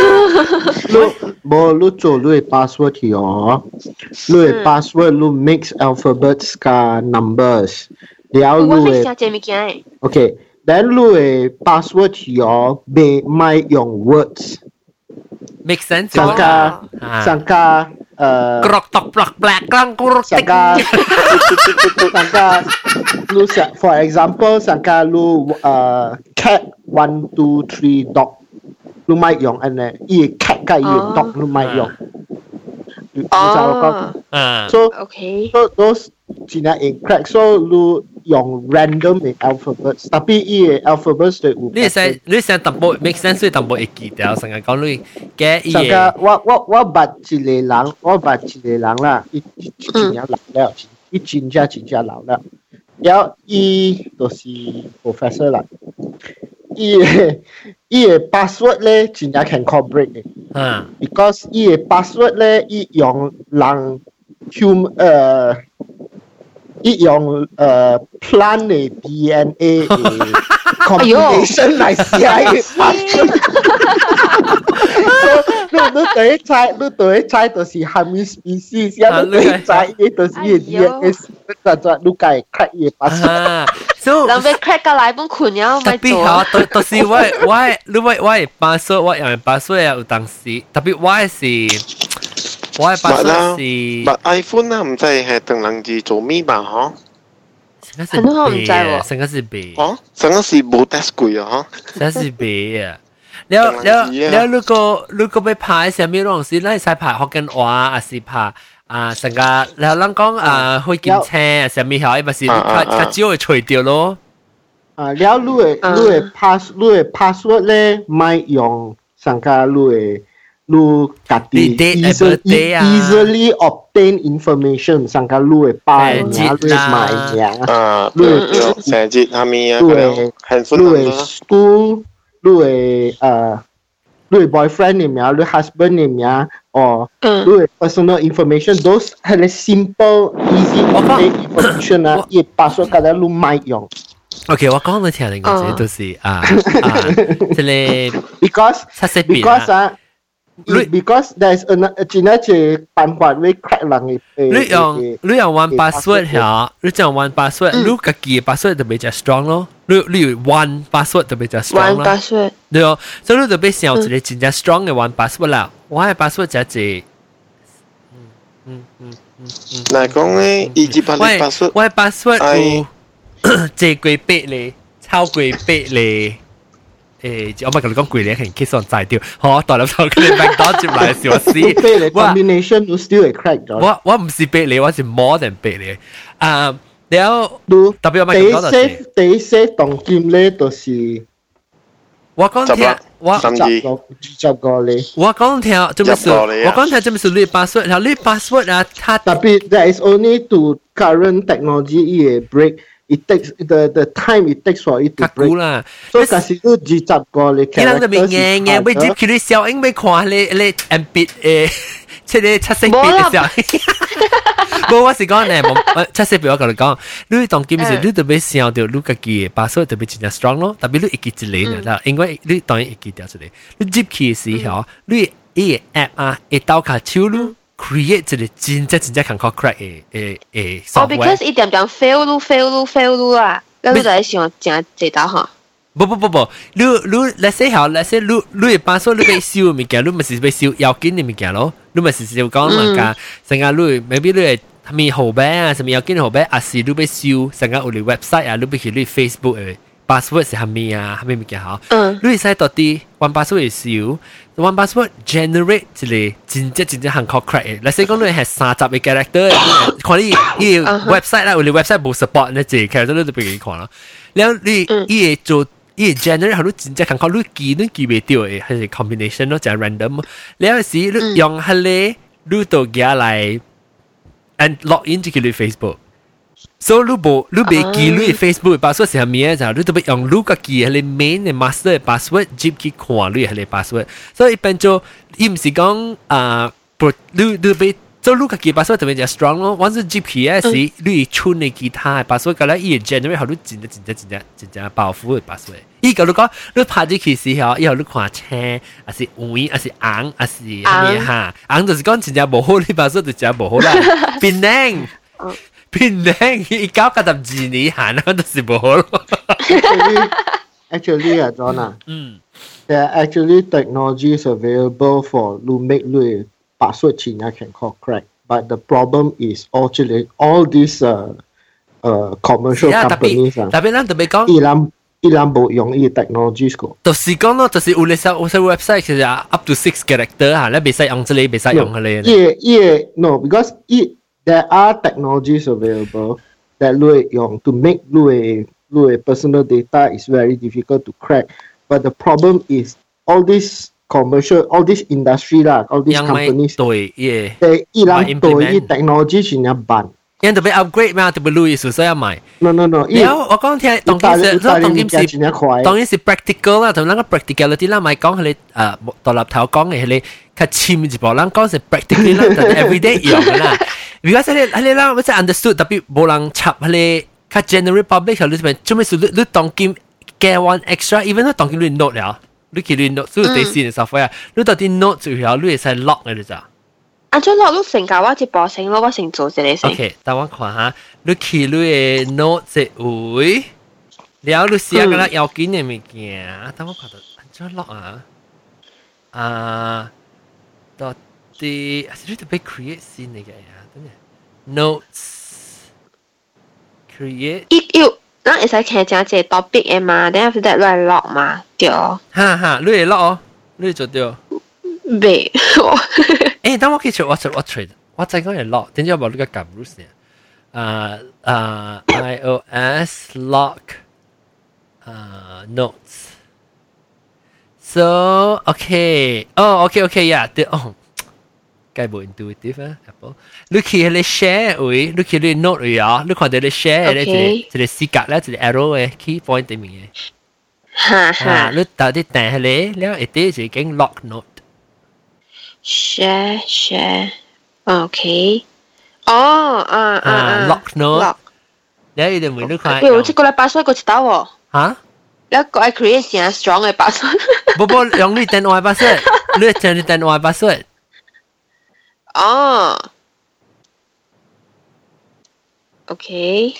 如你无你做你的 password 去哦，你的 password 你 mix alphabets 加 numbers，然后我你咪的听真咪惊诶。 OK，then 你的 password 去哦，别卖用 words， make sense 上加啊上加呃 กรอกตอกปลอกแปลกกลางกรอก 上 ติ๊ ก 加上加，你想 for example 上加你呃 cat one two three dog，你卖用安尼，伊 cat 加伊 dog 你卖用，你你知我讲哦 อ่า so ，OK， So those Gina in crack. So lu yung random in alphabets. Tapi i alphabets de u. นี่เซนนี่เซนตับโบ make sense ด้วยตับโบอีกกี่เดียวสังเกตก่อนลุยแกอีเย่ Saka wa wa wa bat chile lang, wa bat chile lang la. I Gina lao lao. I Gina Gina lao lao. Yao i to si professor la. I i e password le Gina can call break eh. อ่า because 伊的 password 咧，伊用人 hum 呃，伊用呃 plant 的 DNA 的 combination 来写伊 password。所以你你第一猜，你第一猜就是含伊 species，然后你第一猜伊就是伊的 DNA，咋咋你改 cut 伊的 password。 อ่า so 人要 crack 到来本困了， ตับ咪 ปี 做 เขา 啊。 ตัวตัวสิว่าว่ารู้ว่าว่าปัสสาวะอย่างปัสสาวะอย่างตังสิตับปีว่าสิว่าปัสสาวะสิ But iPhone 啊，唔知係同人哋做咩吧？嗬？ สังเกตสังเกตเบ 哦，真係是冇 test à 過啊！真是别啊！แล้วแล้วแล้วลูกก็ลูกก็ไปพายเสียมีร้องสิไล่สายผ่าฮอกเกนอวาอาสิผ่าอ่าสังกาแล้วลังก้องอ่าห้วยกินแช่เสียมีหอยมาสิคัดคัดจิ้วช่วยเดียวโล 啊，了你的啊你的 pass 你的 password 咧，咪用上加你的你家己你 date and easily birthday 啊 easily obtain information 上加你的爸哎名、记你的啦妈名、啊，你對的對，成日下面啊，對嗰兩 handphone 你的 number school、你的呃你的 boyfriend 的名、你的 husband 的名，哦，嗯，你的 personal information，those 係咧 simple easy 我講 obtain information 啊我，伊 password 加咧你咪用。 โอเคว่าก้องเลยเทียนเลยก็จะดูสิอ่าอ่าทะเล because ชัดเจนปี because นะ ah, Lu- it- because there's an China che pan quan we crack lang eh, eh, ลูกยอง eh, eh. ลูกยองวันพาสเวิร์ดเหรอลูกจังวันพาสเวิร์ดลูกกะกี่พาสเวิร์ดจะเป็นจะ strong โลลูกลูกวันพาสเวิร์ดจะเป็นจะ strong 玩 โล 八岁，对哦，所以你就别想一个真正 strong 嘅 one password 啦，我嘅 password 就係，嗯嗯嗯嗯嗯，嗱講咧，二至八零八我出我嘅 password 有哎 借幾百咧，超幾百咧。诶，我咪同你講幾年，肯 kiss on 晒 掉，好，大粒頭佢哋麥當接嚟笑 死 You fail the 我 combination you still a crack 咗。我我唔是百你，我是 more than 百你。啊，然後 Do 特別我咪第一講到先 set，第一 set 當劍咧，就是十我講十聽啦，我。十二個二十個咧。我讲听这么说，入過嚟啊我讲听这么说，你 password，然后你 password 啊，他特別 there is only to current technology 伊嘅 e break it takes the the time it takes for it to 较 break 久啦。所以其實都二十個你伊人就咪硬硬，咪接佢啲小英咪看你你 M 筆 诶，出啲七色筆嘅 時候，冇我是講咧，冇七色筆我同你講，你當今時你特別想到你自己嘅把手特別真正 strong 咯，特別你一記一嚟啦，因為你當然一記掉出嚟，你接佢嘅時候，你伊 app 啊，一刀卡手你 create 一個真正真正 can call crack eh, 嘅嘅嘅哦，because 一点点 fail 都 fail 都 fail 都啦，跟住就喺想正直打下。不不不不，你你 let's say 好，let's say 你你一般说你被烧物件，你咪是被烧要紧的物件咯，你咪是就讲人家，人家你 maybe 你他们后背啊，什么要紧后背，啊是你被烧，人家有你 website 啊，你被去你 Facebook 诶，password 是虾米啊，虾米物件好，嗯，你使到底 one password 烧，one password generate 一个真正真正很 c o r c r e t 诶，let's say 讲你系三十个 character，看你你 website 啦，有你 website 冇 support 呢，即 character 你都俾佢看啦，然后你伊会做。伊 generate 好多真正感觉，你记都记袂掉诶，还是 combination 咯，就 random 咯。了时你用迄个，你到家来，and log in 就去你 Facebook。所以你无你袂记你 Facebook 嘅 password 是虾米诶？就你特别用你家己迄个 main 嘅 master 嘅 password 接去看你迄个 password。所以一般就伊毋是讲啊，不，你你袂。做你家己 password 特别就 strong 咯，反正 GPS 你存你其他嘅 password，咁咧伊 generate 好多真正真正真正真正保护嘅 password。伊個你講，你拍啲棋時候，以後你看青，還是黃，還是紅，還是咩哈？紅就是講真正無好，你把手就真無好啦。變靚，變靚，伊搞個十二年行啦，就是無好咯。 Actually, actually 啊，John ah. 啊嗯， ，there are actually technologies available for to make 你把所有 China can call crack. But the problem is all Chile, all these uh, uh, commercial 呀，特 companies uh, 別啊，特別咱特別講。伊人伊人冇用伊 technologies 個。就是讲咯，就是有咧上有些 website 其實 up to six character 嚇，你袂使用這里，袂使用嗰里。 Yeah, yeah, no, because it there are technologies available that Lui Yong to make Lui Lui personal data is very difficult to crack. But the problem is all this commercial, all this industry lah, all these 因為 companies 對耶。 they Might ilang to implement. technology in ban. 因特別 upgrade 嘛，特別路易所以要買。 No, no, no. 然後我講聽，當然是，當然是。當然是 practical 啦，同咱個 practicality 啦，咪講佢哋誒獨立頭講嘅佢哋較淺一步，咱講是 practical 啦，就 everyday 用嘅啦。如果佢哋佢哋啦，我真 understood，特別冇人插佢哋較 general public 嘅，你咪做咩事？你你當今 get one extra，even 你當今你 note 了，你佢你 note，所以第四年 software 啊，你到底 note 最後你係使 lock 嘅你咋？啊，咗落都成架我一步成咯，我成做一个成。 OK，等我看下，你去你嘅 note 一位，了你寫個啦，要緊嘅物件，等我看到，安怎落啊？啊，到底係你特別 create 先嚟嘅呀？等下，notes create，伊要，咱会使傾正一个 topic 诶嘛，等下 after that 来落嘛，对哦。哈哈，你嚟落哦，你做掉。 袂，我诶，等我去做，我做我 Eh, trade，我真講嚟落，點知我冇呢個撳 rules 呢？啊啊，iOS lock 啊 notes。So okay, oh okay okay yeah, the oh. 该冇 intuitive 啊，Apple。你去你 share 位，你去你 note 位啊，你看到你 share 咧，一個一個視角咧，一個 arrow 嘅 key point 對面嘅。哈啊，哈你到底定係你，然後一啲就已經 lock note。 ，share share，OK。哦，啊啊啊啊，lock note，落然後你就問你看譬。如我即個禮拜衰過一刀喎，嚇？你一個係 create 成 strong 嘅把衰。 不不，用你電話 password，你用你電話 password。哦，OK。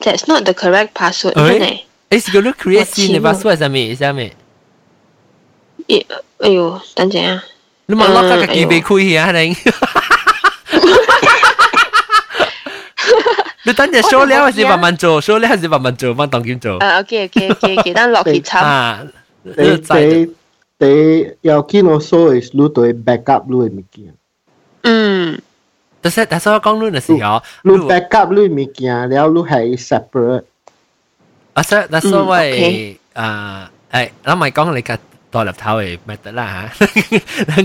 That's not the correct password，哎真係。诶，是叫你 create 新的我知 password 上面下面，咦哎呦，等陣啊！你冇落嗰個機嗯未開起啊？你，你等陣收了還是慢慢做，收了還是慢慢做，慢當點做啊，OK OK OK OK，咱 落去插。啊？ They 你知道 they they your key also is lu to backup lu mikian. 嗯，但是但是我講你嘅時候， Lu backup lu mikian, liao lu hai separate. 啊，所以但是嗯我 OK 啊，誒，我咪講你嘅 ตัวแล็บเท้าเองไม่ตดละฮ ะ นั่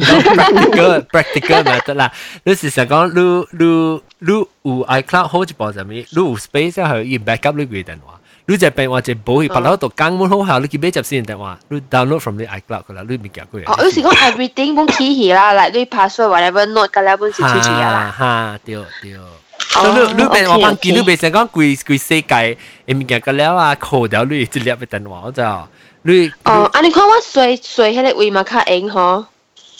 นก็ practical practical ไม่ตดละรู้สึกสังเกตรู้รู้รู้อู่ iCloud โฮจิบอสามีรู้อู่ space แล้วเหรอยิง backup รู้กี่แต่ว่ารู้จะเป็นว่าจะบ่อยพอแล้วตัวกลางมันโหหารู้กี่เบจับสินแต่ว่ารู้ download from the iCloud ก็แล้วรู้มีเกี่ยวกับ 哦，有时讲 everything 本起起啦，来对 password whatever note 噶啦，本是出起啦。 ฮ่าฮ่าเดียวเดียวแล้วลูกลูกเป็นว่าบางทีลูกเป็นสังเกตกุยกุยเซกายเอ็มเกี่ยวกันแล้วอ่ะโคเดียวลูกจะเรียกไปแต่ว่าจ้ะลูก 哦，啊，你看我水水迄个位嘛较硬吼，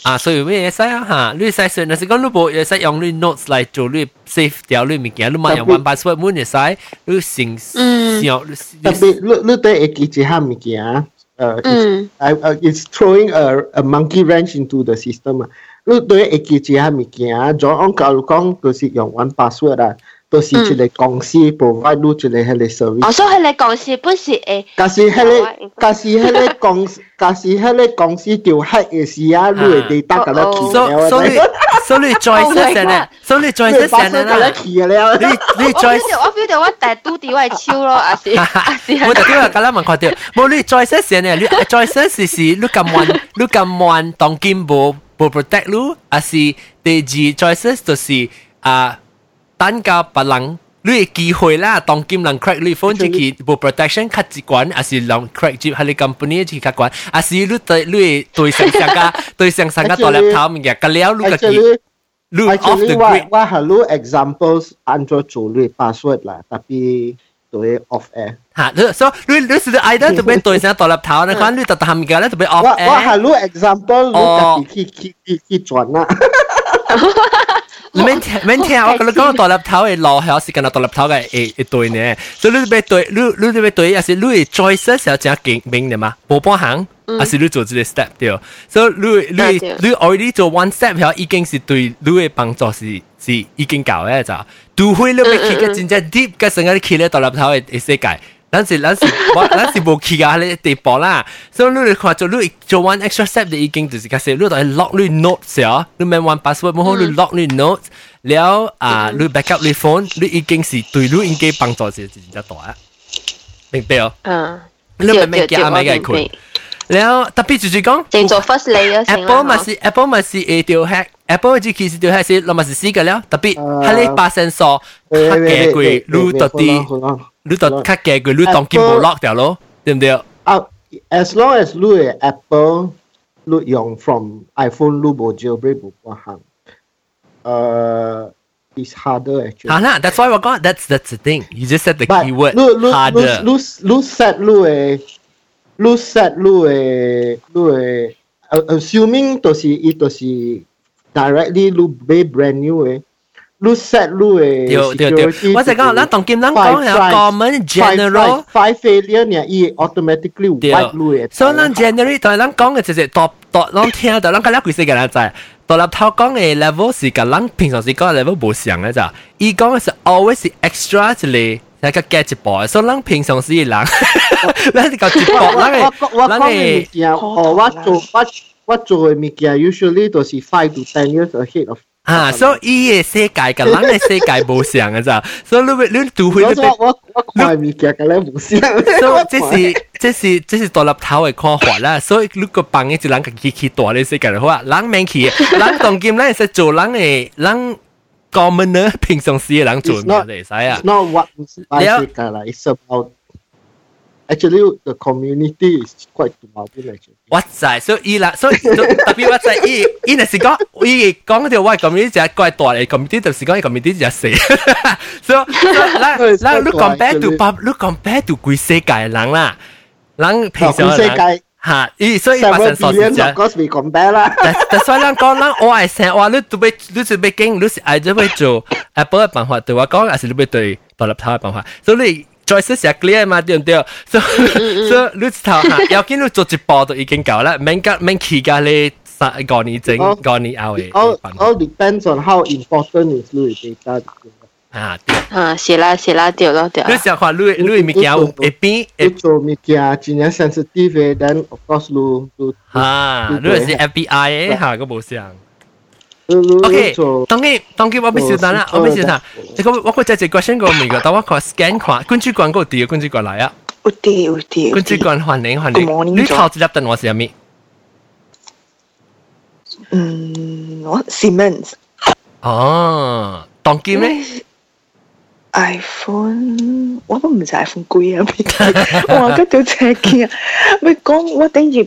อ่าสวยไม่ใช่ฮะลุยใส่สวยนะสิก็ลุยบอกใส่ยังลุยโน้ตไลน์จูลุยเซฟเดียวลุยมีเกี่ยลุยมาอย่างวันพาสเวิร์ดมุ่งใส่ลุยสิ่งสิ่งลุยลุย Tapi lu lu tu iki jiham iki ya. Uh, it's, 嗯， I, uh, it's throwing a, a monkey wrench into the system. ah. Lu tu iki jiham iki ya. Jangan kalau kong tu si yang one password à. lah. Tu si Mm. cile kongsi provide lu cile hele service. 哦，所以迄个公司本是会， Kasi 啊 hele 我 kasi hele kongsi kasi hele kongsi tu hack Asia lu Ah. data kalau Oh, oh. kiri. โซโซลุยโซลุยจอยเซนน่ะโซลุยจอยเซน Lu น่ะ password นะ kalau kiri lah. ลุยลุ ย 我 จอย feel 到我 feel 到我大肚伫我的手咯，也是 也是我。特别话กันแล้วมันขอเดียวโมลุยจอยเซนเนี่ยลุยจอยเซนสิสิลุยกำมวันลุยกำมวันต้องกินโบโบ protect ลุยอาศิเตจีจอยเซนตัวสิอ่าตั้งกับพลังลุย机会啦ต้องกินหลัง crack ลุย phone จีกีโบ protection ขัดจีกวนอาศิหลัง crack จีฮัลลี่ company จีขัดกวนอาศิลุยตัวลุยตัวสังสังกาตัวสังสังกาตัวแล็ปท็อปมันอยากกันแล้วลุยกับกี Actually ลุย off Actually, the wah, grid wah halu examples Android curi password lah, tapi tu eh off air. ฮะลุย so ลุยลุยสุดไอเดอร์ตัวเป็นตัวสังตัวแล็ปท็อปนะครับลุยตัดทำกันแล้วตัวเป็น off Wah, wah air halu example lu Oh. kaki ki ki ki ki cuan nak. 你免听，免听，我跟你讲，大粒头的路还是跟大粒头的一一对呢。所以你要对，你你要对，也是你的 choice 是要正明明的嘛，无半行，也是你做这个 step 对。所以你你你 already 做 one step 了，已经是对你的帮助是是已经够了咋？除非你要去个真正 deep 个生个去咧大粒头的的世界。咱是咱是 我咱是无去到迄个地步啦，所以你就看做你做 one extra step 你已经就是假设你就 lock 你 notes 啊，你免 one password，无好你 lock 你 notes，了啊你 backup 你 phone，你已经是对你应该帮助是真正大啊，明白哦？嗯，你对免免对对，惊阿我妹个明困白。。了，特别就是讲先做 first layer 先啦。 Apple 嘛吼是 Apple 嘛是会掉 hack。Apple 只其实掉 hack 是，那嘛是死个了，特别啊哈利巴神说，他 Wait, 嘅 wait, wait, 贵 wait, wait, 撸 wait, 到 hold 啲 on,。hold on. 你就卡嘅佢，你當機冇 lock 掉咯，對唔對？ Ah, as long as lu eh Apple lu yang from iPhone lu bo jailbreak bo pahang. Uh, it's harder actually. 好啦，That's why 我講，That's that's the thing. You just said the But keyword lu lu harder. lu lu lu set lu eh lu set lu eh lu eh a- assuming to si itu si directly lu be brand new eh lu set lu eh 對對對， security 我就 to 講，咱當機咱講 five 係 price- common five general price- five failure ni i automatically 對 wipe lu eh 所以咱 generate 同咱講嘅就係度度，咱聽到咱講咗幾時嘅人知，獨立頭講嘅 level 是跟咱平常時講嘅 level 冇相嘅咋，伊講嘅是 always 是 extra 之類，係個 get 一步，所以咱平常時嘅 人，咱個一步，我咱嘅我我咱講嘅嘅物。件，哦，我做我我做嘅物件，usually 都是 five to ten years ahead of。啊，所以伊嘅世界甲咱嘅世界无相嘅咋，所以你你除非我你做我我看嘅物件，咁樣唔知。所 以这是这是这是独立头嘅看法啦。所以如果帮一只人家己去大嘅世界嘅话，人免去，人当今咱会使做人嘅人 common 呢，平常时嘅人做唔 It's not- 会使啊 It's。not what is Yeah. basic, lah. It's about actually the community is quite demanding actually. 我知，所以伊啦，所以特别我知伊伊若是講，伊講條我係 community 只怪大嚟，community 就是講 community 只 死，所以嗱嗱，你 compare to 百，你 compare to 貴世界人啦，人平常全世人界嚇，伊所以百 seven 姓所知 billion 啫 of。course we compare 啦。但但所以咱講，咱我係成話你準備，你準備經，你是係準備做 Apple 嘅辦法，對我講，還是你準備對獨立頭嘅辦法？所以你 choice 成 clear 嘛，對唔對？所以所以你頭下，要緊你做一步都已經夠啦，免加免期間你三五年整，哦五年後嘅 It all 辦法 all depends on how important is the data. 啊。對啊，是啦是啦，对咯对啦你。想看你你物件有會變你會做物件真正 ah, sensitive 嘅，then of course you you 啊？你若是 FBI 嘅嚇，我無想。 you OK， you 做當然當然，我必須等啦，我必須等。你講我講只只 question 個美國，但我講 scan 看，冠主管嗰個掉，冠主管嚟啊。有啲有啲有跟住啲。個人歡迎歡迎 Good morning，你頭一粒電話是啥物？嗯，what Siemens 哦，当金咧， iPhone，我都唔知 iPhone 貴啊，邊我嗰條尺嘅，咪講我等住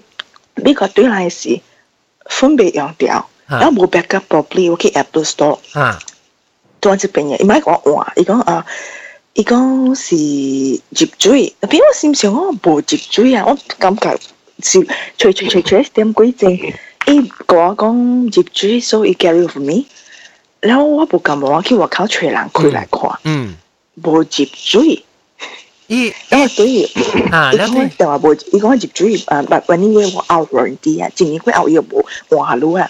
呢個對嚟時分別用掉，啊然後冇 backup properly，我去 Apple Store 啊，裝一邊嘅，唔係講換，伊講啊，伊講是接嘴，邊我心想我冇接嘴啊，我感覺是隨隨隨隨一點鬼正，伊講我講接嘴，so he carry with me，然後我冇咁我去外口吹人佢嚟看。嗯，冇接嘴，咦，因為所以啊，你你講睇，就話冇，你講接嘴啊，唔係因為我 out warranty à. 啊，前年佢 out 又冇換下路啊，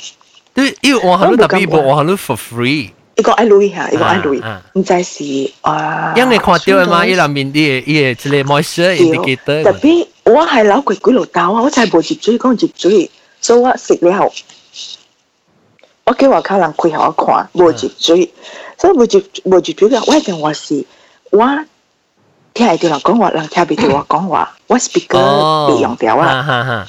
你因为我行路特别无我行路 for free，你講 out 路下，你講 out 路啊啊，唔知是啊，因为看到嘛，伊内面啲嘢，即个 moisture 對特 indicator，別我係扭攰攰老豆啊，我就係冇接嘴，講接嘴，所以我食了，我叫外口人配合我看冇接嘴，所以冇接冇接嘴嘅，我一定話是我聽係到人講話，人聽唔到我講話，我 Ờ. speaker 被用掉啊。哈哈哈，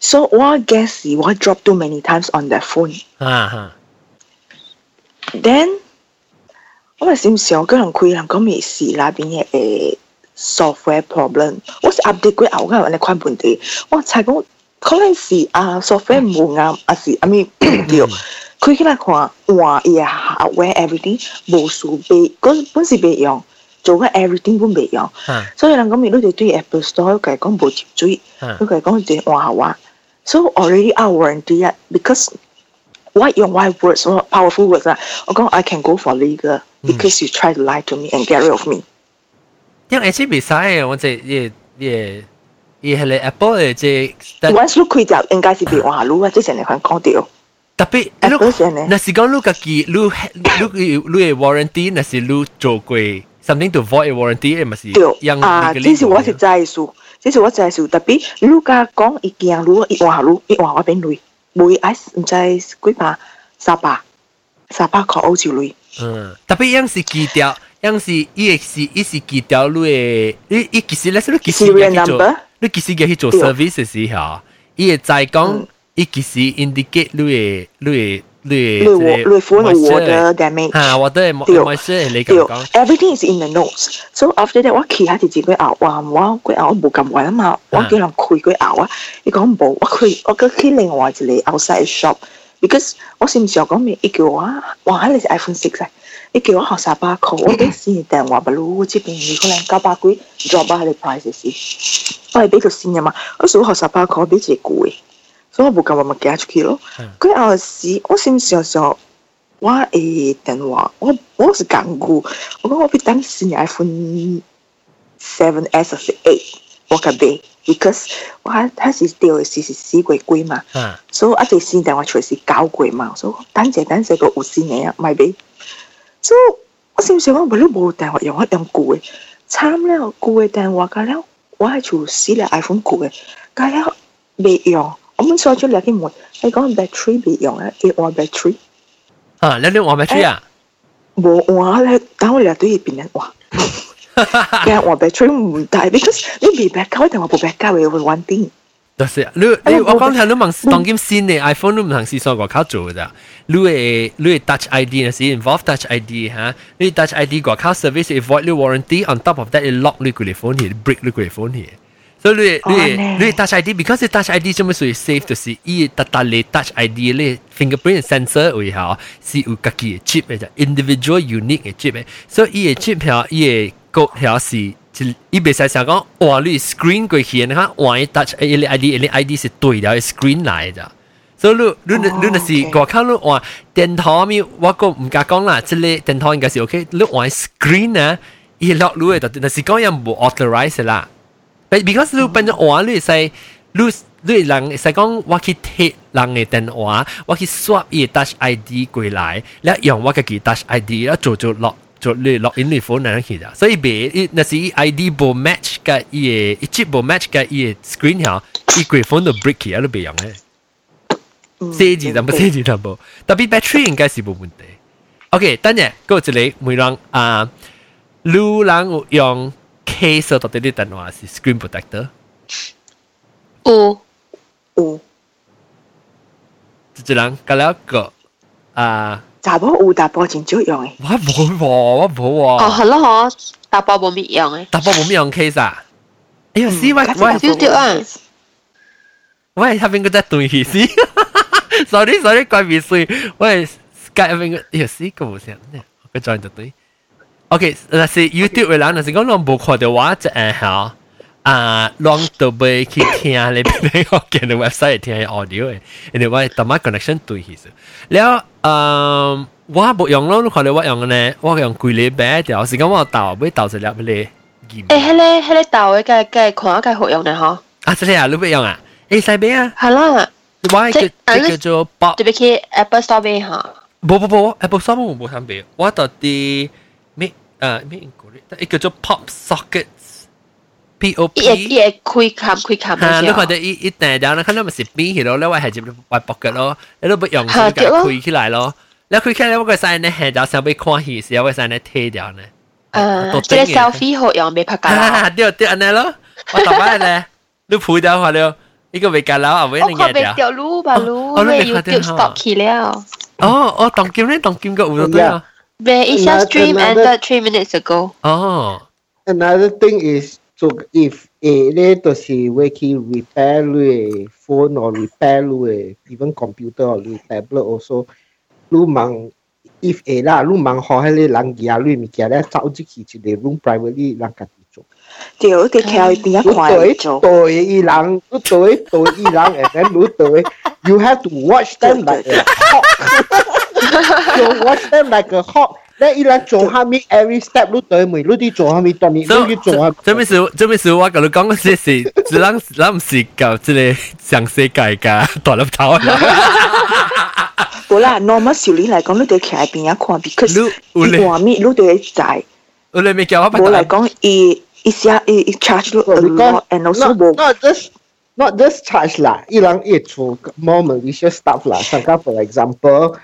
So what guess you what drop too many times on that phone? 哈哈， Then 我咪閃閃，我跟人佢人講未事那邊嘅誒 software problem。我是 update 佢後，我跟人哋看問題，我才講可能是啊 software 冇啱，啊是啊咪唔對。佢起來看換嘢 hardware everything 冇數備，嗰本事備用，做嘅 everything 本備用。哈所以人講咪攞住對 Apple Store 佢係講冇接嘴。哈佢，佢講住我係話，so already out warranty 啊，because what your white words or powerful words 啊，我講 I can go for legal Hmm. because you try to lie to me and get rid of me。因为 actually 未使嘅，我即嘢嘢，伊系你 Apple 嘅即， Once 碌佢就應該是被我下碌啊，即係你肯講掉特别， ，Apple 先咧那是讲你家己，你你你嘅 warranty，那是你做过 something to void warranty，咪是掉一樣啊， legally 即是我冇嘅是在數，即是我在數，特別碌家講一件碌，一換下碌，一換我邊累，每 S 唔知幾百，三百，三百個澳洲累。嗯，特别样是基调，样是伊是伊是基调你诶，你伊其实咧是你其实 Serial 去做 number？，你其实嘅去做对 service 嘅时候，伊会再讲，伊其实 indicate 你诶你诶你诶累我累 phone 我的 damage。啊，我的 m 对 o i s t u r 你咁对哦讲， ，everything is in the notes。So after that，我企下直接佢咬啊，我佢咬冇咁壞啊嘛，我叫人攰佢咬啊，你講冇，我佢我佢去另外一嚟 outside shop。because 我時唔時候講咩，佢叫我哇，你是 iPhone six 啊，你叫我學十八扣，我俾先訂話不如即邊如果能九百幾 drop 啊，你 price 先，我係俾佢先嘅嘛，我數學十八扣，我俾自己攰，所以我冇咁話咪寄出去咯嗯。佢有時我時唔時候想。我誒電話，我我是講過，我講我俾等新嘅 iPhone Seven S 還是 Eight，我個俾，because 我還還是掉的是是四鬼貴嘛，啊，所以一隻新電話隨時搞貴嘛，所以我等陣等陣個有新嘅啊，買俾，所以我想想我咪都冇電話用一樣舊嘅，慘了舊嘅電話架了，我係做死了 iPhone 舊嘅，架了未用，我們所咗兩件門，你講 battery 未用啊，誒我 battery。哎啊，你你话咪出啊？冇我咧，等我嚟到呢邊人哇！嘅我 battery 唔大，because 你未 back 交，但我冇 back 交嘅會 one thing。就是你你我讲听你问当今新嘅 iPhone 你唔行是上个靠做嘅，你嘅你嘅 Touch ID 呢是 involve Touch ID 吓，你 Touch ID 个靠 service avoid 你 warranty on top of that 你 lock 你个 phone 去，break 你个 phone 去。所以你你你 Touch ID because 你 Touch ID 做咩所以 safe 就是伊特特你 Touch ID 你 fingerprint sensor 位下是有家己嘅 chip 嘅，individual unique 嘅 chip 嘅，所以伊嘅 chip 下伊嘅 code 下是。就伊袂使想讲，哇！你 screen 过去，你看换一 touch，一个 ID，一个 ID 是对了，screen 来的。所以你你你若是我看你换电脑咪，我个毋敢讲啦，即个电脑应该是 OK。你换 screen 啊，伊落入诶，但是讲也无 authorize 啦。But because 你变咗换，你会使你你人会使讲，我去摕人诶电话，我去 swap 伊 touch ID 过来，然后用我家己 touch ID，然后做做落。做你落 in 你 phone 嚟去啦，所以別那是 ID 冇 match 嘅，伊嘅 chip 冇 match 嘅，伊嘅 screen 下，伊個 phone 都 break 起，都別用咧。四字淡薄，四字淡薄，特別 battery 應該是冇問題。OK，等陣，嗰個一個每人啊，路人有用 case 到底啲電話是 screen protector，有有一人隔了一个啊，查某有查甫真少用嘅，我冇喎，我冇哦，喎，係咯嗬，打包冇乜樣嘅，打波冇咩用 case 啊？哎呀，死我我少少啊，我係下邊嗰只對起死 ，sorry sorry 怪未衰，我係 Skype 入邊個哎呀死個冇聲，佢 join 就對。OK，嗱是 YouTube 嘅人，嗱是講我冇看到話只誒嚇啊，浪到俾去聽你俾我見到 website 嚟聽 audio 嘅，因為我係同埋 connection 對起死。แล้วเอ่อว่าบอย่างเราขอเรียกว่าอย่างนั้นแหละว่าอย่างกุยเลยแบะเดี๋ยวสิก็ว่าเต่าไม่เต่าเสร็จแล้วไปเลยกิน 誒喺咧喺咧豆嘅嘅嘅狂一嘅學用嚟嗬， อ่ะใช่อ่ะรู้ไปยังอ่ะเอ้ยใส่ไปอ่ะ 係啦， ว่า 即 จะ อันนี้ จะจะป๊อป 特別去 Apple Store 俾嚇， บ่บ่บ่ Apple Store ผมบ่ทำไปว่าตอนที่ไม่เอ่อไม่อังกฤษแต่ก็จะ pop sockets P O P 一日一日開冚開冚 ฮะ 嘅 แล้วพอ 時 ได้อีอีแต่เดี๋ยวนะขั้นนั้นมันสิบปีเห็นแล้วแล้วว่าหายจิบไปปอกเกิดแล้วแล้วเราไปหย่องซื้อกันคุยขึ้นหลายแล้วแล้วคุยแค่แล้วว่าก็ใส่ในแห่เดี๋ยวเสียไปคว้าหีเสียไว้ใส่ในเทเดี๋ยวนะ 候，啊，即係 selfie 學用俾拍 㗎啦。啊，对对，安尼咯，我答案咧，你配掉话了，呢个未夹佬啊，唔一我定看夹袂掉。着路吧哦路，哦你咩袂看到 YouTube stop 起了。哦，我当剑咧，当剑个有对啊。咩？一下 Another- stream another- ended three minutes ago。哦， Another thing is so if a later she wakey repair lui phone or repair lui even computer or lui tablet also lu mang if a la lu mang ho hai le lang ya lui mi kia le zao ji ki chi de room privately lang ka ti zo 對，我哋企喺邊一 lu 塊 toi 嚟做。 toi i lang lu toi toi i lang and then lu toi you have to watch them like a hawk you watch them like a hawk then i lang zo ha mi every step lu toi mi lu di zo ha mi tuan ni 所 lu 以 di zo ha 这边是这边是我跟你讲，这是只能咱唔是搞这个上世界噶大粒头啦。好啦，normal 小李嚟講，你哋企喺邊一塊你，because 有你啲畫面你哋在。我你未叫我我嚟不講，伊伊寫伊伊 charge 咗 a Well, because lot，and also not, 冇 not just not just charge lah. Ilang it for more malicious stuff lah. Sangka for example.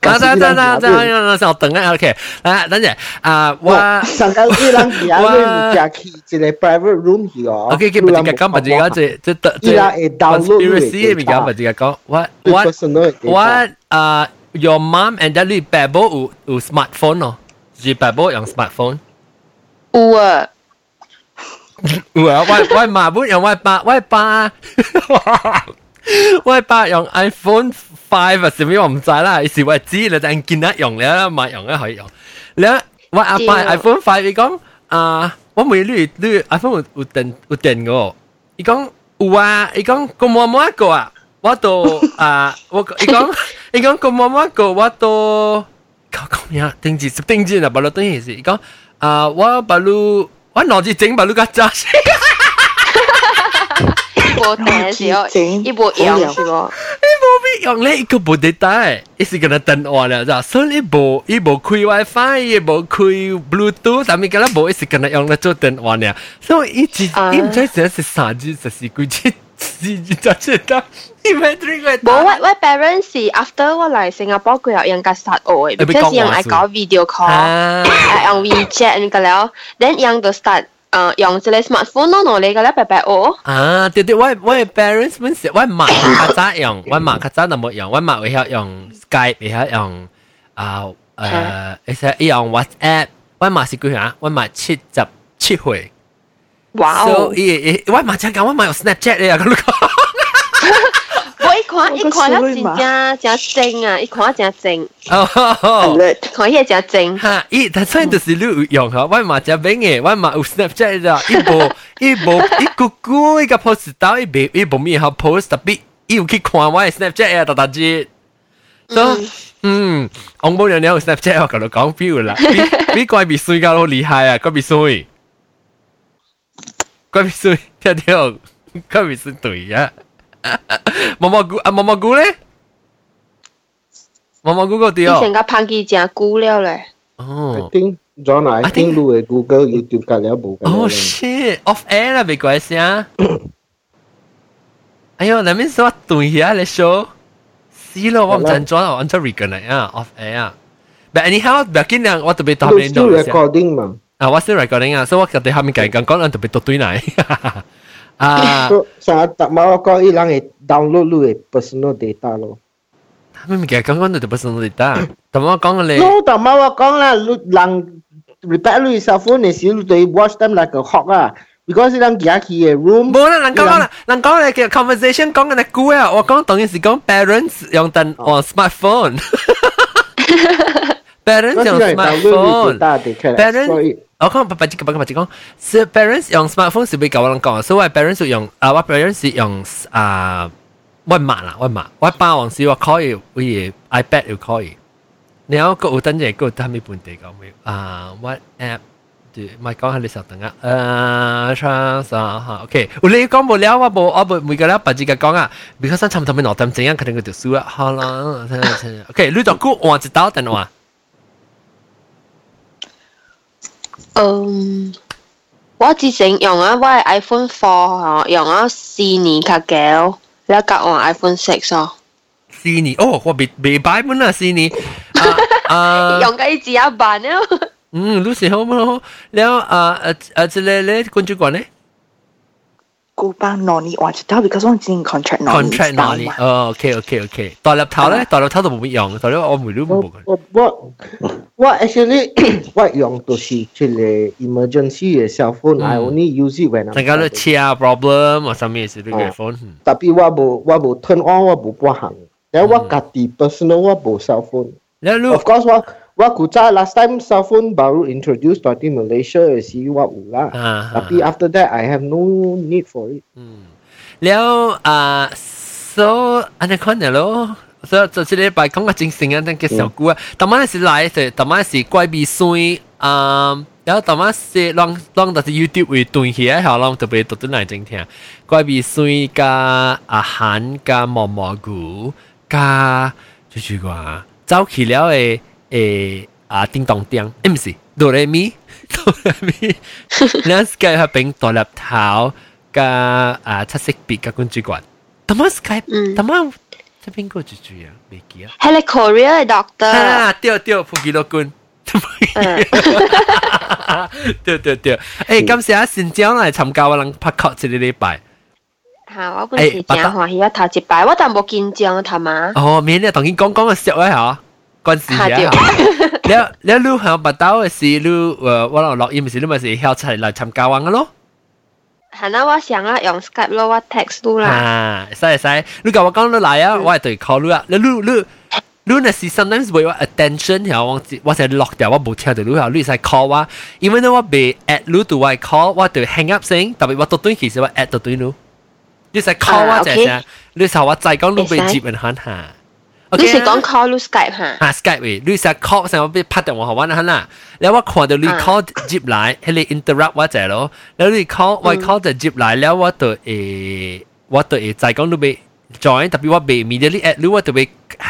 打打打打打，我等下 OK，啊，等下啊，我。 sangka ilang dia Wah. ni dia ki jele private room yo. OK OK，唔係講，唔係講，即即即 conspiracy 唔講，唔係講，我我。 personal data. What uh your mom and dad 你爸爸有有 smartphone 哦？是爸爸用 smartphone？有啊，有啊，我我妈不用，我爸我爸我爸用 iPhone five 啊，是咪我唔知啦？是我知啦，但見得用了，買用咧可以用。แล้วว่าอาไป จริงเหรอ à, iPhone 5อีกองอ่าว่ามือลื่นลื่น iPhone อุดอุดเต็นอุดเต็นก็อีกองอูว่าอีกองกูมัวมัวก็อ่ะว่าตัว อ่าว่าอีกองอีกองกูมัวมัวก็ว่าตัวเขาเขาเนี่ยจริงจริงจริงจริงนะบอลลูนตัวเองสิอีกองอ่าว่าบอลลูว่าหนอนจริงบอลลูนก็จ้า 无电的时候，伊无用是无？你冇必要咧，佢冇 data，一時間就等我啦，就所以冇，伊冇開 WiFi，伊冇開 Bluetooth，但係佢咧冇一時間就用咧做等我啦，所以伊只伊唔知成是三 G，十四 G，只只就知道，因為呢個无我我 parents 是 after 我嚟新加坡佢又用架殺我嘅，你咪即講係用話嚟先搞 video call，啊，用 WeChat 咁了，then 用到 start 誒用即個 smartphone 咯，攞你個咧白白哦，啊，對對，我我 parents 本身我媽較早用，我媽較早就冇用，我媽會曉用 Skype，會曉用啊誒，而且用 WhatsApp，我媽是幾啊，我媽七十七歲。哇 So, 哦！咦，咦，我嘛真係講，我嘛有 Snapchat 咧，咁你講。我一看一看我個衰咧真嘛正真正啊，一看真正，哦 alert。看伊真正。哈，咦，但雖然就是你有用啊，我嘛真明嘅，我嘛有 Snapchat 啦，伊無-伊無-伊久久，伊個 post 到，伊未-伊無咩好 post，特別伊有去看我嘅 Snapchat 啊，突突之。So, 嗯，王母娘娘有 Snapchat ，我跟你講，比如啦，比-比怪未水㗎咯厲害啊，怪未水。怪未水，聽到，怪未水對啊。毛毛菇啊，毛毛菇咧，毛毛菇个对以前哦，个抨击真久了咧， I 哦 think John I, Oh. I think think- Oh, lu Google YouTube ka le bu ka. 哦 shit，off air 啦，未怪事啊。 哎呦，那边是我对呀，你说，死咯，我唔真装啊，我真 regan 嚟啊，off air 啊。But anyhow，不要紧啦，我特别答 Lu 你 still 咗先。 recording ma. 啊，我 still recording 啊，所以我特別下面講講講，特別讀對嚟。 啊 À. So sa tak mau ko ilang e download lu e personal eh, data lo. ไม่มีแกก็ก็หนูจะประสงค์ติดตาแต่ว่าก็เลย No，但係我講啦，你人 repair 你 cell phone 嘅時候，你對 watch them like a hawk 啊，because 人家去嘅 eh, room，冇啦，人講啦，人講咧嘅 conversation 講緊係估啊，我講等於是講 parents 用等哦 smartphone。parents 用 smartphone。parents 我講爸爸知爸爸知講，是 parents 用 smartphone 是俾教我人講，所以 parents 用啊，我 parents 是用啊，我媽啦，我媽，我爸王是我可以，我也 iPad 又可以。然後個我等陣個他咪本地講咩啊？What app？do 唔係講下你稍等啊。誒，chance 啊嚇，OK。我你講冇了，我冇我冇每個禮拜自己講啊。because 我差唔多咪落點整啊，可能佢就輸啦。好啦，OK。你度估換一刀定換？嗯，我之前用啊，我係 iPhone Four 啊，用啊四年及九，แล้วก็我 iPhone Six 啊，四年哦，我未未擺本啊，四年 啊啊。用嘅只有版啊，嗯，รู้สึก好มั้งแล้วอ่าเอ่อเอ่อจะเล่เล่คุณจุก่อนเนี่ย Cô ba nó đi oan chết tao vì các con trình contract nó đi contract นอ tao นี่ mà. เออโอเคโอเคโอเคตอนรับเท้าแล้วตอนรับเท้าตัวผมไม่ยองตอนแรกว่าไม่รู้ไม่ 我 บอก 我我我 actually 我用都是出嚟 emergency 嘅 cell phone，I Ừ. only use it when แต่ก็เลย I'm เชียร์ problem or something is the phone 特別我冇我冇 turn on 我冇播行，然後我家己 personal 我冇 cell phone。 แล้วลูก Of course 我我古早 last time cell phone baru introduce 到啲 Malaysia 嘅時我有啦，啊特別 after that I have no need for it。 แล้วอ่า so อันนี้คนเนี่ยเหรอ so จะชิลไปกงก็จริงสิงอันนั้นก็สกูอ่ะแต่มันสิไลฟ์แต่มันสิกวยบีซุยอ่าแล้วแต่มันสิลองลองแต่ YouTube ไปตุนเฮียเหรอลองจะไปตัวตัวไหนจริงเถียกวยบีซุยกาอาหารกาหมอหมอกูกาชื่อชื่อว่าเจ้าขี้แล้วเอเออ่าติงตองเตียงเอ็มสิโดเรมี โดเรมี แล้วสกายเป็นตัวลับเท้ากับอ่าทัศน์ปีกับกุญจุกวนแต่ว่าสกายแต่ว่าจะเป็นกูจุจุยังไม่กี่อ่ะ 係你 Korea 嘅 doctor อ่า 啊。 เดียวเดียวพูกิโลกุนเดียวเดียวเดียวเอ้ย今次啊新疆嚟參加我能拍劇一個禮拜吓，我嗰时哎正欢喜，我头一摆，我但冇见证头嘛。哦明天同佢講講個笑啊嚇關事吓啊 对，แล้วแล้วลูก響白刀嘅事ลูก誒我落落音嘅事ลูก咪是曉出嚟參加玩嘅咯系啦，我想啊用 Skype 咯，我 text 都啦。啊，使使，你甲我讲你来啊，我系对 call 你啊，你你你你那是 sometimes 为我 attention 然后我我先落掉，我无听到你啊，你使 call 我，因为呢我被 at 你对我 call，我对 hang up 声，特别我到对其实我 at 到对你，你使 call 我只只，你使我再讲你被接人喊下，你是讲 call 你 Skype 吓？啊 Skype 喂，你使 call 先我被拍电话好玩啦啦，แล้วว่าควรจะรีคอร์ดจิบหลายให้รีอินเตอร์รับว่าใจแล้ว แล้วรีคอร์ดไวคอร์ดจะจิบหลายแล้วว่าตัวเอว่าตัวเอใจก็รู้ไป join แต่พี่ว่าเบมีเดลี่แอดรู้ว่าตัวไป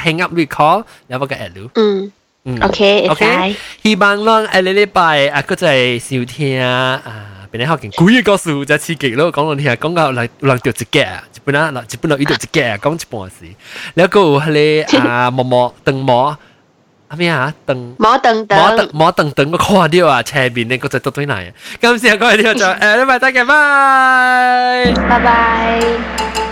hang up รีคอร์ดแล้วว่าก็แอดรู้ 嗯嗯，OK， OK 会使。希望让ไอ้เล่ๆไปอ่ะก็จะสิวเทียอ่าเป็นให้เขาเก่งกูยังก็สู้จะชีเก่งแล้วก็เราเทียก็เราเราเราเดือดจะแก่จะเป็นนะเราจะเป็นเราอีเดือดจะแก่ก็จะปวดสิแล้วก็เล่อ่าหมอหมอตึงหมออะไม่ฮะตึง 冇等 หมอตึง 等， หมอตึงตึงก็คอเดียวอ่ะแชร์บินเนี่ยก็จะตัวไหนกำเสียงก็เดียวจะเออไม่ไปตั้งแก่บาย 拜拜。